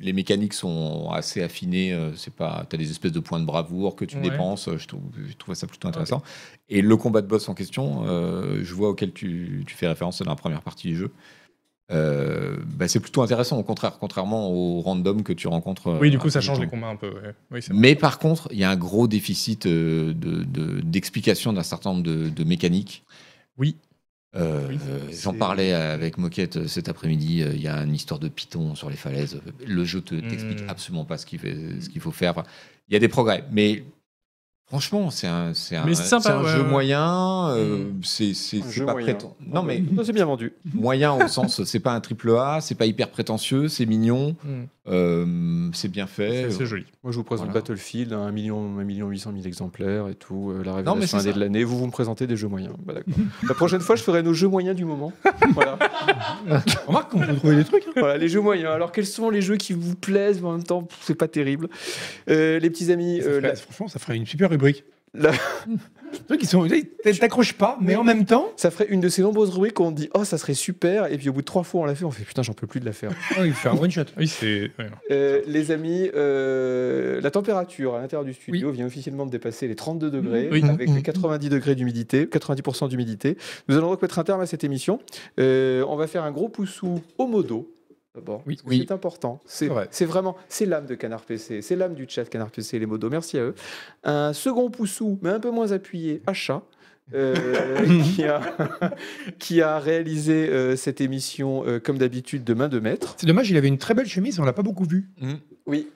B: les mécaniques sont assez affinées. euh, c'est pas. T'as des espèces de points de bravoure que tu
D: Ouais. Ah
B: dépenses. euh, Je trouve, je trouvais ça plutôt intéressant. Et le combat de boss en question, euh, je vois auquel tu, tu fais référence dans la première partie du jeu. euh, bah, c'est plutôt intéressant, au contraire, contrairement aux random que tu rencontres. euh,
D: Oui, du coup,
B: à
D: ça
B: tout
D: change
B: temps.
D: les combats un peu. ouais. Oui, c'est vrai.
B: Mais par contre, il y a un gros déficit euh, de- de- d'explication d'un certain nombre de, de mécaniques.
D: Oui.
B: Euh,
D: Oui,
B: euh,
D: c'est-
B: J'en parlais avec Moquette euh, cet après-midi. euh, Il y a une histoire de python sur les falaises. Le jeu te- t'explique
D: Hmm.
B: absolument pas ce qu'il fait- ce qu'il faut faire. Enfin, Il y a des progrès, mais franchement, c'est un, c'est un,
D: Mais c'est sympa,
B: c'est un
D: ouais, Mmh.
B: jeu
D: ouais.
B: moyen. euh, c'est c'est-
A: Un
B: c'est
A: jeu
B: pas
A: moyen.
B: prétent- Non,
D: <laughs>
B: mais
A: Ça, c'est bien vendu.
B: moyen au sens, c'est pas un triple A, c'est pas hyper prétentieux, c'est mignon,
D: Mhm.
B: euh, c'est bien
D: C'est
B: fait.
D: assez joli.
A: Moi, je vous présente
B: Voilà.
A: Battlefield, 1 million, 1 million 800 000 exemplaires et tout, euh, la
B: Non, mais c'est
A: révélation indé
B: ça.
A: de l'année. Vous, vous me présentez des jeux moyens. Bah, d'accord. la prochaine fois, je ferai nos jeux moyens du moment. <laughs> voilà.
C: Remarque, on peut trouver des trucs. hein.
A: Voilà, les jeux moyens. Alors, quels sont les jeux qui vous plaisent, mais en même temps, pff, c'est pas terrible. Euh, les petits amis, euh,
C: Ça ferait-
A: la-
C: Franchement, ça ferait une super rubrique.
A: La-
C: Les trucs, ils sont. ils T'accroches pas, mais en même temps.
A: ça ferait une de ces nombreuses rubriques où on dit Oh, ça serait super. Et puis, au bout de trois fois, on l'a fait. On fait Putain, j'en peux plus de la faire.
C: Oh, il fait un one shot.
D: Ah Oui, c'est. ouais, non.
A: Euh, les amis, euh, la température à l'intérieur du studio vient officiellement de dépasser les 32 degrés
D: Oui.
A: avec les 90 degrés d'humidité, 90% d'humidité. Nous allons donc mettre un terme à cette émission. Euh, on va faire un gros poussou au modo. D'abord,
C: Oui.
A: parce que
B: Oui.
A: c'est important. C'est
C: vrai.
A: c'est vraiment, c'est l'âme de Canard PC, c'est l'âme du chat Canard PC, les modos. Merci à eux. Un second poussou, mais un peu moins appuyé, à chat. euh, qui, a, <laughs> qui a réalisé euh, cette émission euh, comme d'habitude de main de maître.
C: C'est dommage, il avait une très belle chemise, on l'a pas beaucoup vue.
A: Oui.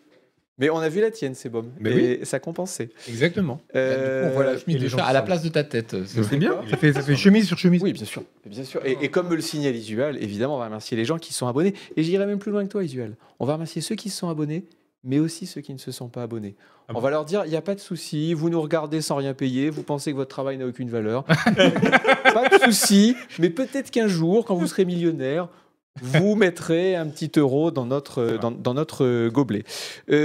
A: Mais on a vu la tienne, c'est bon.
C: Mais
A: et ça compensait.
C: Exactement.
B: Bah, Du coup, on
A: Euh,
B: voit la chemise
D: et les
B: de
D: gens
B: chat à la
D: qui
B: place de ta tête. euh, c'est-
C: C'est bien. Ça fait, ça fait chemise sur chemise.
A: Oui, bien sûr. Bien sûr. Et, et comme me le signale Isual, évidemment, on va remercier les gens qui sont abonnés. Et j'irai même plus loin que toi, Isual. On va remercier ceux qui se sont abonnés, mais aussi ceux qui ne se sont pas abonnés.
D: Ah
A: on va leur dire, il n'y a pas de souci, vous nous regardez sans rien payer, vous pensez que votre travail n'a aucune valeur.
B: <laughs>
A: pas de souci, mais peut-être qu'un jour, quand vous serez millionnaire, vous mettrez un petit euro dans notre, euh, dans, dans notre euh, gobelet.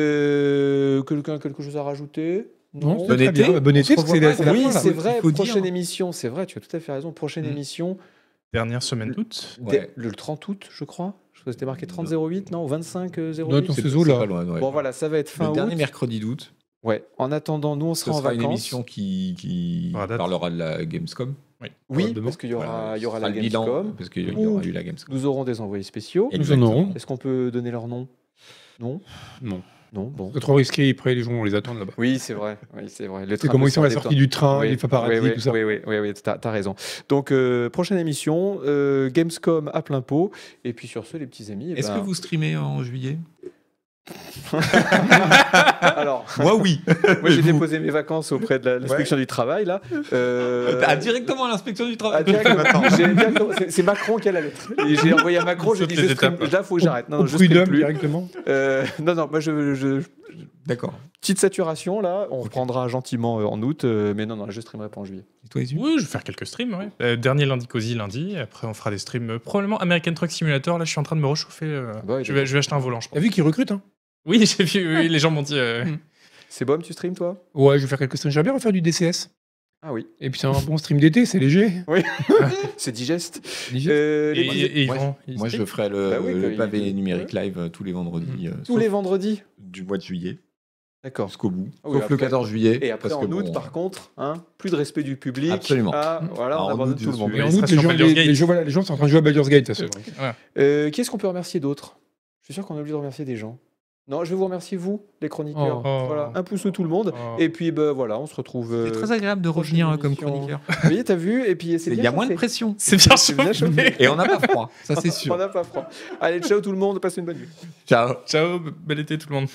A: Euh, Quelqu'un quelque chose à rajouter
C: Non,
B: Bon
C: c'est très
B: été.
C: bien. Bon
B: On se
C: été, parce que c'est
B: revoit
C: la,
B: pas.
C: c'est la
A: oui,
C: fin, là.
A: c'est
C: Il
A: vrai.
C: faut dire.
A: Prochaine émission, c'est vrai. Tu as tout à fait raison. Prochaine
D: Mm.
A: émission
D: Dernière semaine d'août.
B: Ouais.
A: dès le 30 août, je crois. Je crois que c'était marqué 30 08, non, 25 euh, 08.
C: Note, on
B: C'est
C: se zoole,
B: c'est
C: là.
B: pas loin, ouais.
A: Bon voilà, ça va être
B: le
A: fin août.
B: dernier mercredi d'août,
A: Ouais. En attendant, nous on
B: ce
A: sera en
B: sera
A: vacances.
B: une émission qui, qui
D: Par date.
B: parlera de la Gamescom.
A: oui,
C: probablement.
A: parce qu'il y aura,
B: Voilà,
A: il y aura
B: ce
A: la
B: sera le bilan,
A: Gamescom.
B: Parce qu'il y aura
A: Ouh.
B: eu la Gamescom.
A: Nous aurons des envoyés spéciaux.
C: Nous en aurons.
A: Est-ce qu'on peut donner leur nom Non. Non.
C: Non. <laughs>
A: Bon.
C: C'est trop risqué, après les gens vont les attendre là-bas.
A: Oui, c'est vrai. Oui, Ah, c'est vrai. Le
C: C'est
A: train
C: comment
A: peut
C: ils sont à la
A: s'arrêter.
C: sortie du train,
A: Oui,
C: les paparazzi,
A: oui, oui,
C: tout ça.
A: Oui, oui, oui, oui, t'as, t'as raison. Donc, euh, prochaine émission, euh, Gamescom à plein pot. Et puis sur ce, les petits amis. eh
B: Est-ce
A: ben,
B: que vous streamez en juillet
C: <laughs>
A: Alors,
B: Moi, oui.
A: moi j'ai déposé mes vacances auprès de la- l'inspection du travail là. <laughs> Euh,
B: Ah, directement à l'inspection du
A: ah,
B: travail.
A: direct- j'ai- direct- c'est- C'est Macron qui a la lettre. Et J'ai envoyé à Macron, j'ai
D: <laughs> Saute
A: dit
D: les
A: je stream-
D: étapes.
A: là faut que j'arrête. Non,
C: Au
A: je
C: prix
A: stream
C: d'homme
A: plus.
C: directement.
A: Euh, non, non, moi je, je-
B: D'accord.
A: petite saturation là, on reprendra gentiment euh, en août, euh, mais non, non, je streamerai pas en juillet.
B: Et toi, Isu
D: Oui, je vais faire quelques streams. ouais. Euh, dernier lundi cosy lundi. Après, on fera des streams. euh, probablement American Truck Simulator. Là, je suis en train de me réchauffer. euh,
A: Ah bah ouais,
D: je, vais, je vais acheter un volant, je
C: T'as
D: pense.
C: vu qu'ils recrutent, hein
D: Oui, j'ai vu. oui, les gens m'ont dit. euh,
A: C'est Bom, tu streames toi
C: Ouais, je vais faire quelques streams. J'aimerais bien refaire du DCS.
A: Ah
C: <laughs>
A: oui,
C: Et puis c'est un bon stream d'été, c'est léger.
A: c'est digeste.
C: Léger.
A: Euh,
D: et
A: les-
D: et- et ils
B: Moi,
D: vont- ils
B: Moi, je
D: stream.
B: ferai le,
A: Bah oui,
B: le
A: quand il-
B: pavé numérique live euh, tous les vendredis euh,
A: tous
B: sauf
A: les vendredis.
B: du mois de juillet
A: D'accord.
B: jusqu'au bout.
A: Ah oui,
B: sauf le
A: après-
B: 14 juillet.
A: Et après
B: parce
A: en
B: que
A: août,
B: bon,
A: par contre, hein, plus de respect du public.
B: Absolument.
A: Ah, voilà,
B: Ah,
A: on
B: en
A: abandonne
B: août,
A: tout le
B: je
A: monde.
B: suis-
C: Mais en août, les
D: Administration
C: gens, les-
D: Baldur's Gate.
C: les gens- voilà, les gens sont en train de jouer à Baldur's Gate. de toute façon.
D: Voilà.
A: Euh, Qu'est-ce qu'on peut remercier d'autre Je suis sûr qu'on a oublié de remercier des gens. Non, je vais vous remercier, vous, les chroniqueurs.
D: Oh.
A: Voilà, un pouce sous tout le monde.
D: Oh.
A: Et puis, bah, voilà, on se retrouve. euh,
B: agréable de
A: prochaine émission. Vous voyez, t'as vu Et puis, c'est
B: Il y
A: bien
B: a moins de
A: chauffé.
B: pression.
D: C'est bien
A: C'est bien
D: chauffé.
B: Et on n'a pas froid, ça c'est
A: On
B: sûr.
A: n'a pas froid. Allez, ciao tout le monde, passez une bonne nuit.
B: Ciao.
D: Ciao, bel été tout le monde.